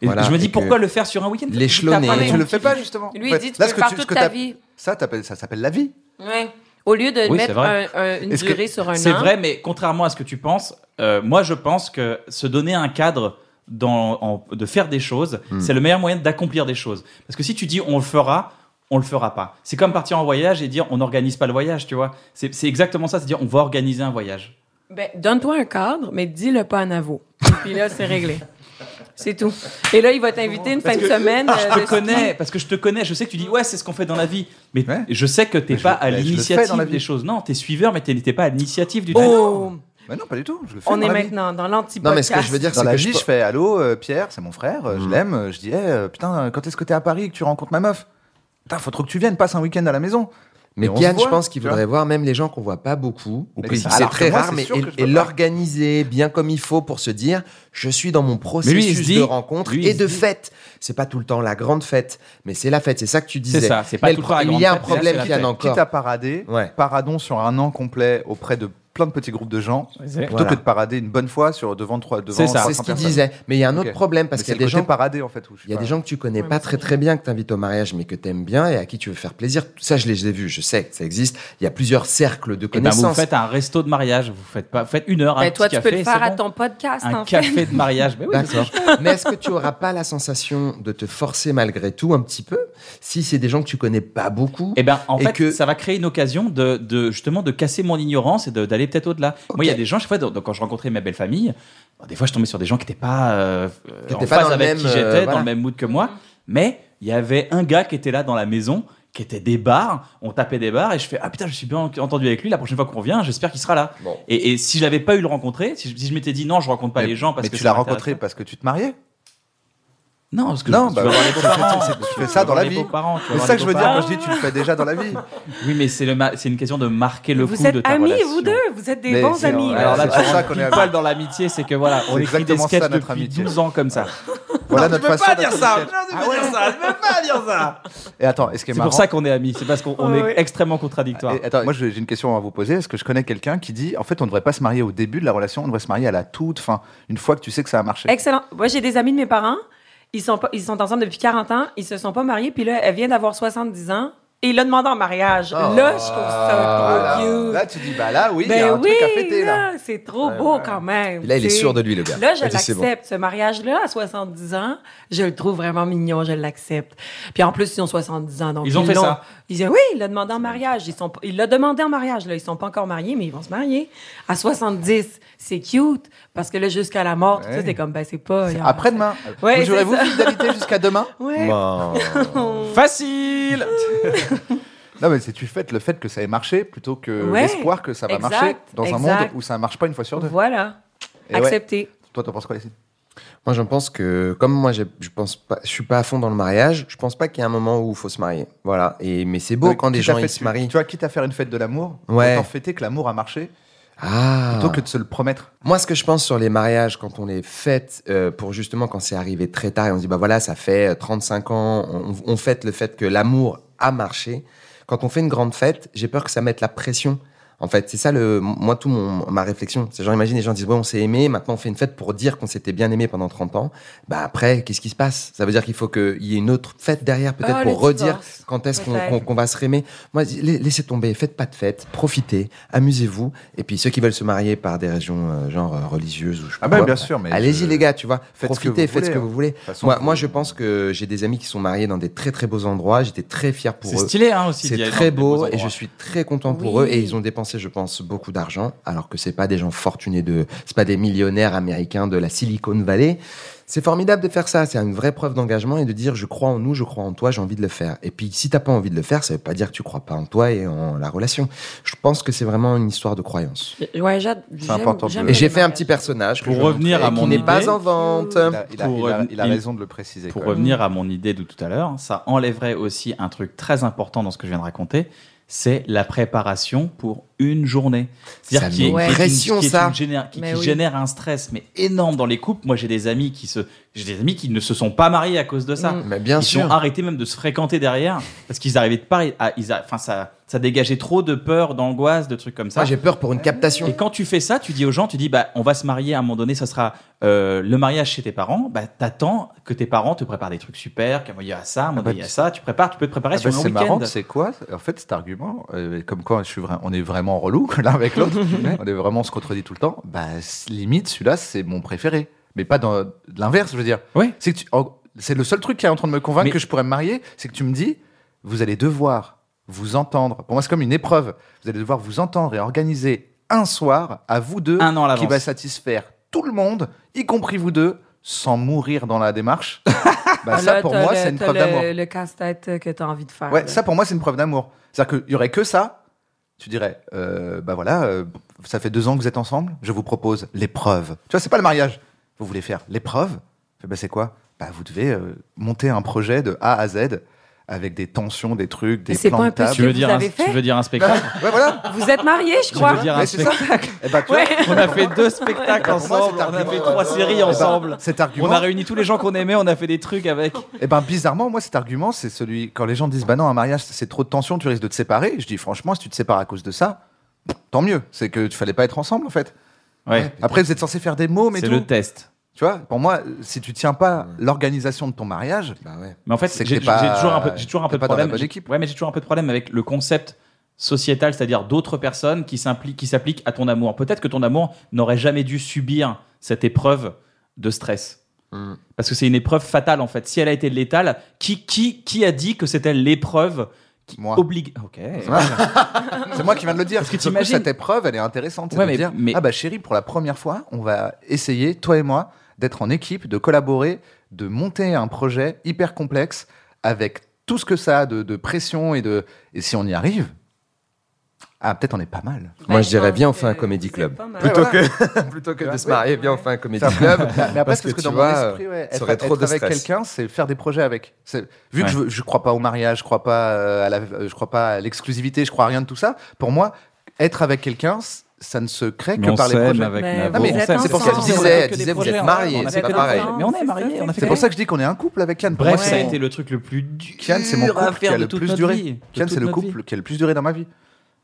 S1: Et
S3: Voilà,
S1: je me dis
S3: et que
S1: pourquoi le faire sur un week-end
S3: l'échelonner.
S1: T'as pas
S2: Mais
S1: le
S2: tu
S1: temps.
S2: le fais pas justement.
S4: Lui,
S2: En
S4: il
S2: fait,
S4: dit, tu
S2: là,
S4: peux
S2: ce
S4: le
S2: que
S4: faire
S2: tu- ce
S4: toute
S2: que
S4: ta
S2: t'as-
S4: vie.
S2: Ça, t'appelles- ça s'appelle la vie.
S4: Ouais. Au lieu de
S1: Oui, c'est
S4: mettre
S1: vrai.
S4: un- un- une
S2: Est-ce que-
S4: durée sur un an.
S1: C'est vrai, mais contrairement à ce que tu penses, euh, moi, je pense que se donner un cadre dans, en- de faire des choses,
S2: Hmm.
S1: c'est le meilleur moyen d'accomplir des choses. Parce que si tu dis on le fera, on le fera pas. C'est comme partir en voyage et dire on n'organise pas le voyage, tu vois. C'est c'est exactement ça, c'est dire on va organiser un voyage.
S4: Ben, donne-toi un cadre, mais dis-le pas à Navo. <laughs> Et puis là, c'est réglé. C'est tout. Et là, il va t'inviter une fin de semaine. euh,
S1: Ah, Je
S4: de
S1: te connais, parce que je te connais, je sais que tu dis ouais, c'est ce qu'on fait dans la vie. Mais
S2: Ouais.
S1: je sais que t'es
S2: Mais je-
S1: pas à
S2: mais je le fais dans
S1: l'initiative
S2: la
S1: des
S2: vie.
S1: choses. Non, t'es suiveur, mais t'es t'es pas à l'initiative du
S4: ski.
S1: truc.
S4: Oh,
S2: Mais non, pas du tout. Je le fais
S4: on
S2: dans
S4: est
S2: la vie.
S4: maintenant dans lanti
S3: Non, mais ce que je veux dire,
S2: Dans
S3: c'est
S2: la
S3: que
S2: vie,
S3: je,
S2: je fais allô, euh, Pierre, c'est mon frère, euh, je
S3: Mm.
S2: l'aime. euh, Je dis, Eh, euh, putain, euh, quand est-ce que t'es à Paris et que tu rencontres ma meuf Putain, faut trop que tu viennes, passe un week-end à la maison.
S3: Mais
S2: Et on se
S3: Kian, je
S2: voit,
S3: pense qu'il
S2: tu vois.
S3: voudrait voir même les gens qu'on voit pas beaucoup, ou
S2: Mais
S3: que
S2: ça,
S3: c'est
S2: alors
S3: très
S2: que moi,
S3: rare,
S2: c'est
S3: mais
S2: sûr
S3: et,
S2: que je
S3: et
S2: vois pas.
S3: l'organiser bien comme il faut pour se dire je suis dans mon processus
S1: il se dit-
S3: de rencontre
S1: lui, il
S3: et
S1: se
S3: de
S1: dit-
S3: fête. C'est pas tout le temps la grande fête, mais c'est la fête. C'est ça que tu disais.
S1: C'est ça, c'est pas
S3: Mais
S1: tout le
S3: pro-
S1: temps la
S3: Il y a
S1: grande fête, mais
S3: un
S1: là,
S3: problème,
S1: c'est la
S3: Kian,
S1: fête.
S3: encore.
S2: Quitte à parader,
S3: Ouais.
S2: paradons sur un an complet auprès de plein de petits groupes de gens,
S1: Eh ben,
S2: plutôt
S3: Voilà.
S2: que de parader une bonne fois sur devant trois devant
S1: C'est ça.
S2: 300
S3: C'est ce qu'il
S2: personnes.
S3: disait. Mais il y a un autre
S2: Ok.
S3: problème
S2: Mais
S3: parce
S2: c'est
S3: qu'il y a
S2: le
S3: des
S2: côté
S3: gens.
S2: paradé en fait. où je suis
S3: Il y a
S2: pas-
S3: des gens que tu connais
S4: Ouais, mais
S3: pas
S4: c'est
S3: très
S4: vrai.
S3: très bien que t'invites au mariage, mais que t'aimes bien et à qui tu veux faire plaisir. Ça, je les ai vus, je sais que ça existe. Il y a plusieurs cercles de
S1: Eh ben, vous
S3: connaissances.
S1: faites un resto de mariage, vous faites pas, faites une heure, un
S4: Ben,
S1: petit
S4: toi, tu
S1: café,
S4: peux le
S1: Ah, c'est
S4: faire à
S1: bon.
S4: ton podcast,
S1: un
S4: en fait.
S1: café de mariage.
S2: Eh
S1: Mais oui,
S3: D'accord. <laughs> Mais est-ce que tu auras pas la sensation de te forcer malgré tout un petit peu si c'est des gens que tu connais pas beaucoup
S2: Eh
S1: Et ben en
S3: Et
S1: fait,
S3: que-
S1: ça va créer une occasion de, de justement de casser mon ignorance et de- d'aller peut-être au-delà. Moi, il y a des gens, chaque fois, donc, quand je rencontrais ma belle famille, bon, des fois, je tombais sur des gens qui n'étaient pas euh,
S3: Qui
S1: en
S3: étaient pas
S1: phase
S3: dans le
S1: avec
S3: même,
S1: qui j'étais,
S3: euh,
S1: dans
S3: voilà.
S1: le même mood que moi. Mais il y avait un gars qui était là dans la maison, qui était des bars. On tapait des bars et je fais ah putain, je suis bien entendu avec lui. La prochaine fois qu'on revient, j'espère qu'il sera là.
S3: Bon.
S1: Et, et si je l'avais pas eu le rencontrer, si je, si je m'étais dit non, je rencontre pas
S2: Mais-
S1: les gens parce
S2: mais
S1: que
S2: tu
S1: ça
S2: l'as
S1: m'intéresse
S2: rencontré
S1: pas.
S2: parce que tu te mariais
S1: Non, parce que
S2: Non,
S1: tu
S2: bah,
S1: vas voir les
S2: tu fais-
S1: beaux-parents.
S2: tu fais- tu fais
S1: vas
S2: ça dans
S1: voir
S2: la
S1: les
S2: vie.
S1: beaux-parents, tu vas
S2: C'est
S1: voir
S2: ça
S1: les
S2: que je veux dire
S1: beaux-parents.
S2: quand je dis tu le fais déjà dans
S1: <laughs>
S2: la vie.
S1: Oui, mais c'est le ma- c'est une question de marquer le
S4: vous
S1: coup
S4: êtes
S1: de ta
S4: amis,
S1: relation.
S4: vous deux. Vous êtes des
S2: Mais
S4: bons
S2: c'est-
S4: amis.
S2: ouais,
S4: là.
S1: Alors là,
S2: c'est
S1: tu
S2: pour ça
S1: rentres
S2: qu'on
S1: pile
S2: est amis.
S1: poil dans l'amitié, c'est que voilà, on
S2: C'est
S1: écrit des
S2: exactement ça,
S1: sketchs
S2: notre
S1: depuis
S2: amitié.
S1: 12 ans comme ça.
S2: Voilà notre façon
S1: Je ne peux pas dire ça, je ne peux pas dire ça
S2: Et attends, est-ce qui est
S1: C'est pour
S2: marrant-
S1: ça qu'on est amis, c'est parce qu'on on
S4: Ouais,
S1: est
S4: ouais.
S1: extrêmement contradictoires.
S2: Et attends, moi j'ai j'ai une question à vous poser. Est-ce que je connais quelqu'un qui dit en fait on ne devrait pas se marier au début de la relation, on devrait se marier à la toute fin, une fois que tu sais que ça a marché
S4: Excellent. Moi, j'ai des amis de mes parents. Ils sont, pas- ils sont ensemble depuis 40 ans. Ils se sont pas mariés. Puis là, elle vient d'avoir 70 ans. Et il l'a demandé en mariage. là, je trouve ça
S2: Ah,
S4: trop
S2: voilà.
S4: cute.
S2: Là tu dis bah là oui, il y a
S4: ben
S2: un
S4: oui,
S2: truc à fêter là.
S4: là, c'est trop beau quand même.
S3: Puis Là, il est
S4: tu sais.
S3: sûr de lui, le gars.
S4: Là, je
S3: Il dit, c'est bon.
S4: l'accepte. Ce mariage-là, à 70 ans, je le trouve vraiment mignon, je l'accepte. Puis en plus, ils ont 70 ans. Donc
S1: Ils ont fait
S4: l'ont-
S1: ça.
S4: Ils disaient, oui, il l'a demandé en mariage. Ils sont, il l'a demandé en mariage. Là. Ils sont pas encore mariés, mais ils vont se marier. À 70, c'est cute. Parce que là, jusqu'à la mort, tout ça, c'est comme, ben, c'est pas. il y a-
S2: Après-demain.
S4: Ouais,
S2: vous
S4: c'est
S2: jurez-vous
S4: ça.
S2: fidélité jusqu'à
S4: <laughs>
S2: demain
S4: Ouais.
S3: Oh.
S1: Facile
S2: Non mais c'est tu fêtes le fait que ça ait marché plutôt que
S4: Ouais.
S2: l'espoir que ça va
S4: Exact,
S2: marcher dans un monde
S4: exact.
S2: où ça marche pas une fois sur deux.
S4: Voilà.
S2: Et ouais.
S4: Accepté.
S2: Toi t'en penses quoi ici
S3: Moi, j'en pense que, comme moi, j'ai- je pense pas, je suis pas à fond dans le mariage. Je pense pas qu'il y a un moment où il faut se marier. Voilà. Et mais c'est beau quand des gens ils se marient.
S2: Tu vois, quitte à faire une fête de l'amour,
S3: Ouais.
S2: autant fêter que l'amour a marché
S3: Ah.
S2: plutôt que de se le promettre.
S3: Moi, ce que je pense sur les mariages, quand on les fête, euh, pour justement quand c'est arrivé très tard et on se dit, bah voilà, ça fait euh, 35 ans, on, on fête le fait que l'amour a marché. Quand on fait une grande fête, j'ai peur que ça mette la pression. En fait, c'est ça le, moi, tout mon, ma réflexion. C'est genre, imagine, les gens disent, ouais, on s'est aimé, maintenant on fait une fête pour dire qu'on s'était bien aimé pendant 30 ans. Bah après, qu'est-ce qui se passe? Ça veut dire qu'il faut qu'il y ait une autre fête derrière, peut-être
S4: Ah, le
S3: pour redire
S4: divorce.
S3: quand est-ce qu'on,
S4: Peut-être.
S3: qu'on- qu'on va se rémer. Moi, je dis, la- laissez tomber, faites pas de fête, profitez, amusez-vous. Et puis ceux qui veulent se marier par des régions euh, genre euh, religieuses ou je sais
S2: Ah
S3: pas
S2: bah,
S3: quoi,
S2: bien
S3: bah,
S2: sûr, mais
S3: Allez-y
S2: je-
S3: les gars, tu vois,
S2: Faites ce que
S3: profitez,
S2: vous
S3: faites ce
S2: voulez,
S3: que
S2: hein.
S3: vous voulez.
S2: façon,
S3: Moi,
S2: vous-
S3: moi, je pense que j'ai des amis qui sont mariés dans des très très beaux endroits. J'étais très fier pour
S1: C'est
S3: eux.
S1: stylé hein, aussi. d'y
S3: C'est
S1: aller
S3: très
S1: dans des
S3: beau
S1: beaux
S3: et je
S1: endroits.
S3: suis très content pour eux et ils ont dépensé, je pense, beaucoup d'argent alors que c'est pas des gens fortunés de, c'est pas des millionnaires américains de la Silicon Valley. C'est formidable de faire ça. C'est une vraie preuve d'engagement et de dire je crois en nous, je crois en toi, j'ai envie de le faire. Et puis si t'as pas envie de le faire, ça veut pas dire que tu crois pas en toi et en la relation. Je pense que c'est vraiment une histoire de croyance.
S4: Ouais, j'ad- j'aime-
S2: important de-
S4: j'aime
S3: Et
S4: les
S3: j'ai fait un
S4: mariages.
S3: petit personnage que
S1: Pour
S3: je vais
S1: revenir
S3: montrer
S1: à
S3: et
S1: mon
S3: qui n'est
S1: idée-
S3: pas en vente.
S2: Il a, il a-
S1: Pour,
S2: il a-
S1: euh,
S2: il a
S1: il-
S2: raison de le préciser.
S1: Pour
S2: quand même.
S1: revenir à mon idée de tout à l'heure, ça enlèverait aussi un truc très important dans ce que je viens de raconter, c'est la préparation pour une journée.
S3: Ça
S1: C'est-à-dire qu'il y a une
S4: met
S1: qui est une-
S3: pression,
S1: qui est
S3: ça.
S1: une génère- qui,
S4: Mais
S1: qui
S4: oui.
S1: génère un stress mais énorme dans les couples. Moi, j'ai des amis qui se, j'ai des amis qui ne se sont pas mariés à cause de
S4: Mm.
S1: ça.
S3: Mais bien
S1: ils ont
S3: sûr.
S1: arrêté même de se fréquenter derrière parce qu'ils arrivaient de pas, à- ils a- enfin ça, ça dégageait trop de peur, d'angoisse, de trucs comme ça.
S3: Moi, j'ai peur pour une
S1: Et
S3: captation.
S1: quand tu fais ça, tu dis aux gens, tu dis, bah, on va se marier à un moment donné, ça sera euh, le mariage chez tes parents. Bah, t'attends que tes parents te préparent des trucs super, qu'à un moment, il y a ça, à un moment donné, il y a ça. Tu prépares, tu peux te préparer
S2: bah, Ah bah,
S1: sur un
S2: c'est
S1: week-end.
S2: marrant, c'est quoi En fait, cet argument, euh, comme quoi je suis vra- on est vraiment relou <laughs> l'un avec
S1: <laughs>
S2: l'autre, on est vraiment on se contredit tout le temps. Bah c- limite, celui-là c'est mon préféré, mais pas dans l'inverse, je veux dire.
S1: Ouais.
S2: C'est que tu- en- c'est le seul truc qui est en train de me convaincre
S1: Mais-
S2: que je pourrais me marier, c'est que tu me dis, vous allez devoir vous entendre. Pour moi, c'est comme une épreuve. Vous allez devoir vous entendre et organiser un soir à vous deux
S1: Un an à
S2: qui
S1: l'avance.
S2: va satisfaire tout le monde, y compris vous deux, sans mourir dans
S1: <laughs>
S2: la démarche. bah,
S4: Ah,
S2: ça
S4: là,
S2: pour
S4: t'as
S2: moi,
S4: le-
S2: c'est une
S4: t'as
S2: preuve
S4: le-
S2: d'amour.
S4: le casse-tête que t'as envie de faire.
S2: Ouais,
S4: là.
S2: ça pour moi c'est une preuve d'amour. C'est-à-dire qu'il y aurait que ça, tu dirais, euh, bah voilà, euh, ça fait deux ans que vous êtes ensemble, je vous propose l'épreuve. Tu vois, c'est pas le mariage. Vous voulez faire l'épreuve Eh ben, C'est quoi Bah vous devez euh, monter un projet de A à Z avec des tensions, des trucs, des
S4: Mais c'est
S2: plans
S4: pas
S2: de
S4: un peu
S2: table.
S1: Tu veux,
S4: Vous
S1: dire un,
S4: avez fait
S1: tu veux dire un spectacle
S2: <laughs> Ouais, voilà.
S4: Vous êtes mariés, je
S1: Tu
S4: crois.
S1: veux dire un
S2: Ouais, c'est ça.
S1: spectacle
S2: Eh ben, tu
S4: Ouais.
S2: vois,
S1: On a fait deux spectacles
S2: Pour moi,
S1: ensemble,
S2: cet
S1: on a fait
S2: argument-
S1: trois séries
S2: eh ben,
S1: ensemble.
S2: cet argument,
S1: On a réuni tous les gens qu'on aimait, on a fait des trucs avec.
S2: Eh ben bizarrement, moi cet argument, c'est celui quand les gens disent bah non, un mariage c'est trop de tension, tu risques de te séparer. Je dis franchement, si tu te sépares à cause de ça, tant mieux. C'est que tu fallait pas être ensemble en fait.
S1: Ouais,
S2: Après vous êtes censé faire des mots, mais
S1: c'est
S2: tout.
S1: le test.
S2: Tu vois, pour moi, si tu tiens pas l'organisation de ton mariage,
S3: Bah ouais.
S1: Mais en fait,
S2: C'est
S1: j'ai j'ai
S2: que t'es pas-
S1: toujours un peu, j'ai toujours un
S2: t'es
S1: peu de
S2: pas dans la
S1: problème.
S2: bonne
S1: j'ai-
S2: équipe.
S1: Ouais, mais j'ai toujours un peu de problème avec le concept sociétal, c'est-à-dire d'autres personnes qui s'impliquent, qui s'appliquent à ton amour. Peut-être que ton amour n'aurait jamais dû subir cette épreuve de stress.
S2: Hmm.
S3: Mm.
S1: Parce que c'est une épreuve fatale en fait. Si elle a été létale, qui qui qui a dit que c'était l'épreuve qui
S2: Moi.
S1: oblige OK.
S2: <laughs> c'est moi qui viens de le dire.
S1: Parce que
S2: Sauf
S1: t'imagines-
S2: cette épreuve, elle est intéressante. C'est
S1: Ouais,
S2: de
S1: mais-
S2: dire,
S1: mais-
S2: ah bah chérie, pour la première fois, on va essayer, toi et moi, d'être en équipe, de collaborer, de monter un projet hyper complexe avec tout ce que ça a de, de pression et de. Et si on y arrive, Ah, peut-être on est pas mal.
S3: Moi, je dirais, viens, on fait
S4: Euh,
S3: un comédie club. Plutôt
S2: <laughs>
S3: que, plutôt que de se marier, viens, on fait un comédie club.
S2: Mais après,
S3: <laughs> Parce
S2: c'est parce
S3: que
S2: que,
S3: tu
S2: dans
S3: vois,
S2: mon esprit, ouais,
S3: ça
S2: être,
S3: aurait trop
S2: être
S3: de
S2: avec
S3: stress.
S2: quelqu'un, c'est faire des projets avec. C'est- Vu
S1: Ouais.
S2: que je, je crois pas au mariage, je crois pas euh, à la, euh, je crois pas à l'exclusivité, je crois à rien de tout ça. Pour moi, être avec quelqu'un, c- ça ne se crée
S1: Mais
S2: que
S1: on
S2: par les
S1: s'aime
S2: projets.
S1: avec
S4: Mais
S1: Navo,
S4: vous
S1: on
S4: êtes
S1: s'aime.
S4: ensemble.
S1: C'est pour ça que je
S4: Vous
S1: disais,
S3: êtes
S1: je disais, vous
S3: ensemble.
S4: hein.
S1: êtes mariés,
S3: On a
S1: c'est
S3: fait
S1: pas
S3: que
S1: pareil.
S4: des
S1: Mais on est
S4: enfants,
S1: mariés,
S4: c'est
S1: on a fait
S4: ça.
S2: C'est
S1: que
S2: pour
S1: des
S2: ça que je dis qu'on est un couple avec Kian.
S1: Bref,
S2: Pour
S1: ça a
S2: moi,
S1: été le truc le plus dur.
S2: Kian, c'est mon
S1: à
S2: couple qui
S1: faire
S2: a
S1: de
S2: le
S1: toute
S2: plus
S1: notre vie,
S2: duré.
S1: de
S2: Kian, c'est
S1: toute
S2: le
S1: notre
S2: couple
S1: vie.
S2: qui a le plus duré dans ma vie.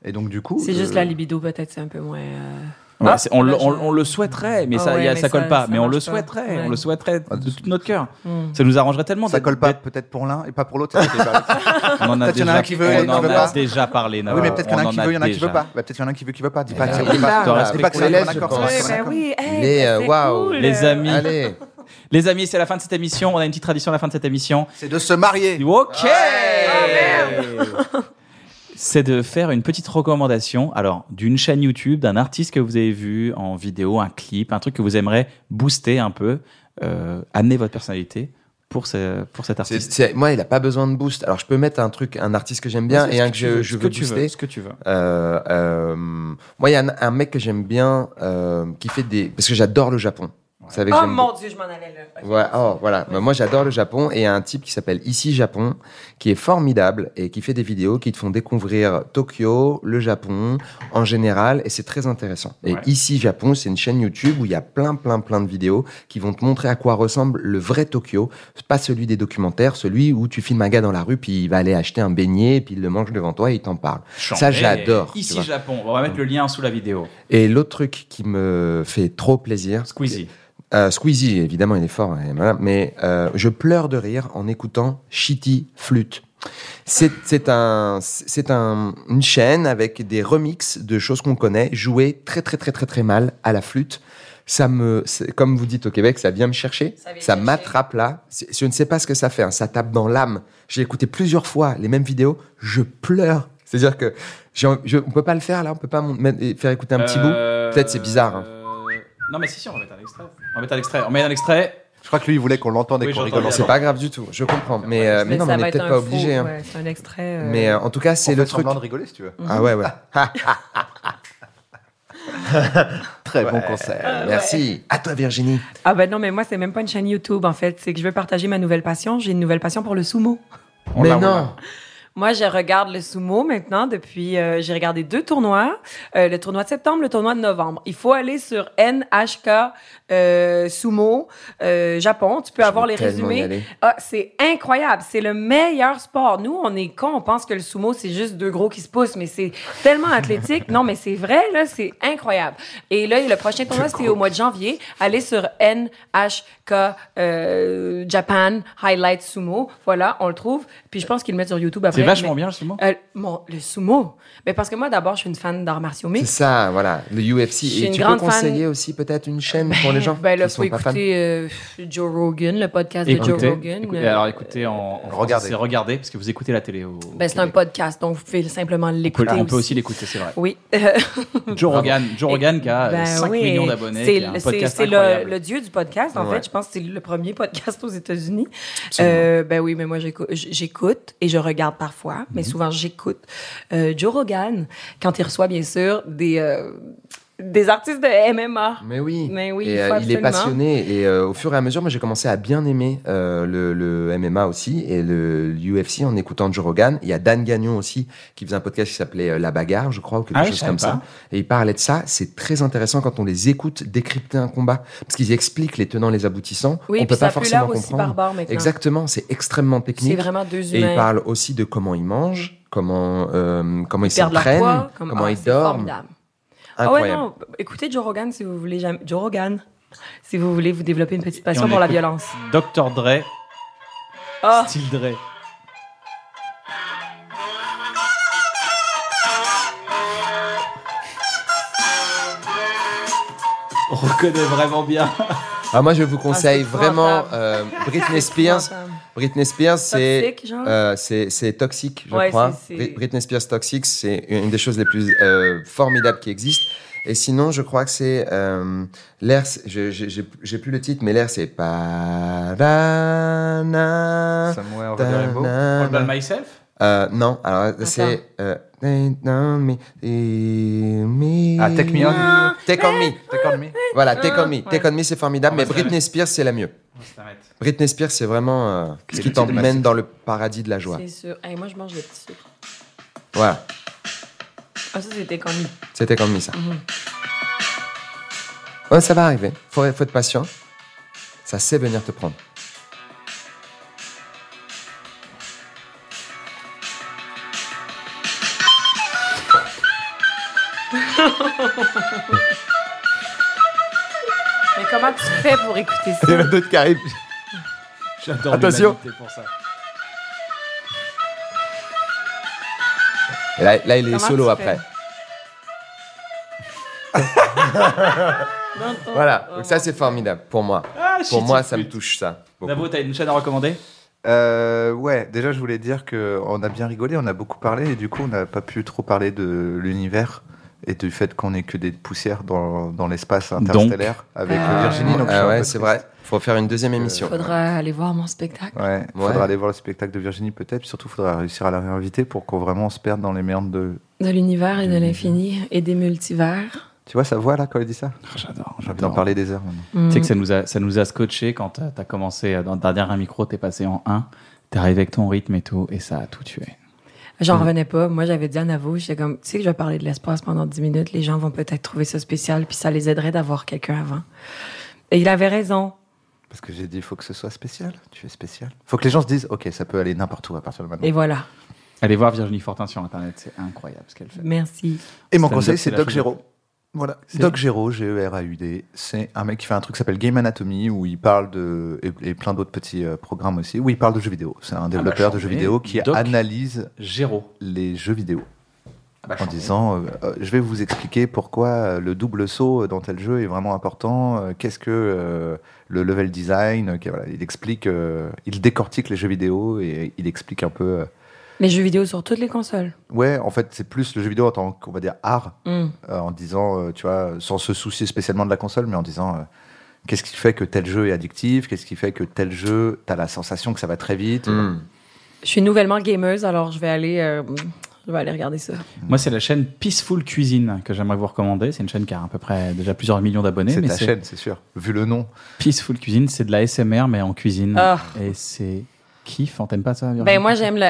S2: Et donc, du coup.
S4: C'est juste
S2: euh,
S4: la libido, peut-être, c'est un peu moins. euh,
S1: Ouais,
S4: Ah,
S1: c'est- on, le-
S4: bah, je-
S1: on- on le souhaiterait, mais
S4: Ah
S1: ça,
S4: ouais,
S1: y a-
S4: mais
S1: ça colle
S4: ça-
S1: pas.
S4: ça
S1: mais on le
S4: marche pas.
S1: souhaiterait,
S4: Ouais.
S1: on le souhaiterait
S2: Ah,
S1: de
S2: de-
S1: tout notre cœur.
S4: hmm.
S1: Ça nous arrangerait tellement.
S2: Ça
S1: d'être-
S2: colle pas peut-être pour l'un et pas
S1: <laughs>
S2: pour l'autre. ça, c'est pas-
S1: On en a
S2: Peut-être y en a
S1: déjà-
S2: un qui veut et
S1: on
S2: qui
S1: en
S2: veut
S1: a
S2: pas.
S1: déjà parlé.
S2: Ah oui, mais
S1: Nava,
S2: peut-être qu'il y en a
S1: on
S2: un qui veut, il y en a qui veut
S1: déjà.
S2: pas. Bah, peut-être qu'il y en a un qui veut, qui veut pas. Dis pas
S3: ben,
S2: que c'est
S3: oui,
S2: pas.
S3: là,
S2: Dis pas que c'est
S3: respectez-les,
S2: un accord,
S3: je
S2: c'est
S4: Ouais,
S3: pense.
S2: un
S4: ben
S2: accord.
S4: oui,
S3: Mais,
S4: hey, ben
S3: euh,
S4: c'est
S3: waouh.
S4: cool. Oh
S1: Les amis,
S3: euh, Allez,
S1: les amis, c'est la fin de cette émission. On a une petite tradition à la fin de cette émission.
S2: C'est de se marier.
S1: Ok. C'est de faire une petite recommandation, alors d'une chaîne YouTube, d'un artiste que vous avez vu en vidéo, un clip, un truc que vous aimeriez booster un peu, euh, amener votre personnalité pour, ce, pour cet
S3: C'est-
S1: artiste.
S3: c'est- moi, il a pas besoin de boost. Alors, je peux mettre un truc, un artiste que j'aime bien
S1: Vas-y,
S3: et
S1: ce
S3: un
S1: que
S3: que
S1: tu veux,
S3: je, je
S1: ce
S3: veux
S1: que tu
S3: booster.
S1: ce que tu veux.
S3: Euh, euh, moi, il y a un, un mec que j'aime bien euh, qui fait des. Parce que j'adore le Japon. Vous savez que
S4: Oh
S3: j'aime
S4: mon dieu, je m'en allais là. Ok.
S3: Ouais, oh, voilà. Bah, moi, j'adore le Japon et il y a un type qui s'appelle Ici Japon, qui est formidable et qui fait des vidéos qui te font découvrir Tokyo, le Japon en général, et c'est très intéressant. Et
S1: Ouais.
S3: Ici Japon, c'est une chaîne YouTube où il y a plein, plein, plein de vidéos qui vont te montrer à quoi ressemble le vrai Tokyo, pas celui des documentaires, celui où tu filmes un gars dans la rue, puis il va aller acheter un beignet, puis il le mange devant toi et il t'en parle. Ça, j'adore. tu
S1: Ici
S3: vois.
S1: Japon, on va mettre le lien sous la vidéo.
S3: Et l'autre truc qui me fait trop plaisir,
S1: Squeezie.
S3: euh, Squeezie, évidemment, il est fort, hein, voilà, mais euh, je pleure de rire en écoutant Shitty Flute. C'est c'est un, c'est un, une chaîne avec des remixes de choses qu'on connaît, jouées très très très très très mal à la flûte. Ça me, c'est- comme vous dites au Québec, ça vient me chercher,
S4: Ça vient
S3: ça
S4: chercher.
S3: m'attrape là. C'est- Je ne sais pas ce que ça fait, hein, ça tape dans l'âme. J'ai écouté plusieurs fois les mêmes vidéos, je pleure. C'est-à-dire que j'ai envie- je, on peut pas le faire là, on peut pas mon- mettre- faire écouter un
S1: Euh,
S3: petit bout. Peut-être c'est bizarre, hein.
S1: Non mais si si, on va mettre un extrait. On va mettre un extrait. On met un extrait.
S2: Je crois que lui, il voulait qu'on l'entende et
S1: Oui,
S2: qu'on
S1: j'entends
S2: rigole.
S1: bien.
S3: C'est pas grave du tout, je comprends, mais, euh, mais non, mais on
S4: ça va
S3: n'est
S4: être
S3: peut-être
S4: un
S3: pas
S4: faux,
S3: obligé. hein.
S4: ouais, c'est un extrait. euh,
S3: Mais euh, en tout cas,
S2: On
S3: c'est
S2: fait
S3: le truc.
S2: semblant de rigoler si tu veux.
S3: Ah ouais, ouais.
S2: <laughs> Très bon conseil.
S3: Merci. À toi, Virginie.
S4: Ah ben non, mais moi, c'est même pas une chaîne YouTube, en fait. C'est que je veux partager ma nouvelle passion. J'ai une nouvelle passion pour le sumo.
S3: mais
S1: l'a, on
S3: non.
S4: Moi, je regarde le sumo maintenant depuis... euh, J'ai regardé deux tournois, euh, le tournoi de septembre, le tournoi de novembre. Il faut aller sur NHK euh, Sumo euh, Japon. Tu peux avoir
S3: veux
S4: les
S3: tellement y
S4: résumés.
S3: aller.
S4: Ah, c'est incroyable. C'est le meilleur sport. Nous, on est cons. On pense que le sumo, c'est juste deux gros qui se poussent, mais c'est tellement athlétique. Non, mais c'est vrai, là. C'est incroyable. Et là, le prochain tournoi, c'est au mois de janvier. Allez sur NHK euh, Japan Highlight Sumo. Voilà, on le trouve. Puis je pense qu'ils le mettent sur YouTube après.
S1: C'est vachement
S4: mais-
S1: bien justement.
S4: Euh, bon, le sumo. Mais parce que moi, d'abord, je suis une fan d'arts martiaux
S3: C'est
S4: mixtes.
S3: ça, voilà, le
S4: Je suis
S3: UFC. Et
S4: une
S3: tu peux
S4: grande fan.
S3: conseiller aussi peut-être une chaîne pour les
S4: <laughs>
S3: gens
S4: Ben là,
S3: qui
S4: faut
S3: sont pas fans.
S4: écouter euh, Joe Rogan, le podcast de Joe Rogan.
S1: écoutez,
S4: Euh,
S1: alors écoutez en, en
S2: Regardez.
S1: regardez. c'est regarder parce que vous écoutez la télé au.
S4: Ben, c'est
S1: au
S4: un
S1: Québec.
S4: podcast, donc vous pouvez simplement
S1: On peut,
S4: l'écouter.
S1: on peut aussi l'écouter, c'est vrai.
S3: <laughs>
S4: Oui.
S1: Joe Rogan, Joe Rogan qui
S3: Ah,
S1: a euh,
S4: Ben
S1: 5
S4: oui.
S1: millions d'abonnés, qui
S4: C'est
S1: a un
S4: c'est-
S1: podcast
S4: c'est le,
S1: incroyable.
S4: le dieu du podcast, en
S3: Ouais.
S4: fait. Je pense que c'est le premier podcast aux États-Unis.
S3: Absolument.
S4: Euh, ben oui, mais moi, j'écou- j- j'écoute et je regarde parfois, mais
S3: Mhm.
S4: souvent, j'écoute euh, Joe Rogan quand il reçoit, bien sûr, des, euh, des artistes de MMA.
S3: Mais oui.
S4: Mais oui,
S3: Et,
S4: il
S3: euh,
S4: faut
S3: il est
S4: absolument.
S3: passionné et euh, au fur et à mesure, moi j'ai commencé à bien aimer euh, le, le MMA aussi et le UFC en écoutant Joe Rogan. Il y a Dan Gagnon aussi qui faisait un podcast qui s'appelait euh, La Bagarre, je crois, ou quelque
S1: Ah, je
S3: chose
S1: savais
S3: comme
S1: pas.
S3: ça. Et il parlait de ça. C'est très intéressant quand on les écoute décrypter un combat parce qu'ils expliquent les tenants, les aboutissants. on
S4: Oui, puis
S3: peut
S4: ça
S3: pas
S4: a plus l'air
S3: forcément
S4: aussi
S3: comprendre.
S4: barbare maintenant.
S3: Exactement, c'est extrêmement
S4: C'est
S3: technique.
S4: vraiment deux
S3: Et
S4: humains.
S3: il parle aussi de comment il mange, comment, euh, comment il
S4: Ils perdent leur
S3: s'entraîne,
S4: poids, comme-
S3: comment
S4: ah,
S3: il
S4: c'est
S3: dort.
S4: formidable. Ah ouais,
S3: Incroyable.
S4: non, écoutez Joe Rogan si vous voulez jamais. Joe Rogan, si vous voulez vous développer une petite passion
S1: on
S4: pour la
S1: écoute-
S4: violence.
S1: Dr Dre,
S4: Ah,
S1: Style Dre. On reconnaît vraiment bien.
S3: Ah, moi, je vous conseille
S4: Ah, c'est
S3: vraiment
S4: épouvantable.
S3: euh, Britney
S4: <laughs>
S3: Spears.
S4: Ah,
S3: Britney Spears, c'est
S4: Toxique, genre
S3: euh, c'est c'est toxique, je
S4: Ouais,
S3: crois.
S4: c'est- c'est-
S3: Bri- Britney Spears toxique, c'est une des choses les plus euh, formidables qui existent. Et sinon, je crois que c'est euh, l'air. c'est- je- je- J'ai j'ai plus le titre, mais l'air c'est pas.
S4: Hein.
S2: Somewhere over the rainbow.
S1: All by myself
S3: Euh, non, alors c'est. Euh, Take on me, me.
S2: Ah, Take Me On.
S3: Take on me.
S2: Take on me.
S3: Voilà, Take on me. Take on me, c'est formidable,
S1: Ah,
S3: mais
S1: bah,
S3: Britney Spears, c'est la mieux.
S1: On va se la mettre.
S3: Britney Spears, c'est vraiment euh, ce
S2: le
S3: qui
S2: titre de ma
S3: t'emmène
S2: série.
S3: dans le paradis de la joie.
S4: C'est sûr. Hey, moi, je mange le petit sucre.
S3: Voilà,
S4: Ah, ça, c'était connu.
S3: c'était comme ça.
S1: Mhm.
S3: Ouais, ça va arriver. Faut, faut être patient. Ça sait venir te prendre.
S4: Mais comment tu fais pour écouter ça?
S3: a d'autres qui arrivent.
S1: J'adore
S3: Attention.
S1: l'humanité pour ça.
S3: Là, là, il est
S4: Comment
S3: solo
S4: tu
S3: après.
S4: Non, non.
S3: Voilà,
S4: Oh,
S3: donc ça, c'est formidable pour moi.
S1: Ah,
S3: Pour
S1: shit,
S3: moi,
S1: c'est
S3: ça me
S1: flûte.
S3: touche, ça. beaucoup.
S1: Navo, t'as une chaîne à recommander
S2: Euh, ouais, déjà je voulais dire que on a bien rigolé, on a beaucoup parlé et du coup on n'a pas pu trop parler de l'univers et du fait qu'on est que des poussières dans, dans l'espace interstellaire avec
S4: Ah.
S2: Virginie. Donc je suis
S3: Ah
S2: un
S3: ouais,
S2: peu
S3: c'est
S2: triste.
S3: vrai. Faut faire une deuxième émission.
S4: Faudra aller voir mon spectacle.
S2: Ouais, faudra
S3: Ouais.
S2: aller voir le spectacle de Virginie peut-être, puis surtout faudra réussir à la réinviter pour qu'on vraiment se perde dans les méandres de.
S4: De l'univers et de l'infini et des multivers.
S2: Tu vois sa voix là quand elle dit ça
S1: Ah,
S3: Ah,
S1: J'adore,
S2: J'ai envie d'en parler des heures maintenant.
S4: Mm.
S1: Tu sais que ça nous a, ça nous a scotché quand t'as t'as commencé euh, dans ta dernière micro, t'es passé en 1, t'es arrivé avec ton rythme et tout, et ça a tout tué.
S3: Mm.
S4: J'en revenais pas. Moi, j'avais dit à Navo, j'étais comme, tu sais que je vais parler de l'espace pendant 10 minutes, les gens vont peut-être trouver ça spécial, puis ça les aiderait d'avoir quelqu'un avant. Et il avait raison.
S2: Parce que j'ai dit, il faut que ce soit spécial. Tu es spécial. faut que les gens se disent, ok, ça peut aller n'importe où à partir de maintenant.
S4: Et voilà.
S1: Allez voir Virginie Fortin sur internet, c'est incroyable ce qu'elle fait.
S4: Merci.
S2: Et mon
S1: Stand-up,
S2: conseil,
S1: c'est
S2: c'est
S1: la
S2: Doc
S1: chose.
S2: Géraud. Voilà. Doc E Géraud, G-E-R-A-U-D. C'est un mec qui fait un truc qui s'appelle Game Anatomy, où il parle de. et, et plein d'autres petits euh, programmes aussi, où il parle de jeux vidéo. C'est
S1: Ah,
S2: un développeur de
S1: chambé.
S2: jeux vidéo qui
S1: bah, Doc.
S2: analyse
S1: Géro.
S2: les jeux vidéo.
S1: Ah bah,
S2: en
S1: chambé.
S2: disant, euh, euh, je vais vous expliquer pourquoi euh, le double saut dans tel jeu est vraiment important, euh, qu'est-ce que euh, le level design, euh, qui- voilà, il explique, euh, il décortique les jeux vidéo et il explique un peu. euh,
S4: Les jeux vidéo sur toutes les consoles.
S2: ouais, en fait, c'est plus le jeu vidéo en tant qu'on va dire art,
S4: Mm.
S2: euh, en disant, euh, tu vois, sans se soucier spécialement de la console, mais en disant euh, qu'est-ce qui fait que tel jeu est addictif, qu'est-ce qui fait que tel jeu, t'as la sensation que ça va très vite. euh,
S3: Hmm.
S4: Je suis nouvellement gameuse, alors je vais aller, euh, je vais aller regarder ça.
S1: Moi, c'est la chaîne Peaceful Cuisine que j'aimerais vous recommander. C'est une chaîne qui a à peu près déjà plusieurs millions d'abonnés.
S2: C'est
S1: mais
S2: ta chaîne, c'est sûr. Vu le nom,
S1: Peaceful Cuisine, c'est de la SMR, mais en cuisine.
S4: Ah.
S1: Et c'est kiff, on t'aime pas ça, Virginie
S4: Ben, moi, j'aime le.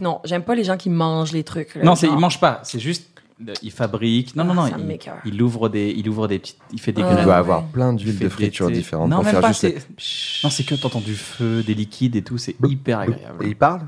S4: Non, j'aime pas les gens qui mangent les trucs. là,
S1: Non, c'est,
S4: genre.
S1: il mange pas, c'est juste, le- il fabrique. Non, non,
S4: Ah,
S1: non,
S4: ça me
S1: il,
S4: m'écoeure.
S1: il ouvre des, il ouvre des petites, il fait des
S4: Ah.
S3: Il
S4: Ouais.
S3: doit
S1: granolas.
S3: avoir plein
S1: Euh, Il
S3: d'huiles
S1: fait
S3: de
S1: des
S3: friture
S1: thés.
S3: différentes
S1: Non,
S3: pour
S1: même
S3: faire
S1: pas,
S3: juste.
S1: c'est... Non, c'est que t'entends du feu, des liquides et tout, c'est hyper
S2: et
S1: agréable.
S2: il parle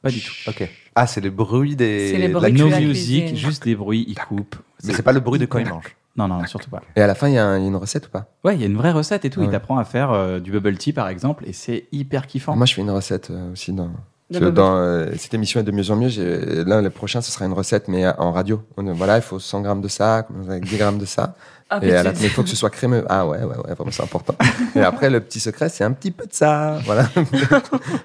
S1: Pas du tout.
S2: Ok. Ah, c'est le bruit des.
S4: C'est les
S2: de la
S4: bruits
S1: No
S4: de la
S1: music,
S4: cuisine.
S1: juste des bruits, il coupe.
S2: Mais c'est pas le bruit de quand il mange.
S1: Non, non, non, surtout pas.
S3: Et à la fin, il y a un- il y a une recette ou pas
S1: Ouais, il y a une vraie recette et tout.
S3: Ah Ouais.
S1: Il t'apprend à faire euh, du bubble tea, par exemple, et c'est hyper kiffant.
S3: Moi, je fais une recette euh, aussi dans.
S4: De
S3: parce que
S4: bubble
S3: dans euh, cette émission est de mieux en mieux. j'ai- Là, le prochain, ce sera une recette, mais euh, en radio. On, euh, voilà, il faut 100 grammes de ça, 10 grammes
S2: <laughs>
S3: de ça.
S4: Ah, puis
S3: et à
S4: tu
S3: la
S4: dis-
S3: fin, il faut que ce soit crémeux. Ah ouais, ouais, ouais, vraiment, c'est important. et après, le petit secret, c'est un petit peu de ça. Voilà. <laughs>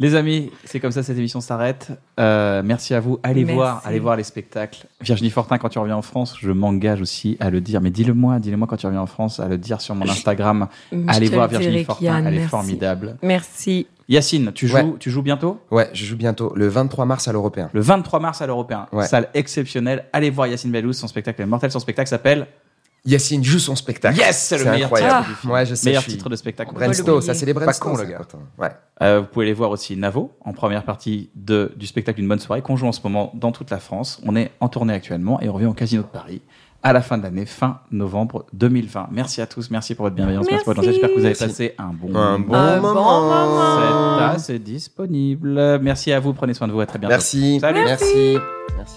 S1: Les amis, c'est comme ça, cette émission s'arrête. Euh, merci à vous. Allez
S4: Merci.
S1: voir, allez voir les spectacles. Virginie Fortin, quand tu reviens en France, je m'engage aussi à le dire. Mais dis-le-moi, dis-le-moi quand tu reviens en France, à le dire sur mon Instagram.
S4: Je
S1: allez
S4: te
S1: voir
S4: le dirai,
S1: Virginie Fortin,
S4: Kian,
S1: elle est
S4: merci.
S1: formidable.
S4: Merci.
S1: Yacine, tu joues,
S3: Ouais.
S1: tu joues bientôt
S3: Ouais, je joue bientôt, le 23 mars à l'Européen.
S1: Le 23 mars à l'Européen.
S3: Ouais.
S1: Salle exceptionnelle. Allez voir Yacine Bellouz, son spectacle est mortel. Son spectacle s'appelle
S3: Yacine joue son spectacle.
S1: Yes, c'est le meilleur
S3: incroyable.
S4: titre
S1: du film.
S3: Ouais, je sais.
S1: Meilleur
S3: je suis-
S1: titre de spectacle.
S4: Brainstorm.
S3: Brensto, ça, c'est les
S2: Pas
S3: Brensto.
S2: con,
S3: ça,
S2: le gars.
S3: putain. Ouais.
S1: Euh, vous pouvez aller voir aussi Navo en première partie de, du spectacle d'une bonne soirée qu'on joue en ce moment dans toute la France. On est en tournée actuellement et on revient au Casino de Paris à la fin de l'année, fin novembre 2020. Merci à tous, merci pour votre bienveillance, merci, pour votre
S4: Merci.
S1: attention. J'espère que vous avez passé un bon
S3: Un bon
S4: Un bon
S3: moment.
S1: Cette tasse est disponible. Merci à vous, prenez soin de vous, à très bientôt.
S3: Merci.
S1: Salut.
S3: Merci. Merci.